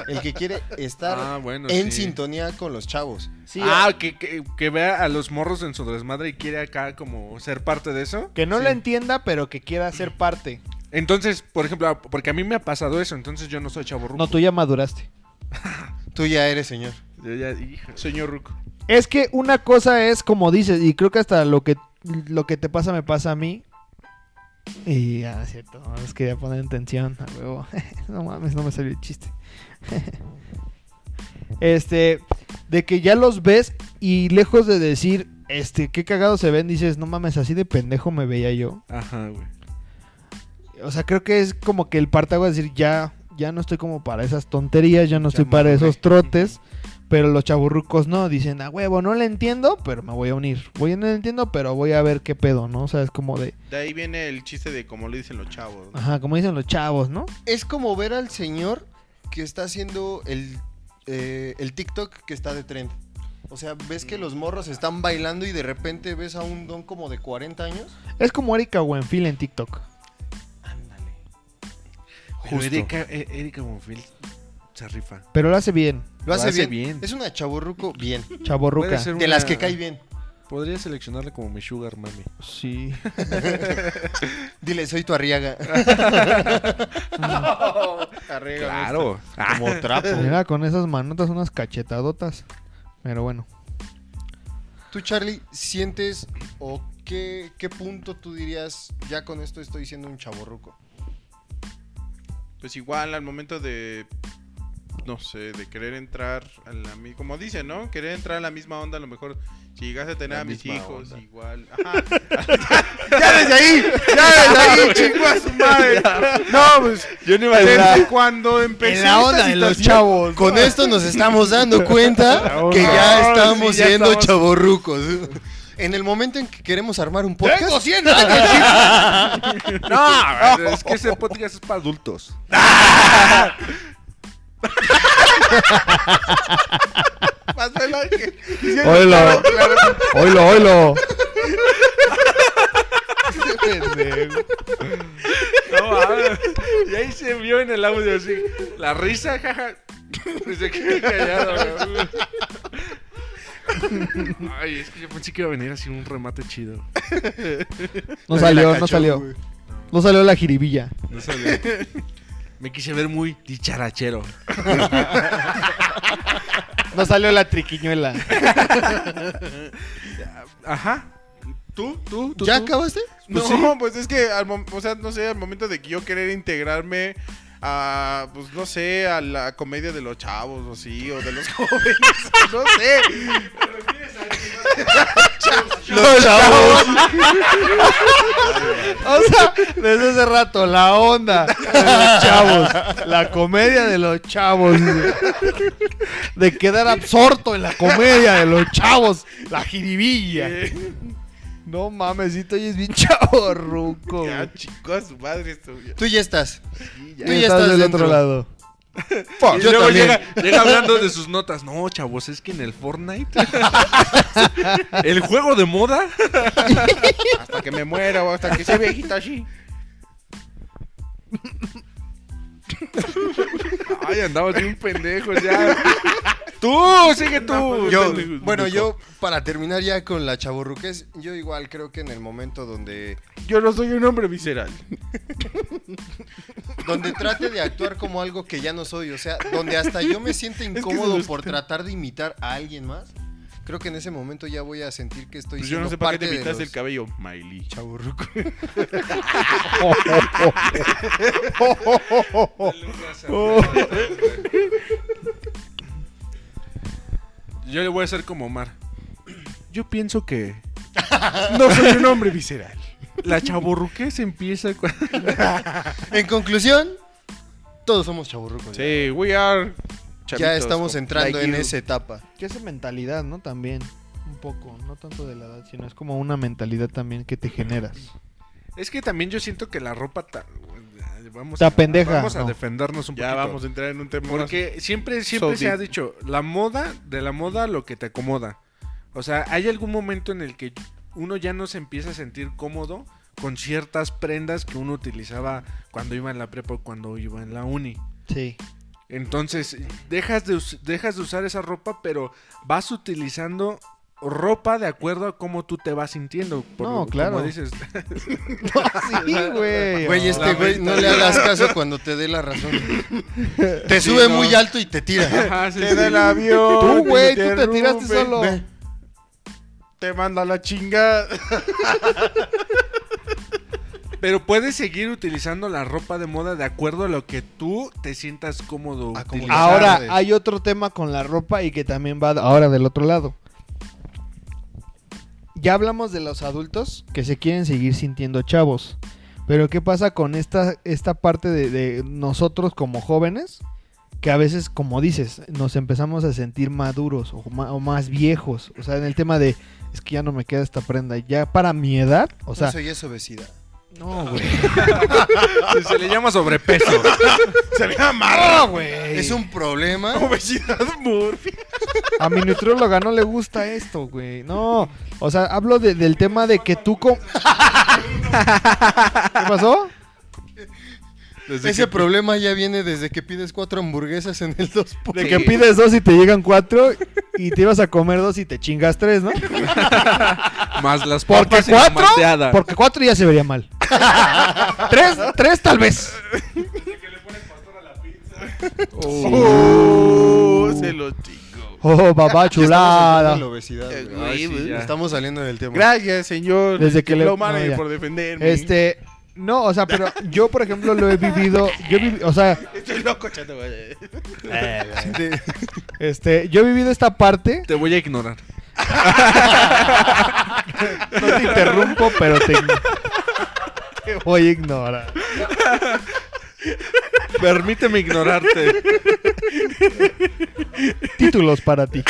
[SPEAKER 2] El que quiere estar
[SPEAKER 4] Ah, bueno,
[SPEAKER 2] en
[SPEAKER 4] sí.
[SPEAKER 2] sintonía con los chavos.
[SPEAKER 1] Sí,
[SPEAKER 4] ah, que, que- que vea a los morros en su desmadre y quiere acá como ser parte de eso.
[SPEAKER 1] Que no
[SPEAKER 4] Sí.
[SPEAKER 1] la entienda, pero que quiera ser parte.
[SPEAKER 4] Entonces, por ejemplo, ah, porque a mí me ha pasado eso, entonces yo no soy chaborruco.
[SPEAKER 1] No, tú ya maduraste.
[SPEAKER 2] Tú ya eres señor.
[SPEAKER 4] Yo ya, hijo.
[SPEAKER 3] Señor Ruco.
[SPEAKER 1] Es que una cosa es como dices, y creo que hasta lo que, lo que te pasa me pasa a mí. Y ah, es cierto, no les quería poner en tensión, a huevo. no mames, no me salió el chiste. este, de que ya los ves y lejos de decir, este, qué cagado se ven, dices, no mames, así de pendejo me veía yo.
[SPEAKER 4] Ajá, güey.
[SPEAKER 1] O sea, creo que es como que el partago es decir, ya, ya no estoy como para esas tonterías, ya no estoy para esos trotes. Pero los chaburrucos no, dicen, a huevo, no le entiendo, pero me voy a unir. Voy, no le entiendo, pero voy a ver qué pedo, ¿no? O sea, es como de,
[SPEAKER 3] De ahí viene el chiste de como le dicen los chavos. ¿no?
[SPEAKER 1] ajá, como dicen los chavos, ¿no?
[SPEAKER 2] Es como ver al señor que está haciendo el, eh, el TikTok que está de trend. O sea, ves que los morros están bailando y de repente ves a un don como de 40 años.
[SPEAKER 1] Es como Erika Buenfil en TikTok.
[SPEAKER 4] Pero Erika, E- Erika Bonfil se rifa.
[SPEAKER 1] Pero lo hace bien,
[SPEAKER 2] Lo hace, bien. Es una chaburruco bien.
[SPEAKER 1] chaborruca.
[SPEAKER 4] Puede ser
[SPEAKER 2] De las que
[SPEAKER 4] una-
[SPEAKER 2] cae bien.
[SPEAKER 4] Podría seleccionarle como mi sugar mami.
[SPEAKER 1] Sí.
[SPEAKER 2] Dile, soy tu arriaga.
[SPEAKER 4] Claro.
[SPEAKER 2] Como trapo.
[SPEAKER 1] Mira, con esas manotas, unas cachetadotas. Pero bueno.
[SPEAKER 2] Tú, Charlie, ¿sientes o qué, qué punto tú dirías, ya con esto estoy siendo un chaborruco?
[SPEAKER 3] Pues igual al momento de. No sé, de querer entrar a la mi- Como dicen, ¿no? Querer entrar a la misma onda, a lo mejor Si llegas a tener
[SPEAKER 2] La
[SPEAKER 3] a mis
[SPEAKER 2] misma
[SPEAKER 3] hijos,
[SPEAKER 2] onda.
[SPEAKER 3] igual. Ajá.
[SPEAKER 2] ¡Ya desde ahí! ¡Ya desde ahí, chingó a su madre! No, pues.
[SPEAKER 4] Yo no iba a
[SPEAKER 3] Desde
[SPEAKER 4] decir.
[SPEAKER 3] cuando empecé.
[SPEAKER 1] En la
[SPEAKER 3] esta
[SPEAKER 1] onda de los
[SPEAKER 3] situación-
[SPEAKER 1] chavos.
[SPEAKER 2] Con esto nos estamos dando cuenta que
[SPEAKER 4] No,
[SPEAKER 2] ya estamos
[SPEAKER 4] sí, ya
[SPEAKER 2] siendo
[SPEAKER 4] estamos-
[SPEAKER 2] chavorrucos. En el momento en que queremos armar un podcast. ¡Tengo 100 años!
[SPEAKER 4] No, es que ese podcast es para adultos.
[SPEAKER 3] Más vela que-
[SPEAKER 1] Oilo, oilo, oilo.
[SPEAKER 4] No, mames. y ahí se vio en el audio así. La risa, jaja. Y se quedó callado, güey. Ay, es que yo pensé que iba a venir así un remate chido.
[SPEAKER 1] No salió, no salió. No salió la jiribilla.
[SPEAKER 4] No sabía. Me quise ver muy dicharachero.
[SPEAKER 1] No salió la triquiñuela.
[SPEAKER 4] Ajá. ¿Tú? ¿Tú? ¿Tú?
[SPEAKER 2] ¿Ya
[SPEAKER 4] tú?
[SPEAKER 2] acabaste?
[SPEAKER 4] Pues
[SPEAKER 3] no, pues es que, al mom- o sea, no sé, al momento de que yo querer integrarme a, pues no sé, a la comedia de los chavos o sí, o de los jóvenes, no sé.
[SPEAKER 2] Los chavos.
[SPEAKER 1] O sea, desde hace rato, la onda de los chavos. La comedia de los chavos. güey. De quedar absorto en la comedia de los chavos. La jiribilla. No mames, si te oyes bien chavo, ruco.
[SPEAKER 3] Ya, chico, a su madre esto. ya.
[SPEAKER 2] Tú ya estás. Tú ya
[SPEAKER 1] estás,
[SPEAKER 2] estás
[SPEAKER 1] del
[SPEAKER 2] dentro.
[SPEAKER 1] otro lado.
[SPEAKER 4] Y
[SPEAKER 2] Yo
[SPEAKER 4] luego
[SPEAKER 2] también.
[SPEAKER 4] llega, llega hablando de sus notas. No, chavos, es que en el Fortnite. el juego de moda.
[SPEAKER 3] Hasta que me muera o hasta que sea viejita así.
[SPEAKER 4] Ay, andabas bien pendejo ya. Tú, sigue tú.
[SPEAKER 2] Yo,
[SPEAKER 4] pendejo.
[SPEAKER 2] bueno, yo, para terminar ya con la chavorruquez, yo igual creo que en el momento donde,
[SPEAKER 3] Yo no soy un hombre visceral.
[SPEAKER 2] donde trate de actuar como algo que ya no soy, o sea, donde hasta yo me siento
[SPEAKER 3] que
[SPEAKER 2] incómodo
[SPEAKER 3] los-
[SPEAKER 2] por tratar de imitar a alguien más, creo que en ese momento ya voy a sentir que estoy
[SPEAKER 3] Pues yo no
[SPEAKER 2] siendo
[SPEAKER 3] sé para qué
[SPEAKER 2] parte
[SPEAKER 3] te
[SPEAKER 2] de
[SPEAKER 3] pintaste
[SPEAKER 2] los
[SPEAKER 3] el cabello, Miley.
[SPEAKER 2] chavorrucos.
[SPEAKER 4] Yo le voy a hacer como Omar. Yo pienso que
[SPEAKER 3] No soy un hombre visceral.
[SPEAKER 4] la chaborruquez empieza cu-
[SPEAKER 2] En conclusión, todos somos chavorrucos. ya.
[SPEAKER 3] Sí, we are.
[SPEAKER 2] ya
[SPEAKER 3] chavitos,
[SPEAKER 2] estamos
[SPEAKER 3] como-
[SPEAKER 2] entrando
[SPEAKER 3] like
[SPEAKER 2] en
[SPEAKER 3] you.
[SPEAKER 2] esa etapa.
[SPEAKER 1] Que esa mentalidad, ¿no? También. Un poco, no tanto de la edad, sino es como una mentalidad también que te generas.
[SPEAKER 4] Es que también yo siento que la ropa ta- eh, vamos
[SPEAKER 1] Está
[SPEAKER 4] a,
[SPEAKER 1] pendeja,
[SPEAKER 4] Vamos a
[SPEAKER 1] no.
[SPEAKER 4] defendernos un
[SPEAKER 3] Ya
[SPEAKER 4] poquito.
[SPEAKER 3] vamos a entrar en un tema. más-
[SPEAKER 4] Porque siempre, siempre
[SPEAKER 3] So
[SPEAKER 4] se
[SPEAKER 3] deep.
[SPEAKER 4] ha dicho, la moda, de la moda lo que te acomoda. O sea, hay algún momento en el que uno ya no se empieza a sentir cómodo con ciertas prendas que uno utilizaba cuando iba en la prepa o cuando iba en la uni.
[SPEAKER 1] Sí.
[SPEAKER 4] Entonces, dejas de, us- dejas de usar esa ropa, pero vas utilizando ropa de acuerdo a cómo tú te vas sintiendo. por
[SPEAKER 1] No,
[SPEAKER 4] lo-
[SPEAKER 1] claro.
[SPEAKER 4] Como dices,
[SPEAKER 1] Sí, güey.
[SPEAKER 2] Güey, este güey, no le hagas caso cuando te dé la razón. Te
[SPEAKER 4] Sí,
[SPEAKER 2] sube
[SPEAKER 4] no.
[SPEAKER 2] muy alto y te tira.
[SPEAKER 4] Ajá, sí,
[SPEAKER 3] Te
[SPEAKER 4] sí.
[SPEAKER 3] da el avión.
[SPEAKER 1] Tú, güey, tú te
[SPEAKER 3] interrumpe,
[SPEAKER 1] tiraste solo.
[SPEAKER 2] Ve.
[SPEAKER 3] Te manda la chinga.
[SPEAKER 4] Pero puedes seguir utilizando la ropa de moda de acuerdo a lo que tú te sientas cómodo.
[SPEAKER 2] Ah, como-
[SPEAKER 4] utilizando.
[SPEAKER 1] Ahora
[SPEAKER 2] tardes.
[SPEAKER 1] hay otro tema con la ropa y que también va ahora del otro lado. Ya hablamos de los adultos que se quieren seguir sintiendo chavos. Pero ¿qué pasa con esta, esta parte de, de nosotros como jóvenes? Que a veces, como dices, nos empezamos a sentir maduros o, ma- o más viejos. O sea, en el tema de, es que ya no me queda esta prenda. Ya para mi edad, o sea...
[SPEAKER 2] Eso ya es obesidad.
[SPEAKER 1] No, güey.
[SPEAKER 4] se le llama sobrepeso.
[SPEAKER 3] Se le amarra.
[SPEAKER 1] No, güey.
[SPEAKER 2] Es un problema.
[SPEAKER 3] Obesidad Murphy.
[SPEAKER 1] A mi nutrióloga no le gusta esto, güey. No, o sea, hablo de- del tema de que tú... co- ¿Qué pasó?
[SPEAKER 2] Ese problema ya viene desde que pides cuatro hamburguesas en el 2
[SPEAKER 1] De
[SPEAKER 4] Sí.
[SPEAKER 1] que pides dos y te llegan cuatro y te ibas a comer dos y te chingas tres, ¿no?
[SPEAKER 4] Más las
[SPEAKER 1] Porque
[SPEAKER 4] papas y la
[SPEAKER 1] cuatro,
[SPEAKER 4] malteada.
[SPEAKER 1] porque cuatro ya se vería mal. tres, tres tal vez.
[SPEAKER 3] Oh, se lo chingo.
[SPEAKER 1] Oh, papá
[SPEAKER 2] Chulada. La
[SPEAKER 1] chulada.
[SPEAKER 2] obesidad.
[SPEAKER 3] Eh,
[SPEAKER 2] güey.
[SPEAKER 3] güey,
[SPEAKER 4] Ay, sí,
[SPEAKER 3] güey. pues.
[SPEAKER 4] ya.
[SPEAKER 2] Estamos saliendo del tema.
[SPEAKER 3] Gracias, señor.
[SPEAKER 1] Desde que le-
[SPEAKER 3] lo
[SPEAKER 1] no, ya.
[SPEAKER 3] por defenderme.
[SPEAKER 1] Este, no, o sea, pero yo, por ejemplo, lo he vivido, yo, he vivi- o sea,
[SPEAKER 3] Estoy loco, chato,
[SPEAKER 1] Eh,
[SPEAKER 3] güey.
[SPEAKER 2] De-
[SPEAKER 1] este, yo he vivido esta parte
[SPEAKER 4] Te voy a ignorar.
[SPEAKER 1] No te interrumpo, pero te, te voy a ignorar.
[SPEAKER 4] Permíteme ignorarte.
[SPEAKER 1] Títulos para ti.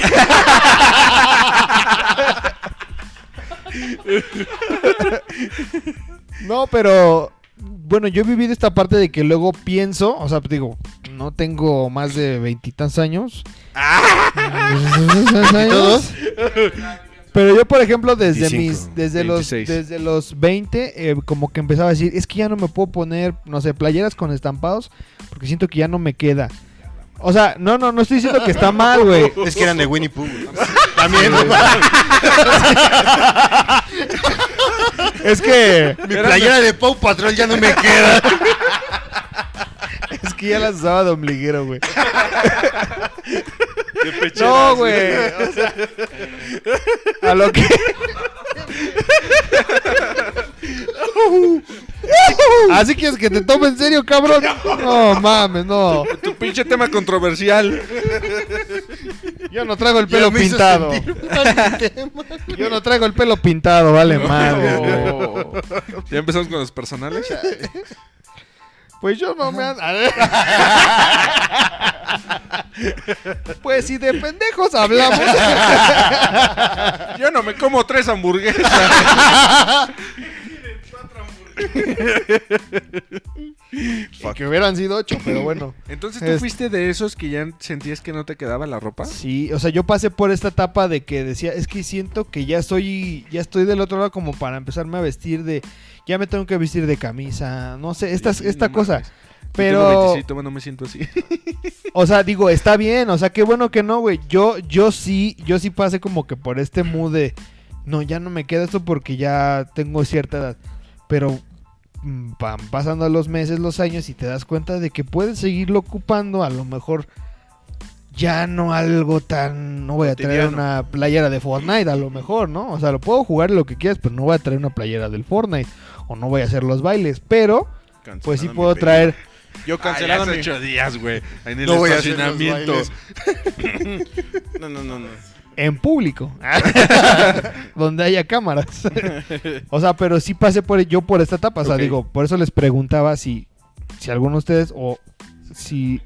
[SPEAKER 1] No, pero bueno, yo he vivido esta parte de que luego pienso, o sea, digo, no tengo más de veintitantos años.
[SPEAKER 2] todos?
[SPEAKER 1] Pero yo, por ejemplo, desde
[SPEAKER 4] 25,
[SPEAKER 1] mis desde los
[SPEAKER 4] 26.
[SPEAKER 1] desde los 20 eh, como que empezaba a decir, es que ya no me puedo poner, no sé, playeras con estampados porque siento que ya no me queda. O sea, no, no, no estoy diciendo que está mal, güey.
[SPEAKER 2] Es que eran de Winnie Pooh. güey. También. no mames.
[SPEAKER 1] Es que
[SPEAKER 2] Mi playera de Pau Patrol ya no me queda.
[SPEAKER 1] es que ya las usaba de ombliguero, güey.
[SPEAKER 3] De pecheras,
[SPEAKER 1] No, güey. O sea, a lo que. Así que es que te tome en serio, cabrón. No mames, no.
[SPEAKER 4] Tu pinche tema controversial.
[SPEAKER 1] Yo no traigo el
[SPEAKER 2] Ya
[SPEAKER 1] pelo
[SPEAKER 2] me hizo
[SPEAKER 1] pintado.
[SPEAKER 2] sentir mal el tema.
[SPEAKER 1] Yo no traigo el pelo pintado, vale madre. güey.
[SPEAKER 4] Ya empezamos con los personales.
[SPEAKER 1] Pues yo no me ando. Pues si de pendejos hablamos.
[SPEAKER 4] Yo no me como tres hamburguesas.
[SPEAKER 1] Y Que hubieran sido ocho, pero bueno.
[SPEAKER 4] Entonces
[SPEAKER 1] Es-
[SPEAKER 4] tú fuiste de esos que ya sentías que no te quedaba la ropa.
[SPEAKER 1] Sí, o sea, yo pasé por esta etapa de que decía, es que siento que ya estoy, ya estoy del otro lado como para empezarme a vestir de, ya me tengo que vestir de camisa, no sé, esta,
[SPEAKER 4] Sí,
[SPEAKER 1] esta
[SPEAKER 4] no
[SPEAKER 1] cosa.
[SPEAKER 4] mames. Yo tengo
[SPEAKER 1] Pero,
[SPEAKER 4] 27, bueno, me siento así.
[SPEAKER 1] o sea, digo, está bien, o sea, qué bueno que no, güey. Yo, yo sí, yo sí pasé como que por este mood de, no, ya no me queda esto porque ya tengo cierta edad. Pero mm, van pasando los meses, los años y te das cuenta de que puedes seguirlo ocupando, a lo mejor ya no algo tan, no voy a traer
[SPEAKER 3] Cotidiano.
[SPEAKER 1] una playera de Fortnite, a lo mejor, ¿no? O sea, lo puedo jugar lo que quieras, pero no voy a traer una playera del Fortnite o no voy a hacer los bailes, pero pues sí
[SPEAKER 3] Cancelado mi
[SPEAKER 1] puedo
[SPEAKER 3] pedido.
[SPEAKER 1] traer
[SPEAKER 3] Yo
[SPEAKER 4] Cancelado
[SPEAKER 3] cancelado mi...
[SPEAKER 4] ocho días, güey. En el
[SPEAKER 2] No voy a hacer los
[SPEAKER 4] estacionamiento.
[SPEAKER 2] bailes. No, no, no, no.
[SPEAKER 1] en público, donde haya cámaras. o sea, pero sí pasé por yo por esta etapa, o sea,
[SPEAKER 4] Ok.
[SPEAKER 1] digo, por eso les preguntaba si si alguno de ustedes o si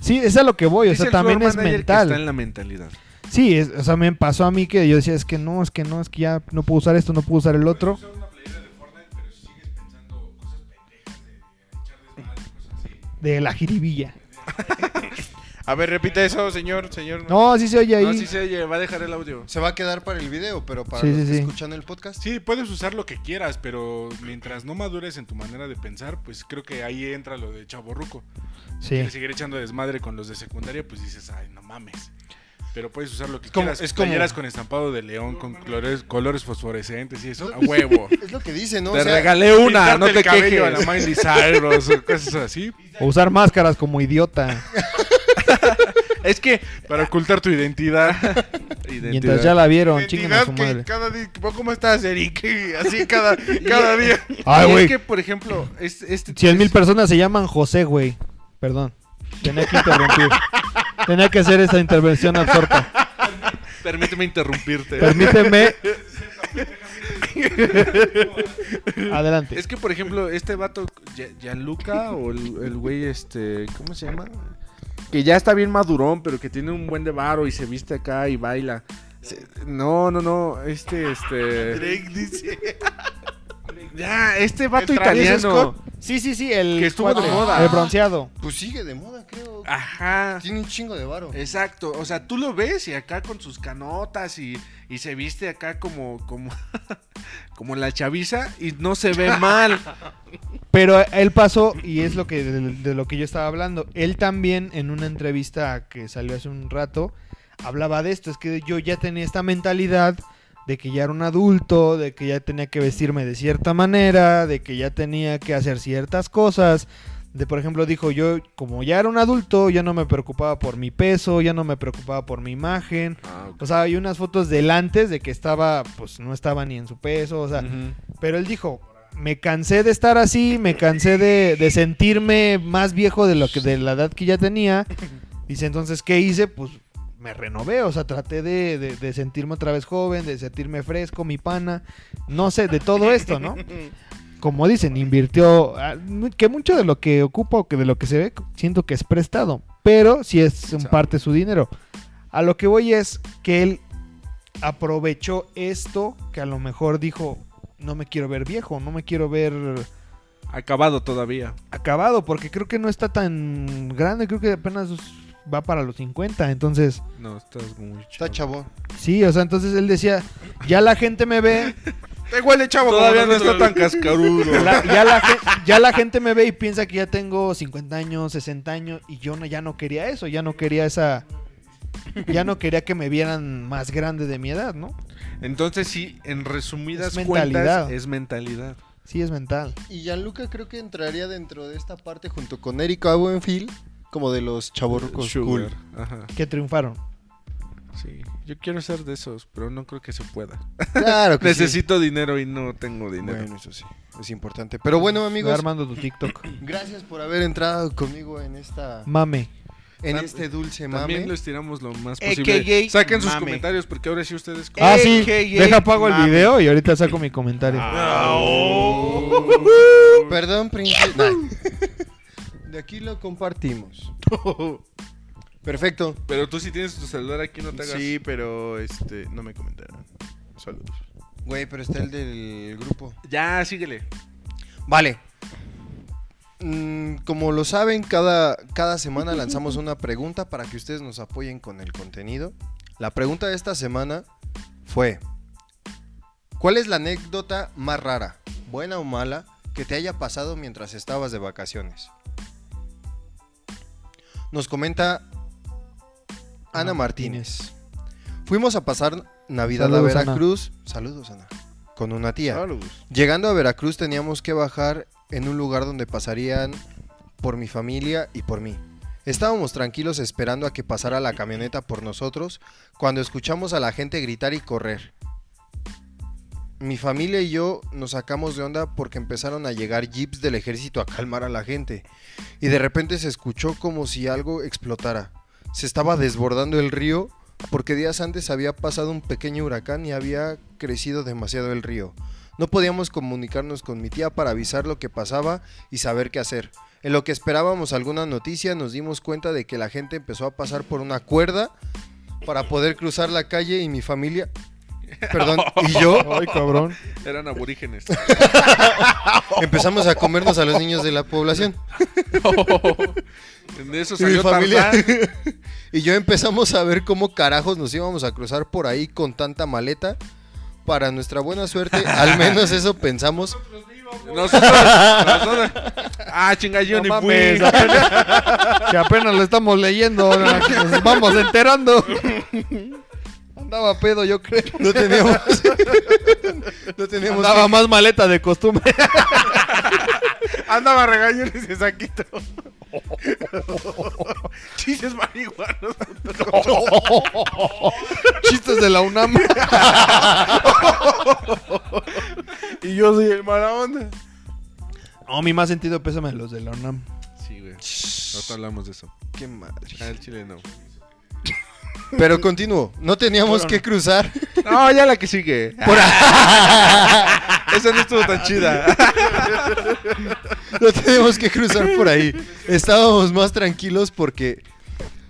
[SPEAKER 1] Sí, es a lo que voy, o
[SPEAKER 4] Dice
[SPEAKER 1] sea,
[SPEAKER 4] el
[SPEAKER 1] también
[SPEAKER 4] floor
[SPEAKER 1] es
[SPEAKER 4] manager que
[SPEAKER 1] mental.
[SPEAKER 4] Está en la mentalidad.
[SPEAKER 1] Sí, es- o sea, me pasó a mí que yo decía, es que no, es que no, es que ya no puedo usar esto, no puedo usar el otro. De la jiribilla.
[SPEAKER 3] A ver, repite eso, señor, señor.
[SPEAKER 1] No, sí se oye ahí.
[SPEAKER 4] No, sí se oye, va a dejar el audio.
[SPEAKER 2] Se va a quedar para el video, pero para
[SPEAKER 1] Sí,
[SPEAKER 2] los
[SPEAKER 1] sí,
[SPEAKER 2] que
[SPEAKER 1] sí.
[SPEAKER 2] escuchan el podcast.
[SPEAKER 5] Sí, puedes usar lo que quieras, pero mientras no madures en tu manera de pensar, pues creo que ahí entra lo de chaborruco.
[SPEAKER 1] Sí.
[SPEAKER 5] Quieres seguir echando desmadre con los de secundaria, pues dices, ay, no mames. Pero puedes usar lo que
[SPEAKER 2] como-
[SPEAKER 5] quieras.
[SPEAKER 2] es
[SPEAKER 5] Es
[SPEAKER 2] como-
[SPEAKER 5] con estampado de león, con colores, colores fosforescentes y eso, a huevo.
[SPEAKER 2] Es lo que dice, ¿no?
[SPEAKER 4] te
[SPEAKER 2] O sea,
[SPEAKER 4] regalé una,
[SPEAKER 5] Pintarte
[SPEAKER 4] no
[SPEAKER 5] el
[SPEAKER 4] te
[SPEAKER 5] cabello a la
[SPEAKER 4] quejes.
[SPEAKER 5] Miley Cyrus o cosas así,
[SPEAKER 1] O usar máscaras como idiota.
[SPEAKER 4] Es que.
[SPEAKER 5] para ocultar tu identidad.
[SPEAKER 4] este,
[SPEAKER 1] Mientras ya la vieron, chingan a
[SPEAKER 3] Identidad
[SPEAKER 1] su
[SPEAKER 3] que
[SPEAKER 1] madre.
[SPEAKER 3] cada día... ¿Cómo estás, Eric? Así cada, cada día.
[SPEAKER 1] Ay,
[SPEAKER 4] y
[SPEAKER 1] güey.
[SPEAKER 4] es que, por ejemplo, es- este.
[SPEAKER 1] 100 mil personas se llaman José, güey. Perdón. Tenía que interrumpir. Tenía que hacer esa intervención absorta.
[SPEAKER 4] Permíteme interrumpirte.
[SPEAKER 1] Permíteme. Adelante.
[SPEAKER 4] Es que, por ejemplo, este vato, Ya- Gianluca, o el el güey, este, ¿cómo se llama? Que ya está bien madurón, pero que tiene un buen de varo y se viste acá y baila. Se- no, no, no, este, este...
[SPEAKER 3] Drake dice...
[SPEAKER 4] Ya, este vato
[SPEAKER 3] ¿El Travis
[SPEAKER 4] italiano.
[SPEAKER 3] Scott?
[SPEAKER 1] Sí, sí, sí. El
[SPEAKER 4] Que estuvo de
[SPEAKER 1] cuate,
[SPEAKER 4] moda.
[SPEAKER 1] El bronceado.
[SPEAKER 2] pues sigue de moda, creo.
[SPEAKER 4] Ajá.
[SPEAKER 2] Tiene un chingo de varo.
[SPEAKER 4] Exacto, o sea, tú lo ves y acá con sus canotas y, y se viste acá como, como, como la chaviza y no se ve mal.
[SPEAKER 1] Pero él pasó, y es lo que de, de lo que yo estaba hablando. Él también, en una entrevista que salió hace un rato, hablaba de esto. Es que yo ya tenía esta mentalidad de que ya era un adulto, de que ya tenía que vestirme de cierta manera, de que ya tenía que hacer ciertas cosas. De, por ejemplo, dijo yo, como ya era un adulto, ya no me preocupaba por mi peso, ya no me preocupaba por mi imagen. O sea, hay unas fotos del antes de que estaba, pues no estaba ni en su peso, o sea, pero él dijo, me cansé de estar así, me cansé de, de sentirme más viejo de lo que de la edad que ya tenía. Dice, entonces, ¿qué hice? Pues me renové, o sea, traté de, de- de sentirme otra vez joven, de sentirme fresco, mi pana, no sé, de todo esto, ¿no? Como dicen, invirtió, ah, mu- que mucho de lo que ocupa o que de lo que se ve, siento que es prestado, pero sí es en parte su dinero. A lo que voy es que él aprovechó esto que a lo mejor dijo, no me quiero ver viejo, no me quiero ver
[SPEAKER 4] Acabado todavía.
[SPEAKER 1] acabado, porque creo que no está tan grande, creo que apenas va para los 50, entonces,
[SPEAKER 4] No, estás muy chido.
[SPEAKER 2] Está chavo.
[SPEAKER 1] sí, o sea, entonces él decía, ya la gente me ve,
[SPEAKER 3] Está igual de chavo.
[SPEAKER 4] Todavía
[SPEAKER 3] como
[SPEAKER 4] no está tan
[SPEAKER 3] nosotros.
[SPEAKER 4] cascarudo.
[SPEAKER 1] la- ya, la, gen- ya la gente me ve y piensa que ya tengo 50 años, 60 años, y yo no, ya no quería eso, ya no quería esa... Ya no quería que me vieran más grande de mi edad, ¿no?
[SPEAKER 4] Entonces sí, en resumidas
[SPEAKER 1] Es mentalidad.
[SPEAKER 4] cuentas es mentalidad.
[SPEAKER 1] Sí, es mental.
[SPEAKER 2] Y Gianluca creo que entraría dentro de esta parte junto con Erika Buenfield, como de los chavorrucos cool.
[SPEAKER 4] Sugar. Ajá.
[SPEAKER 1] Que triunfaron.
[SPEAKER 4] Sí. Yo quiero ser de esos, pero no creo que se pueda.
[SPEAKER 2] Claro que sí.
[SPEAKER 4] Necesito dinero y no tengo dinero.
[SPEAKER 2] Bueno, eso sí, es importante. Pero bueno,
[SPEAKER 1] Ve
[SPEAKER 2] amigos,
[SPEAKER 1] armando tu TikTok.
[SPEAKER 2] gracias por haber entrado conmigo en esta
[SPEAKER 1] Mame.
[SPEAKER 2] en
[SPEAKER 4] Tam-
[SPEAKER 2] este dulce
[SPEAKER 4] También
[SPEAKER 2] mame.
[SPEAKER 4] lo estiramos lo más
[SPEAKER 3] AKA
[SPEAKER 4] posible. Saquen sus
[SPEAKER 3] mame.
[SPEAKER 4] comentarios porque ahora sí ustedes...
[SPEAKER 1] Ah, sí.
[SPEAKER 3] AKA,
[SPEAKER 1] Deja apago el
[SPEAKER 3] mame. Ah.
[SPEAKER 1] video y ahorita saco mi comentario.
[SPEAKER 3] oh.
[SPEAKER 2] Perdón, príncipe. Nah. De aquí lo compartimos. Perfecto.
[SPEAKER 4] Pero tú si tienes tu celular aquí no te hagas...
[SPEAKER 3] Sí, pero este, no me comentaron. Saludos.
[SPEAKER 2] Güey, pero está el del grupo.
[SPEAKER 4] Ya, síguele.
[SPEAKER 2] Vale. Mm, como lo saben, cada, cada semana lanzamos una pregunta para que ustedes nos apoyen con el contenido. La pregunta de esta semana fue, ¿cuál es la anécdota más rara, buena o mala, que te haya pasado mientras estabas de vacaciones? Nos comenta Ana
[SPEAKER 1] Ana
[SPEAKER 2] Martínez. Fuimos a pasar Navidad
[SPEAKER 1] Saludos,
[SPEAKER 2] a
[SPEAKER 1] Ana.
[SPEAKER 2] Veracruz. Saludos, Ana. Con una tía.
[SPEAKER 3] Saludos.
[SPEAKER 2] Llegando a Veracruz teníamos que bajar en un lugar donde pasarían por mi familia y por mí. Estábamos tranquilos esperando a que pasara la camioneta por nosotros cuando escuchamos a la gente gritar y correr. Mi familia y yo nos sacamos de onda porque empezaron a llegar jeeps del ejército a calmar a la gente. Y de repente se escuchó como si algo explotara. Se estaba desbordando el río porque días antes había pasado un pequeño huracán y había crecido demasiado el río. No podíamos comunicarnos con mi tía para avisar lo que pasaba y saber qué hacer. En lo que esperábamos alguna noticia nos dimos cuenta de que la gente empezó a pasar por una cuerda para poder cruzar la calle y mi familia, perdón, y yo
[SPEAKER 1] Ay, cabrón.
[SPEAKER 4] Eran aborígenes.
[SPEAKER 2] empezamos a comernos a los niños de la población.
[SPEAKER 4] De eso
[SPEAKER 2] Y mi
[SPEAKER 4] salió
[SPEAKER 2] familia.
[SPEAKER 4] Tarzán.
[SPEAKER 2] y yo empezamos a ver cómo carajos nos íbamos a cruzar por ahí con tanta maleta. Para nuestra buena suerte, al menos eso pensamos.
[SPEAKER 4] Nosotros, nosotros- Ah, chinga, yo
[SPEAKER 1] No
[SPEAKER 4] ni
[SPEAKER 1] mames,
[SPEAKER 3] pues,
[SPEAKER 4] fui.
[SPEAKER 1] apenas- que apenas lo estamos leyendo, ahora nos vamos enterando. Andaba pedo, yo creo.
[SPEAKER 2] No teníamos. no teníamos.
[SPEAKER 1] Andaba más maleta de costumbre.
[SPEAKER 3] Andaba regañando ese saquito. Chises marihuanos.
[SPEAKER 1] Chistes de la UNAM.
[SPEAKER 3] Y yo soy el mala onda.
[SPEAKER 1] No, mi más sentido pésame los de la UNAM.
[SPEAKER 4] Sí, güey. No te hablamos de eso.
[SPEAKER 2] Qué madre.
[SPEAKER 4] Al chile no.
[SPEAKER 2] Pero continúo. No teníamos que cruzar.
[SPEAKER 4] No, ya la que sigue. Esa no estuvo tan chida.
[SPEAKER 2] No teníamos que cruzar por ahí. Estábamos más tranquilos porque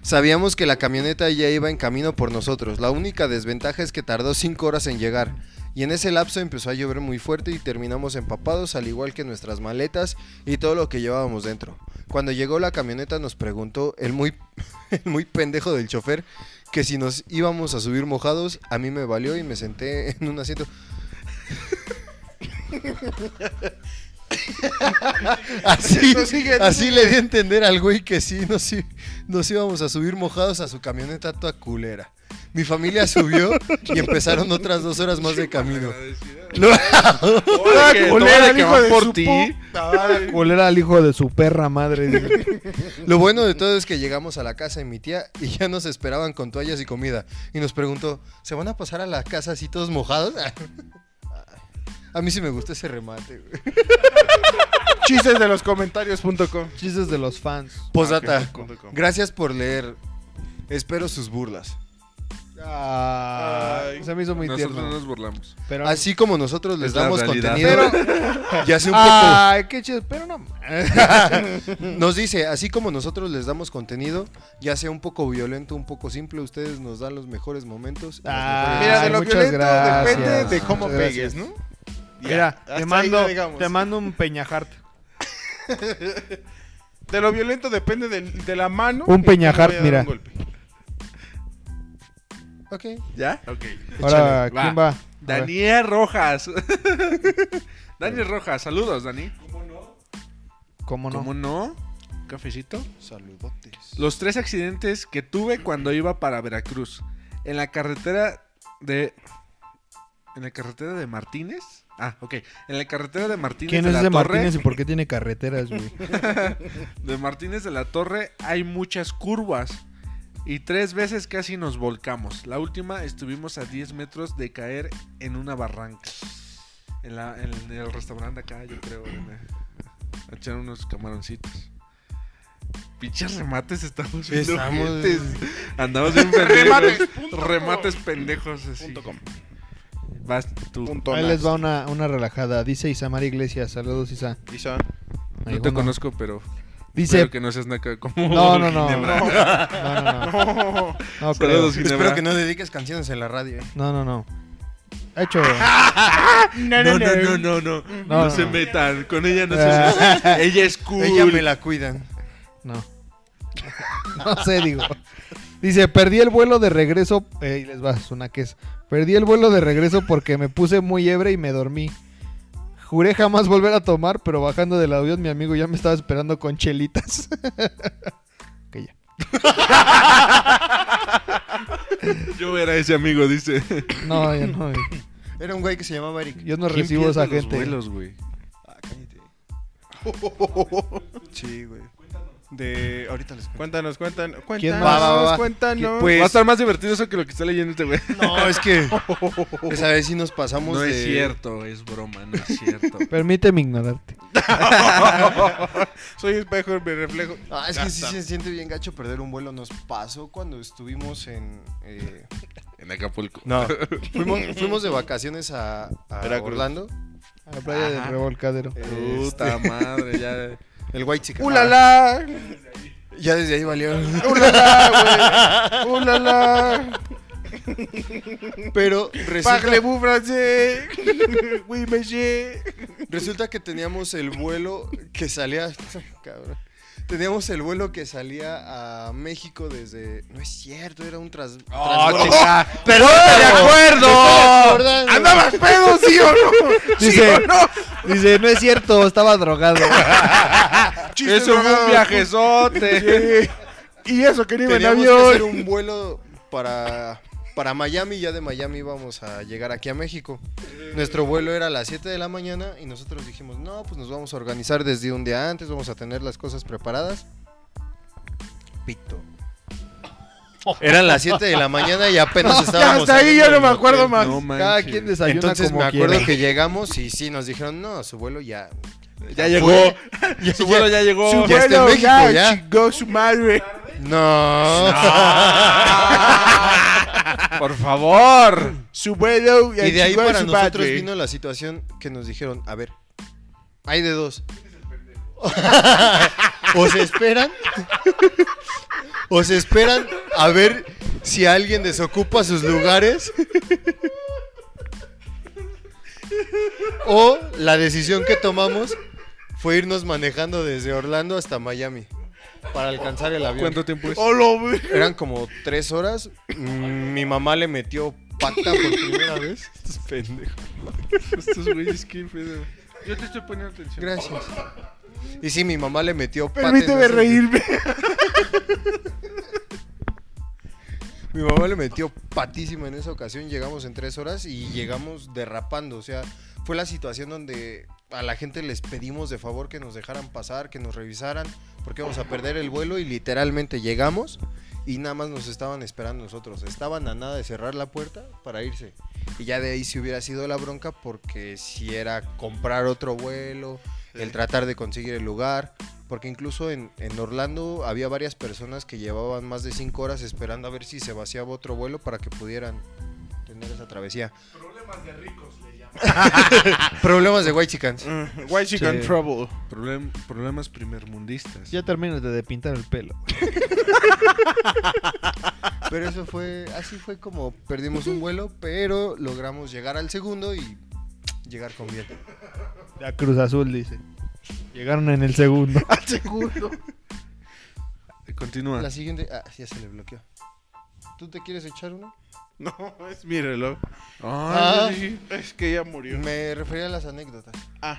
[SPEAKER 2] sabíamos que la camioneta ya iba en camino por nosotros. La única desventaja es que tardó cinco horas en llegar. Y en ese lapso empezó a llover muy fuerte y terminamos empapados al igual que nuestras maletas y todo lo que llevábamos dentro. Cuando llegó la camioneta nos preguntó el muy, el muy pendejo del chofer que si nos íbamos a subir mojados, a mí me valió y me senté en un asiento. así,
[SPEAKER 3] Esto sigue, esto
[SPEAKER 2] así le di a entender al güey que sí nos, i- nos íbamos a subir mojados a su camioneta toda culera. Mi familia subió y empezaron otras dos horas más de camino.
[SPEAKER 4] Ahora que, ahora que va por ti.
[SPEAKER 1] Culera al hijo de su perra madre.
[SPEAKER 2] Lo bueno de todo es que llegamos a la casa de mi tía y ya nos esperaban con toallas y comida. Y nos preguntó, ¿se van a pasar a la casa así todos mojados? A mí sí me gusta ese remate. güey.
[SPEAKER 3] Chistes de los comentarios.com.
[SPEAKER 1] Chistes de los fans.
[SPEAKER 2] Posdata,
[SPEAKER 3] Ah, qué poco.
[SPEAKER 2] gracias por leer. Espero sus burlas.
[SPEAKER 1] Ay,
[SPEAKER 3] Ay.
[SPEAKER 1] se me hizo muy
[SPEAKER 4] Nosotros
[SPEAKER 1] tierno.
[SPEAKER 4] nos burlamos.
[SPEAKER 1] Pero,
[SPEAKER 2] Así como nosotros les
[SPEAKER 4] Es la
[SPEAKER 2] damos
[SPEAKER 4] realidad.
[SPEAKER 2] contenido, ya sé un poco.
[SPEAKER 1] ay, qué chido. Pero no.
[SPEAKER 2] Mm. Nos dice, así como nosotros les damos contenido, ya sea un poco violento, un poco simple, ustedes nos dan los mejores momentos. y las
[SPEAKER 1] Ah,
[SPEAKER 2] mejores-
[SPEAKER 3] Mira, de lo
[SPEAKER 1] muchas
[SPEAKER 3] violento depende
[SPEAKER 1] gracias,
[SPEAKER 3] de cómo
[SPEAKER 1] muchas
[SPEAKER 3] pegues, ¿no? Ya,
[SPEAKER 1] Mira,
[SPEAKER 3] hasta
[SPEAKER 1] te
[SPEAKER 3] ahí
[SPEAKER 1] mando,
[SPEAKER 3] ya digamos.
[SPEAKER 1] te mando un peñajart.
[SPEAKER 3] De lo violento depende del- de, la mano.
[SPEAKER 1] Un
[SPEAKER 3] en que le
[SPEAKER 1] peñajar,
[SPEAKER 3] voy a dar
[SPEAKER 1] mira.
[SPEAKER 3] un golpe.
[SPEAKER 2] Ok.
[SPEAKER 4] ¿Ya?
[SPEAKER 1] Ahora,
[SPEAKER 4] Échale, va.
[SPEAKER 1] ¿quién va? A ver.
[SPEAKER 4] Daniel Rojas. Daniel Rojas, saludos, Dani.
[SPEAKER 1] ¿Cómo no?
[SPEAKER 4] ¿Cómo no? ¿Cafecito?
[SPEAKER 2] Saludotes.
[SPEAKER 4] Los tres accidentes que tuve cuando iba para Veracruz. En la carretera de. En la carretera de Martínez. Ah, ok. En la carretera de Martínez
[SPEAKER 1] ¿Quién
[SPEAKER 4] de
[SPEAKER 1] es
[SPEAKER 4] la
[SPEAKER 1] ese
[SPEAKER 4] Torre.
[SPEAKER 1] Martínez y por qué tiene carreteras, güey?
[SPEAKER 4] De Martínez de la Torre hay muchas curvas. Y tres veces casi nos volcamos. La última estuvimos a 10 metros de caer en una barranca. En, la- en el restaurante acá, yo creo. en la- a echar unos camaroncitos. Pinches remates estamos viendo.
[SPEAKER 2] Estamos-
[SPEAKER 1] eh.
[SPEAKER 4] Andamos bien pendejos.
[SPEAKER 3] Remates, punto com.
[SPEAKER 4] Remates pendejos así.
[SPEAKER 3] Punto com.
[SPEAKER 4] Vas tú.
[SPEAKER 3] Punto
[SPEAKER 1] Ahí
[SPEAKER 3] nas.
[SPEAKER 1] les va una, una relajada. Dice Isamar Iglesias. Saludos, Isa.
[SPEAKER 3] Isa.
[SPEAKER 1] Ahí
[SPEAKER 4] No te
[SPEAKER 1] uno.
[SPEAKER 4] conozco, pero
[SPEAKER 1] Dice.
[SPEAKER 4] espero que no seas naca como
[SPEAKER 1] No, no, no. No,
[SPEAKER 4] Ginebra.
[SPEAKER 1] no, no. No,
[SPEAKER 3] No.
[SPEAKER 1] no, creo.
[SPEAKER 4] Saludos,
[SPEAKER 2] Espero
[SPEAKER 4] Ginebra.
[SPEAKER 2] que no dediques canciones en la radio. eh.
[SPEAKER 1] no, no, no. Ha hecho. eh,
[SPEAKER 4] No, no, no, no, no. No,
[SPEAKER 1] no.
[SPEAKER 4] se metan. Con ella no se
[SPEAKER 1] Ah.
[SPEAKER 4] metan. Ella es cool.
[SPEAKER 2] Ella me la cuidan.
[SPEAKER 1] No. No sé, digo. Dice, perdí el vuelo de regreso. Eh, ahí les va, es una que es. Perdí el vuelo de regreso porque me puse muy ebra y me dormí. Juré jamás volver a tomar, pero bajando del avión mi amigo ya me estaba esperando con chelitas. Ok, ya.
[SPEAKER 4] Yo era ese amigo, dice.
[SPEAKER 1] No, yo no, güey.
[SPEAKER 2] Era un güey que se llamaba Eric.
[SPEAKER 1] yo no recibo esa gente.
[SPEAKER 4] Vuelos, güey.
[SPEAKER 2] Ah, cállate. Sí, güey. De. Ahorita les cuento.
[SPEAKER 3] Cuéntanos, cuéntanos.
[SPEAKER 1] ¿Quién
[SPEAKER 3] Cuéntanos,
[SPEAKER 1] más?
[SPEAKER 2] Va, va, va, va.
[SPEAKER 3] cuéntanos.
[SPEAKER 2] Pues-
[SPEAKER 4] Va a estar más divertido eso que lo que está leyendo este güey.
[SPEAKER 2] No, es que. Esa vez sí nos pasamos
[SPEAKER 4] No
[SPEAKER 2] de.
[SPEAKER 4] es cierto, es broma, no es cierto.
[SPEAKER 1] Permíteme ignorarte.
[SPEAKER 3] Soy espejo, me reflejo.
[SPEAKER 2] Ah, es
[SPEAKER 3] Ya
[SPEAKER 2] que sí
[SPEAKER 3] está.
[SPEAKER 2] se siente bien gacho perder un vuelo. Nos pasó cuando estuvimos en. eh,
[SPEAKER 4] En Acapulco.
[SPEAKER 2] No. fuimos, fuimos de vacaciones a, a
[SPEAKER 3] Veracruz.
[SPEAKER 2] Orlando. Eh,
[SPEAKER 1] A la playa del
[SPEAKER 4] Ajá.
[SPEAKER 1] revolcadero.
[SPEAKER 4] Puta madre, ya.
[SPEAKER 2] El White Chicken.
[SPEAKER 3] ¡Ulala!
[SPEAKER 2] Ya desde ahí valió.
[SPEAKER 3] ¡Ulala, güey! ¡Ulala!
[SPEAKER 2] Pero resulta,
[SPEAKER 3] ¡Pagle vous français! ¡Oui, monsieur!
[SPEAKER 2] resulta que teníamos el vuelo que salía. Cabrón. Teníamos el vuelo que salía a México desde. No es cierto, era un tras.
[SPEAKER 4] Ah, Oh,
[SPEAKER 2] transbordo.
[SPEAKER 4] ¡Pero de acuerdo!
[SPEAKER 2] Acordando.
[SPEAKER 3] ¡Andabas pedo, sí o no!
[SPEAKER 1] Dice, dice, no es cierto, estaba drogado.
[SPEAKER 3] Chiste
[SPEAKER 4] Eso fue
[SPEAKER 3] drogado.
[SPEAKER 4] un viajezote.
[SPEAKER 3] Y eso que no iba en
[SPEAKER 2] Teníamos que
[SPEAKER 3] avión.
[SPEAKER 2] hacer un vuelo para, para Miami y ya de Miami íbamos a llegar aquí a México. Nuestro vuelo era a las 7 de la mañana y nosotros dijimos, no, pues nos vamos a organizar desde un día antes, vamos a tener las cosas preparadas. Pito. Eran las 7 de la mañana y apenas
[SPEAKER 3] Ya
[SPEAKER 2] estábamos...
[SPEAKER 3] hasta ahí
[SPEAKER 2] saliendo
[SPEAKER 3] ya no
[SPEAKER 2] del
[SPEAKER 3] me acuerdo
[SPEAKER 2] hotel.
[SPEAKER 3] más.
[SPEAKER 4] No manches.
[SPEAKER 1] Cada quien desayuna
[SPEAKER 2] Entonces
[SPEAKER 1] como
[SPEAKER 2] me acuerdo
[SPEAKER 1] quiere.
[SPEAKER 2] que llegamos y sí, nos dijeron, no, su vuelo ya...
[SPEAKER 4] Ya llegó. Su vuelo ya llegó.
[SPEAKER 3] Su
[SPEAKER 2] Ya está en
[SPEAKER 3] vuelo
[SPEAKER 2] México,
[SPEAKER 3] ya,
[SPEAKER 2] ya.
[SPEAKER 3] chingó su madre.
[SPEAKER 2] No.
[SPEAKER 4] Por favor.
[SPEAKER 3] Su vuelo ya
[SPEAKER 2] Y de ahí
[SPEAKER 3] chingó
[SPEAKER 2] para
[SPEAKER 3] su
[SPEAKER 2] nosotros
[SPEAKER 3] madre.
[SPEAKER 2] vino la situación que nos dijeron, a ver, hay de dos. o se esperan, o se esperan a ver si alguien desocupa sus lugares. O la decisión que tomamos fue irnos manejando desde Orlando hasta Miami para alcanzar el avión.
[SPEAKER 4] ¿Cuánto tiempo es?
[SPEAKER 3] Hola, güey.
[SPEAKER 2] Eran como tres horas. Mm, Mi mamá le metió pata por primera vez. Estos pendejos.
[SPEAKER 4] Estos güeyes, qué pedo. Yo te estoy poniendo atención.
[SPEAKER 2] Gracias. Y sí, mi mamá le metió pata. en
[SPEAKER 3] Permíteme
[SPEAKER 2] ese-
[SPEAKER 3] reírme.
[SPEAKER 2] Mi mamá le metió patísima en esa ocasión. Llegamos en tres horas y llegamos derrapando. O sea, fue la situación donde a la gente les pedimos de favor que nos dejaran pasar, que nos revisaran, porque íbamos a perder el vuelo y literalmente llegamos y nada más nos estaban esperando nosotros. Estaban a nada de cerrar la puerta para irse. Y ya de ahí si hubiera sido la bronca porque si era comprar otro vuelo, el tratar de conseguir el lugar, Porque incluso en, en Orlando había varias personas que llevaban más de cinco horas esperando a ver si se vaciaba otro vuelo para que pudieran tener esa travesía.
[SPEAKER 5] Problemas de ricos le llaman.
[SPEAKER 2] Problemas de Huaychicans.
[SPEAKER 3] Why she got in
[SPEAKER 1] Sí.
[SPEAKER 3] Mm, trouble?
[SPEAKER 4] Problem- problemas primermundistas.
[SPEAKER 1] Ya termínate de pintar el pelo.
[SPEAKER 2] Pero eso fue, así fue como perdimos un vuelo, pero logramos llegar al segundo y llegar con bien.
[SPEAKER 1] La Cruz Azul dice. Llegaron en el segundo.
[SPEAKER 2] Al segundo.
[SPEAKER 4] Eh, Continúa.
[SPEAKER 2] La siguiente, ah, ya se le bloqueó. ¿Tú te quieres echar uno?
[SPEAKER 3] No, es mi reloj.
[SPEAKER 4] Ah,
[SPEAKER 2] Ah.
[SPEAKER 3] Sí, Es que ya murió.
[SPEAKER 2] Me refería a las anécdotas.
[SPEAKER 3] Ah.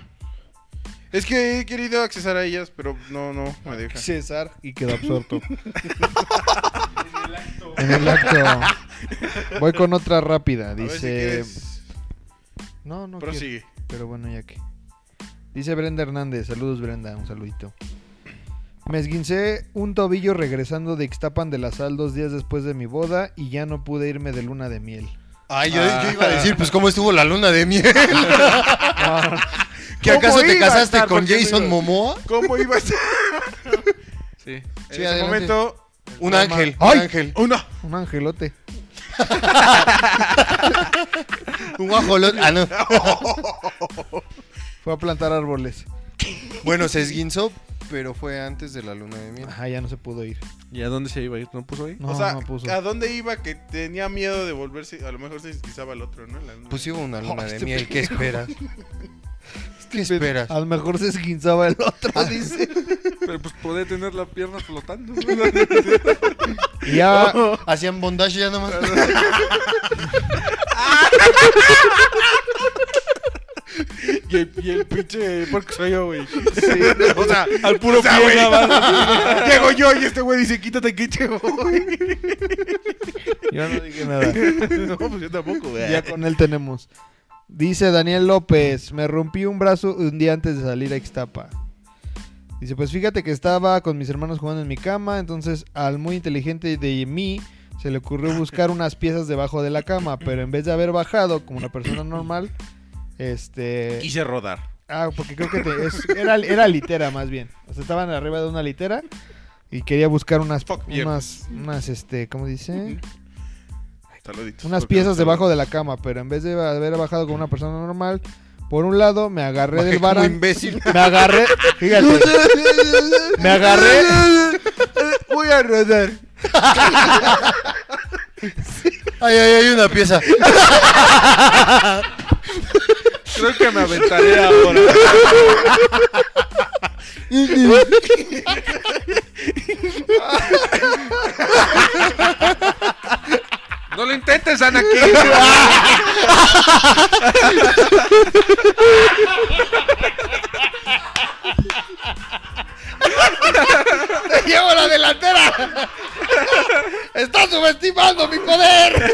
[SPEAKER 3] Es que he querido accesar a ellas, pero no, no me deja.
[SPEAKER 1] César y quedó absorto.
[SPEAKER 5] En el acto.
[SPEAKER 1] en el acto. Voy con otra rápida.
[SPEAKER 3] A ver si
[SPEAKER 1] Dice.
[SPEAKER 3] quieres.
[SPEAKER 1] no, no. quiero.
[SPEAKER 3] Prosigue.
[SPEAKER 1] Pero bueno, ya que. Dice Brenda Hernández. Saludos, Brenda. Un saludito. Me esguincé un tobillo regresando de Ixtapan de la Sal dos días después de mi boda y ya no pude irme de luna de miel.
[SPEAKER 2] Ay, yo, yo iba a decir, pues, ¿cómo estuvo la luna de miel? ¿Que
[SPEAKER 3] ¿Cómo
[SPEAKER 2] acaso
[SPEAKER 3] iba a
[SPEAKER 2] te casaste
[SPEAKER 3] estar?
[SPEAKER 2] con
[SPEAKER 3] ¿Por qué no
[SPEAKER 2] Jason
[SPEAKER 3] iba?
[SPEAKER 2] Momoa?
[SPEAKER 3] ¿Cómo iba a ser?
[SPEAKER 4] sí.
[SPEAKER 3] En
[SPEAKER 2] Sí,
[SPEAKER 3] ese
[SPEAKER 2] adelante.
[SPEAKER 3] momento.
[SPEAKER 2] Un ángel, un
[SPEAKER 1] ¡Ay!
[SPEAKER 2] ángel.
[SPEAKER 3] Uno.
[SPEAKER 1] Un angelote.
[SPEAKER 2] Un guajolote. Ah, no.
[SPEAKER 1] Fue a plantar árboles.
[SPEAKER 2] Bueno, se esguinzó, pero fue antes de la luna de miel.
[SPEAKER 1] Ajá, ya no se pudo ir.
[SPEAKER 4] ¿Y a dónde se iba a ir? ¿No puso ahí?
[SPEAKER 1] No,
[SPEAKER 3] o sea,
[SPEAKER 1] no puso.
[SPEAKER 3] ¿a dónde iba que tenía miedo de volverse? A lo mejor se esquizaba el otro, ¿no? La-
[SPEAKER 2] Pues sí hubo una luna
[SPEAKER 1] Oh,
[SPEAKER 2] de
[SPEAKER 1] este Ah.
[SPEAKER 2] miel, ¿qué esperas? ¿Qué esperas?
[SPEAKER 1] A lo mejor se esguinzaba el otro,
[SPEAKER 3] Ah,
[SPEAKER 1] dice.
[SPEAKER 4] Pero pues podía tener la pierna flotando.
[SPEAKER 1] Y ya,
[SPEAKER 2] Ah, Hacían bondage ya nomás.
[SPEAKER 5] Y el, y el pinche porque soy yo, güey.
[SPEAKER 3] o sea,
[SPEAKER 5] Al puro pie
[SPEAKER 3] güey.
[SPEAKER 5] nada más.
[SPEAKER 3] llego yo y este güey dice, quítate que te voy.
[SPEAKER 1] yo no dije nada.
[SPEAKER 3] No, pues yo tampoco, güey.
[SPEAKER 1] Ya con él tenemos. Dice Daniel López, me rompí un brazo un día antes de salir a Ixtapa. Dice, pues fíjate que estaba con mis hermanos jugando en mi cama, entonces al muy inteligente de mí se le ocurrió buscar unas piezas debajo de la cama, pero en vez de haber bajado como una persona normal, este...
[SPEAKER 3] Quise rodar.
[SPEAKER 1] Ah, porque creo que te- es- era, era litera más bien. O sea, estaban arriba de una litera y quería buscar unas,
[SPEAKER 3] Fuck, mierda.
[SPEAKER 1] unas, unas, este, ¿cómo dice?
[SPEAKER 3] Saluditos.
[SPEAKER 1] unas piezas debajo de la cama, pero en vez de haber bajado con una persona normal, por un lado me agarré del
[SPEAKER 2] Como
[SPEAKER 1] barandal.
[SPEAKER 2] imbécil.
[SPEAKER 1] Me agarré, fíjate, me agarré.
[SPEAKER 2] Voy a rodar. Ay, ay, hay una pieza.
[SPEAKER 4] Creo que me aventaré ahora. No lo intentes, Anakin.
[SPEAKER 2] ¡Te llevo la delantera! ¡Estás subestimando mi poder!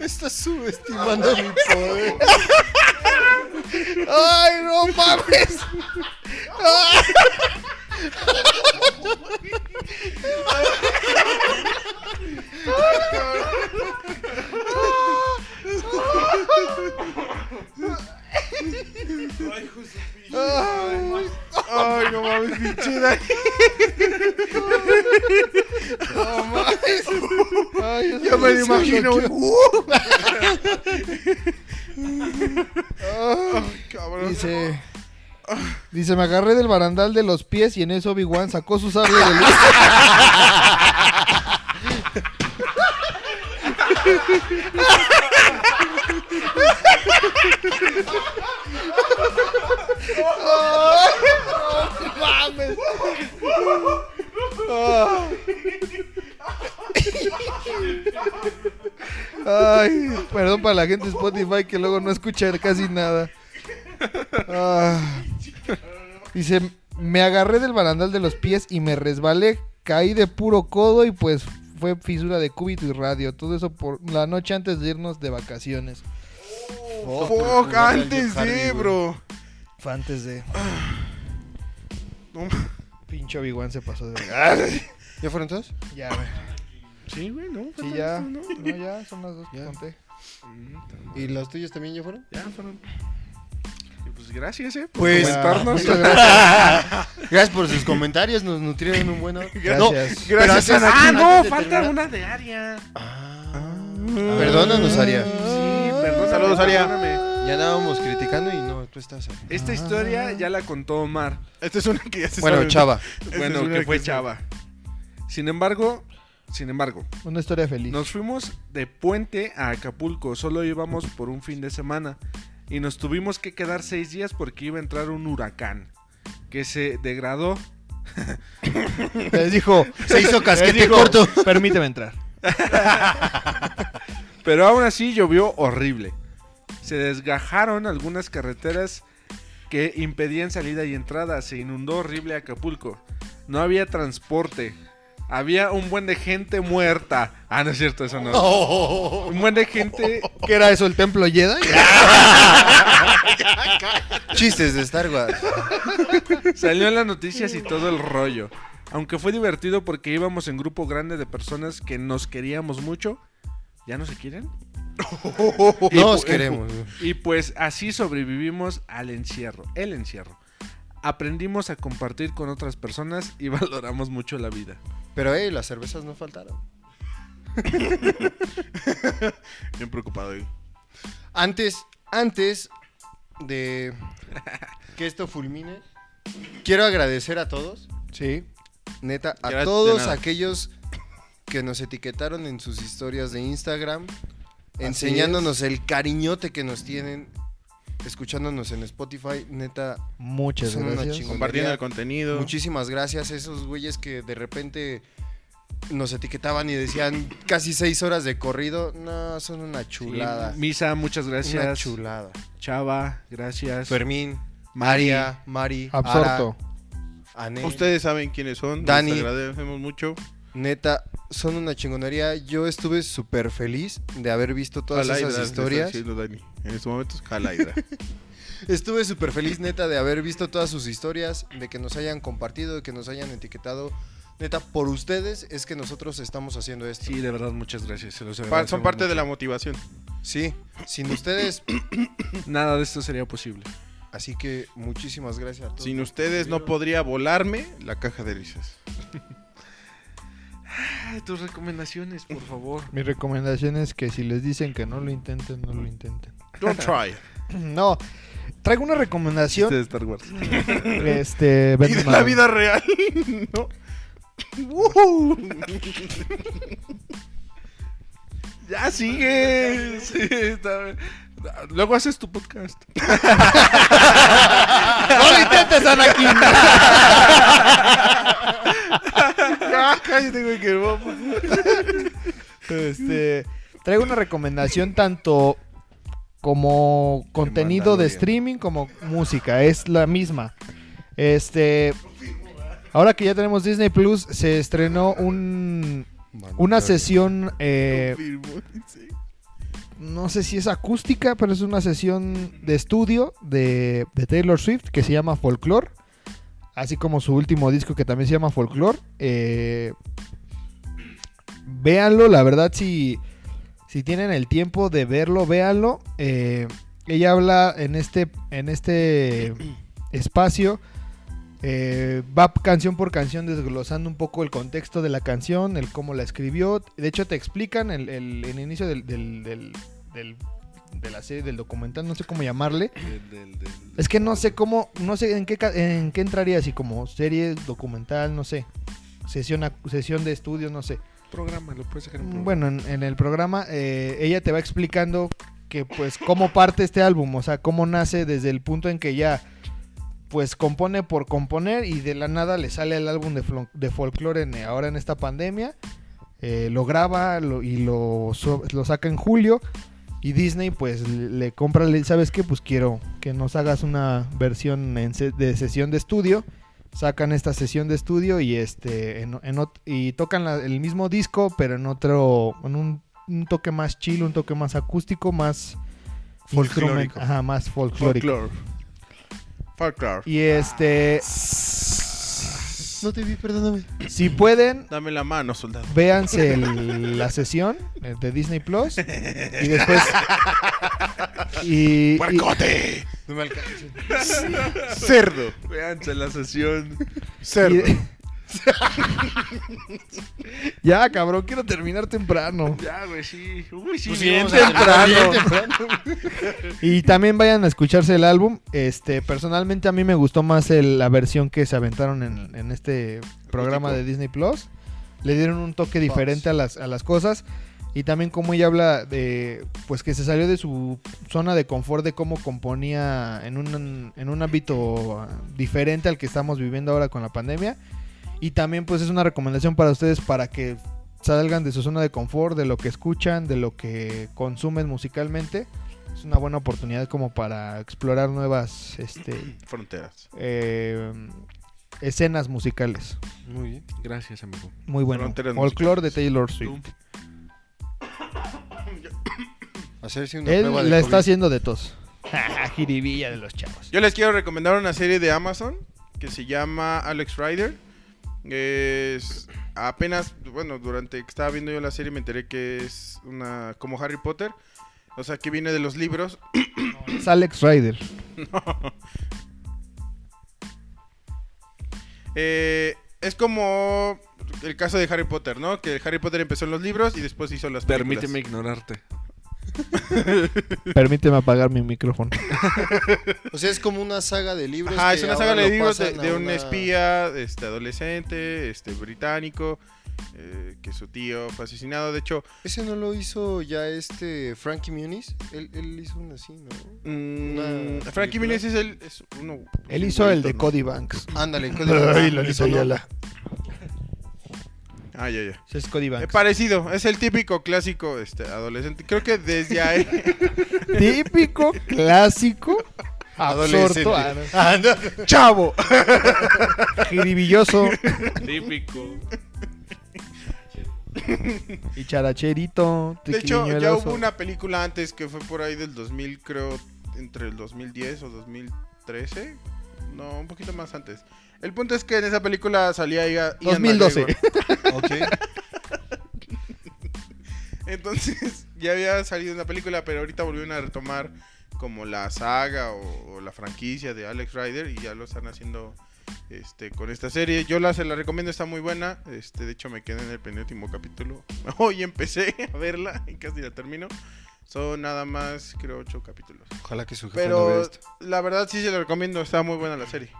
[SPEAKER 2] ¡Estás subestimando mi poder! ¡Ay, no mames!
[SPEAKER 3] Ay, no mames, pinche Dani.
[SPEAKER 1] Ay, eso
[SPEAKER 3] Ya me
[SPEAKER 1] sí
[SPEAKER 3] lo imagino,
[SPEAKER 1] bloqueó.
[SPEAKER 3] güey. Ay, cabrón.
[SPEAKER 1] Dice, dice, me agarré del barandal de los pies y en eso Obi-Wan sacó su sable de luz. Ay, perdón para la gente de Spotify que luego no escucha casi nada. Ah. Dice, me agarré del barandal de los pies y me resbalé, caí de puro codo y pues fue fisura de cúbito y radio. Todo eso por la noche antes de irnos de vacaciones.
[SPEAKER 4] Oh,
[SPEAKER 2] Oh,
[SPEAKER 3] Fuck, antes de, bro.
[SPEAKER 1] Fue antes de.
[SPEAKER 3] No,
[SPEAKER 1] Pincho Obi-Wan se pasó de. Ah,
[SPEAKER 2] ¿Ya fueron todos?
[SPEAKER 1] Ya, güey.
[SPEAKER 3] Sí, güey, no.
[SPEAKER 1] Sí, ya. No, ya, son las dos que
[SPEAKER 2] Ya.
[SPEAKER 1] conté.
[SPEAKER 2] ¿Y los tuyos también ya fueron?
[SPEAKER 3] Ya fueron. Y pues gracias, eh.
[SPEAKER 2] Pues,
[SPEAKER 1] Comentarnos.
[SPEAKER 2] muchas gracias. gracias por sus comentarios, nos nutrieron un buen...
[SPEAKER 1] Gracias.
[SPEAKER 2] pero antes-
[SPEAKER 3] Ah,
[SPEAKER 2] antes
[SPEAKER 3] no,
[SPEAKER 2] de
[SPEAKER 3] falta
[SPEAKER 2] terminar-
[SPEAKER 3] una de Aria.
[SPEAKER 2] Ah, Perdónanos, Aria.
[SPEAKER 3] Sí, perdón. Saludos, Aria.
[SPEAKER 2] Ya andábamos criticando y no, tú estás... ahí.
[SPEAKER 4] Esta historia ya la contó Omar.
[SPEAKER 3] Esta es una que ya se
[SPEAKER 2] Bueno,
[SPEAKER 3] sabe.
[SPEAKER 2] chava.
[SPEAKER 3] Esta es
[SPEAKER 4] Bueno,
[SPEAKER 3] una
[SPEAKER 4] que fue
[SPEAKER 3] se-
[SPEAKER 4] Chava. Sin embargo, sin embargo,
[SPEAKER 1] Una historia feliz.
[SPEAKER 4] nos fuimos de puente a Acapulco. Solo íbamos por un fin de semana. Y nos tuvimos que quedar seis días porque iba a entrar un huracán. Que se degradó.
[SPEAKER 1] Les dijo.
[SPEAKER 2] Se hizo casquete
[SPEAKER 1] les dijo,
[SPEAKER 2] corto.
[SPEAKER 1] Permíteme entrar.
[SPEAKER 4] Pero aún así llovió horrible. Se desgajaron algunas carreteras que impedían salida y entrada. Se inundó horrible Acapulco. No había transporte. Había un buen de gente muerta. Ah, no es cierto, eso no.
[SPEAKER 2] "Oh".
[SPEAKER 4] Un buen de gente.
[SPEAKER 1] ¿Qué era eso, el templo Jedi?
[SPEAKER 2] Chistes de Star Wars.
[SPEAKER 4] Salió en las noticias y todo el rollo. Aunque fue divertido porque íbamos en grupo grande de personas que nos queríamos mucho. ¿Ya no se quieren?
[SPEAKER 2] Nos queremos.
[SPEAKER 4] Y pues así sobrevivimos al encierro, el encierro. Aprendimos a compartir con otras personas y valoramos mucho la vida.
[SPEAKER 2] Pero, hey, las cervezas no faltaron.
[SPEAKER 3] Bien preocupado, güey.
[SPEAKER 2] Antes, antes de que esto fulmine, quiero agradecer a todos,
[SPEAKER 1] Sí.
[SPEAKER 2] neta, a
[SPEAKER 3] Gra- de
[SPEAKER 2] todos
[SPEAKER 3] nada.
[SPEAKER 2] aquellos que nos etiquetaron en sus historias de Instagram,
[SPEAKER 1] Así
[SPEAKER 2] enseñándonos el cariñote que nos tienen, escuchándonos en Spotify, neta,
[SPEAKER 1] Muchas
[SPEAKER 2] Son unos
[SPEAKER 1] gracias.
[SPEAKER 2] chingones.
[SPEAKER 3] Compartiendo el contenido.
[SPEAKER 2] muchísimas gracias a esos güeyes que de repente nos etiquetaban y decían casi seis horas de corrido, no, son una chulada.
[SPEAKER 4] Y Misa, muchas
[SPEAKER 2] Una
[SPEAKER 4] gracias.
[SPEAKER 2] chulada.
[SPEAKER 4] Chava, gracias.
[SPEAKER 2] Fermín,
[SPEAKER 4] María,
[SPEAKER 2] María, Mari,
[SPEAKER 1] Absorto.
[SPEAKER 2] Ara, Ané.
[SPEAKER 3] Ustedes saben quiénes son.
[SPEAKER 2] Dani.
[SPEAKER 3] Les agradecemos mucho.
[SPEAKER 2] Neta, son una chingonería. Yo estuve súper feliz de haber visto todas
[SPEAKER 3] Jalaidra,
[SPEAKER 2] esas
[SPEAKER 3] le está
[SPEAKER 2] historias.
[SPEAKER 3] diciendo Dani. En estos momentos, Jalaidra.
[SPEAKER 2] Estuve súper feliz, neta, de haber visto todas sus historias, de que nos hayan compartido, de que nos hayan etiquetado. Neta, por ustedes es que nosotros estamos haciendo esto.
[SPEAKER 4] Sí, de verdad, muchas gracias. se los
[SPEAKER 3] Pa- Son
[SPEAKER 4] agradecemos
[SPEAKER 3] parte de
[SPEAKER 4] mucho.
[SPEAKER 3] la motivación.
[SPEAKER 2] Sí, sin ustedes.
[SPEAKER 4] Nada de esto sería posible.
[SPEAKER 2] Así que muchísimas gracias a todos.
[SPEAKER 3] Sin ustedes no podría volarme la caja de risas.
[SPEAKER 4] Ay, tus recomendaciones, por favor.
[SPEAKER 1] Mi recomendación es que si les dicen que no lo intenten, no lo intenten.
[SPEAKER 3] Don't try.
[SPEAKER 1] No, traigo una recomendación.
[SPEAKER 4] de Star Wars.
[SPEAKER 1] Este,
[SPEAKER 3] Y de
[SPEAKER 1] Batman.
[SPEAKER 3] la vida real. no.
[SPEAKER 4] Ya sigue. Sí, está bien. Luego haces tu podcast.
[SPEAKER 1] ¡No lo intentes, Anakin!
[SPEAKER 3] Cállate, güey, que no.
[SPEAKER 1] Este, traigo una recomendación tanto como contenido de
[SPEAKER 3] Mandalorian.
[SPEAKER 1] streaming como música, es la misma. Este, ahora que ya tenemos Disney Plus, se estrenó un, una
[SPEAKER 2] Pues
[SPEAKER 1] sesión, eh,
[SPEAKER 3] Confirmo, sí.
[SPEAKER 1] no sé si es acústica, pero es una sesión de estudio de, de Taylor Swift que se llama Folklore, así como su último disco que también se llama Folklore. Eh, véanlo, la verdad, si, si tienen el tiempo de verlo, véanlo. Eh, ella habla en este, en este espacio. eh, va canción por canción desglosando un poco el contexto de la canción, el cómo la escribió. De hecho, te explican el, el- en el inicio del, del- del- del- de la serie, del documental, no sé cómo llamarle. Es que no sé cómo, no sé en qué, ca- en qué entraría, así como serie, documental, no sé. Sesión, ac- sesión de estudio, no sé.
[SPEAKER 4] Programa, lo puedes dejar en programa.
[SPEAKER 1] Bueno, en, en el programa eh, ella te va explicando que pues cómo parte este álbum, o sea, cómo nace desde el punto en que ya pues compone por componer y de la nada le sale el álbum de, flo- de folclore en- ahora en esta pandemia, Eh, lo graba lo- y lo, so- lo saca en julio y Disney pues le compra, le- ¿sabes qué? Pues quiero que nos hagas una versión en se- de sesión de estudio sacan esta sesión de estudio y este en- en ot- y tocan la- el mismo disco, pero en otro, en un, un toque más chill, un toque más acústico, más
[SPEAKER 2] Folclórico.
[SPEAKER 1] instrument- ajá, más folclórico.
[SPEAKER 3] Folklore. Folklore.
[SPEAKER 1] Y este,
[SPEAKER 2] No te vi, perdóname.
[SPEAKER 1] si pueden,
[SPEAKER 3] Dame la mano, soldado.
[SPEAKER 1] véanse el- la sesión eh, de Disney Plus y después y, y-
[SPEAKER 3] ¡Puercote!
[SPEAKER 2] No me alcanzo.
[SPEAKER 3] Cerdo. Véanse la sesión.
[SPEAKER 1] y-
[SPEAKER 3] Cerdo.
[SPEAKER 1] ya, cabrón, quiero terminar temprano.
[SPEAKER 4] Ya, güey, sí. Uy, sí.
[SPEAKER 2] Oh. Pues
[SPEAKER 4] no,
[SPEAKER 2] bien
[SPEAKER 4] o sea,
[SPEAKER 2] temprano. Bien temprano.
[SPEAKER 1] Y también vayan a escucharse el álbum. Este, personalmente a mí me gustó más el- la versión que se aventaron en, en este programa de Disney Plus. Le dieron un toque diferente a las, a las cosas. Y también como ella habla de, pues que se salió de su zona de confort de cómo componía en un, en un ámbito ah, diferente al que estamos viviendo ahora con la pandemia. Y también pues es una recomendación para ustedes para que salgan de su zona de confort, de lo que escuchan, de lo que consumen musicalmente. Es una buena oportunidad como para explorar nuevas este,
[SPEAKER 3] Fronteras.
[SPEAKER 1] eh, escenas musicales.
[SPEAKER 2] Muy bien.
[SPEAKER 4] Gracias, amigo.
[SPEAKER 1] Muy bueno.
[SPEAKER 3] Fronteras
[SPEAKER 1] Folklore de Taylor Swift.
[SPEAKER 2] Hacerse una
[SPEAKER 1] Él
[SPEAKER 2] prueba de
[SPEAKER 1] la está
[SPEAKER 2] COVID.
[SPEAKER 1] haciendo de tos. Jiribilla de los chavos.
[SPEAKER 3] Yo les quiero recomendar una serie de Amazon que se llama Alex Rider. Es apenas, bueno, durante que estaba viendo yo la serie me enteré que es una como Harry Potter. O sea, que viene de los libros.
[SPEAKER 1] Es Alex Rider.
[SPEAKER 3] Eh, es como el caso de Harry Potter, ¿no? Que Harry Potter empezó en los libros y después hizo las películas.
[SPEAKER 4] Permíteme ignorarte.
[SPEAKER 1] Permíteme apagar mi micrófono.
[SPEAKER 2] O sea, es como una saga de libros.
[SPEAKER 3] Ajá,
[SPEAKER 2] que
[SPEAKER 3] es una
[SPEAKER 2] ahora
[SPEAKER 3] saga de
[SPEAKER 2] lo
[SPEAKER 3] libros de,
[SPEAKER 2] pasan
[SPEAKER 3] de
[SPEAKER 2] a
[SPEAKER 3] un
[SPEAKER 2] una-
[SPEAKER 3] espía este, adolescente, este británico, eh, que su tío fue asesinado. De hecho,
[SPEAKER 2] Ese no lo hizo ya este Frankie Muniz. Él, él hizo una así, ¿no?
[SPEAKER 3] mm,
[SPEAKER 2] Una
[SPEAKER 3] Frankie
[SPEAKER 2] película.
[SPEAKER 3] Muniz es el. es uno-
[SPEAKER 1] Él
[SPEAKER 3] un
[SPEAKER 1] hizo el
[SPEAKER 3] güerito,
[SPEAKER 1] de
[SPEAKER 3] ¿no?
[SPEAKER 1] Cody Banks.
[SPEAKER 2] Ándale,
[SPEAKER 1] Ay,
[SPEAKER 2] lo
[SPEAKER 1] Lolita Ayala.
[SPEAKER 3] Ah, ya, ya.
[SPEAKER 1] Ese Es Cody
[SPEAKER 3] Eh,
[SPEAKER 1] Banks.
[SPEAKER 3] parecido, es el típico clásico este, adolescente. Creo que desde eh, ahí.
[SPEAKER 1] Típico, clásico, absorto, ah, no.
[SPEAKER 3] ¡Chavo!
[SPEAKER 1] jiribilloso
[SPEAKER 5] Típico.
[SPEAKER 1] y characherito.
[SPEAKER 3] De hecho, ya
[SPEAKER 1] triquiñueloso.
[SPEAKER 3] hubo una película antes que fue por ahí del 2000, creo, entre el 2010 o 2013. No, un poquito más antes. El punto es que en esa película salía Ia- Ian
[SPEAKER 1] 2012.
[SPEAKER 3] McGregor.
[SPEAKER 2] Ok.
[SPEAKER 3] Entonces, ya había salido una película, pero ahorita volvieron a retomar como la saga o, o la franquicia de Alex Rider y ya lo están haciendo este con esta serie. Yo la, se la recomiendo, está muy buena. Este, de hecho, me quedé en el penúltimo capítulo. Hoy empecé a verla y casi la termino. Son nada más, creo, ocho capítulos.
[SPEAKER 2] Ojalá que su jefe no vea
[SPEAKER 3] Pero
[SPEAKER 2] esto.
[SPEAKER 3] la verdad sí se la recomiendo, está muy buena la serie.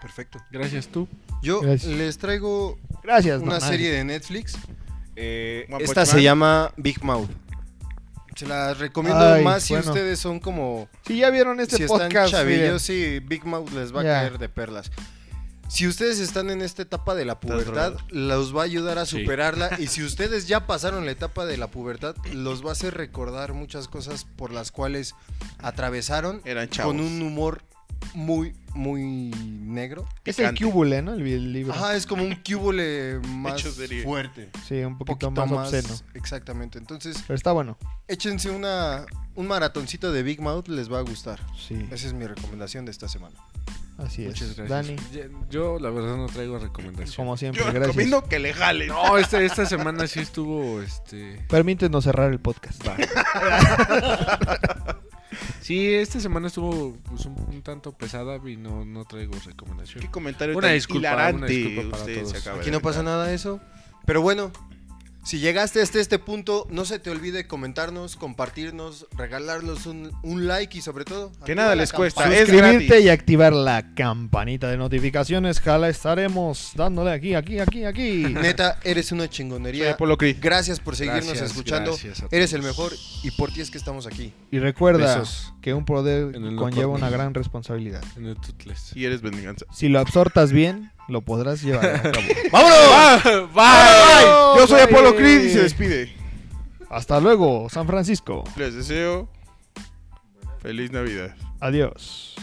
[SPEAKER 2] Perfecto.
[SPEAKER 4] Gracias tú.
[SPEAKER 2] Yo
[SPEAKER 1] Gracias.
[SPEAKER 2] les traigo
[SPEAKER 1] Gracias,
[SPEAKER 2] una
[SPEAKER 1] mamá.
[SPEAKER 2] serie de Netflix. Eh,
[SPEAKER 3] One
[SPEAKER 2] esta
[SPEAKER 3] Punch
[SPEAKER 2] se
[SPEAKER 3] Man.
[SPEAKER 2] llama Big Mouth. Se las recomiendo
[SPEAKER 1] Ay,
[SPEAKER 2] más si
[SPEAKER 1] bueno.
[SPEAKER 2] ustedes son como
[SPEAKER 1] Si ya vieron este
[SPEAKER 2] si están
[SPEAKER 1] podcast, miren,
[SPEAKER 2] chavillos, sí, Big Mouth les va
[SPEAKER 1] Ya.
[SPEAKER 2] a caer de perlas. Si ustedes están en esta etapa de la pubertad,
[SPEAKER 3] drogado.
[SPEAKER 2] los va a ayudar a
[SPEAKER 5] Sí.
[SPEAKER 2] superarla. Y si ustedes ya pasaron la etapa de la pubertad, los va a hacer recordar muchas cosas por las cuales atravesaron
[SPEAKER 3] Eran Eh, chavos.
[SPEAKER 2] con un humor muy, muy negro.
[SPEAKER 1] es el
[SPEAKER 3] picante.
[SPEAKER 1] cúbule, ¿no? El, el libro.
[SPEAKER 2] Ajá, es como un cúbule más
[SPEAKER 3] Hecho serie.
[SPEAKER 2] fuerte.
[SPEAKER 1] sí, un
[SPEAKER 2] Un
[SPEAKER 1] poquito, más, obsceno.
[SPEAKER 2] Exactamente. Entonces,
[SPEAKER 1] Pero está bueno.
[SPEAKER 2] échense una, un maratoncito de Big Mouth, les va a gustar.
[SPEAKER 1] Sí,
[SPEAKER 2] Esa es mi recomendación de esta semana.
[SPEAKER 1] así
[SPEAKER 4] Muchas
[SPEAKER 1] es.
[SPEAKER 4] gracias.
[SPEAKER 1] Dani,
[SPEAKER 4] Yo- Yo, la verdad, no traigo recomendación.
[SPEAKER 1] como siempre,
[SPEAKER 3] Yo
[SPEAKER 1] gracias.
[SPEAKER 3] recomiendo que le jalen.
[SPEAKER 4] No, esta, esta semana sí estuvo, este...
[SPEAKER 1] Permítenos cerrar el podcast.
[SPEAKER 4] va. Sí, esta semana estuvo pues, un, un tanto pesada y no, no traigo recomendación.
[SPEAKER 3] Qué comentario
[SPEAKER 4] Una
[SPEAKER 3] tan
[SPEAKER 4] disculpa,
[SPEAKER 3] hilarante
[SPEAKER 4] una disculpa para
[SPEAKER 3] usted se
[SPEAKER 4] todos.
[SPEAKER 3] acaba de
[SPEAKER 2] Aquí no pasa
[SPEAKER 3] aventar.
[SPEAKER 2] nada de eso. Pero bueno, si llegaste hasta este punto, no se te olvide comentarnos, compartirnos, regalarnos un, un like y sobre todo...
[SPEAKER 3] Que
[SPEAKER 2] activa
[SPEAKER 3] nada
[SPEAKER 2] la
[SPEAKER 3] les cuesta.
[SPEAKER 2] campana.
[SPEAKER 3] Es
[SPEAKER 1] Suscribirte
[SPEAKER 3] gratis.
[SPEAKER 1] y activar la campanita de notificaciones. Jala, estaremos dándole aquí, aquí, aquí, aquí.
[SPEAKER 2] Neta, eres una
[SPEAKER 3] Soy
[SPEAKER 2] chingonería.
[SPEAKER 3] Apolo Creed.
[SPEAKER 2] Gracias por seguirnos
[SPEAKER 4] Gracias,
[SPEAKER 2] escuchando.
[SPEAKER 4] gracias a
[SPEAKER 2] eres el
[SPEAKER 4] todos.
[SPEAKER 2] mejor y por ti es que estamos aquí.
[SPEAKER 1] Y recuerda
[SPEAKER 4] Besos.
[SPEAKER 1] que un poder
[SPEAKER 4] En el
[SPEAKER 1] conlleva
[SPEAKER 4] locorno.
[SPEAKER 1] una gran responsabilidad.
[SPEAKER 4] En el Tutles.
[SPEAKER 3] Y eres venganza.
[SPEAKER 1] Si lo absortas bien, lo podrás llevar a cabo.
[SPEAKER 3] Ah,
[SPEAKER 4] ¡Vámonos! ¡Bye!
[SPEAKER 3] Yo soy
[SPEAKER 1] Bye.
[SPEAKER 3] Apolo Creed y se despide.
[SPEAKER 1] Hasta luego, San Francisco.
[SPEAKER 3] Les deseo feliz Navidad.
[SPEAKER 1] Adiós.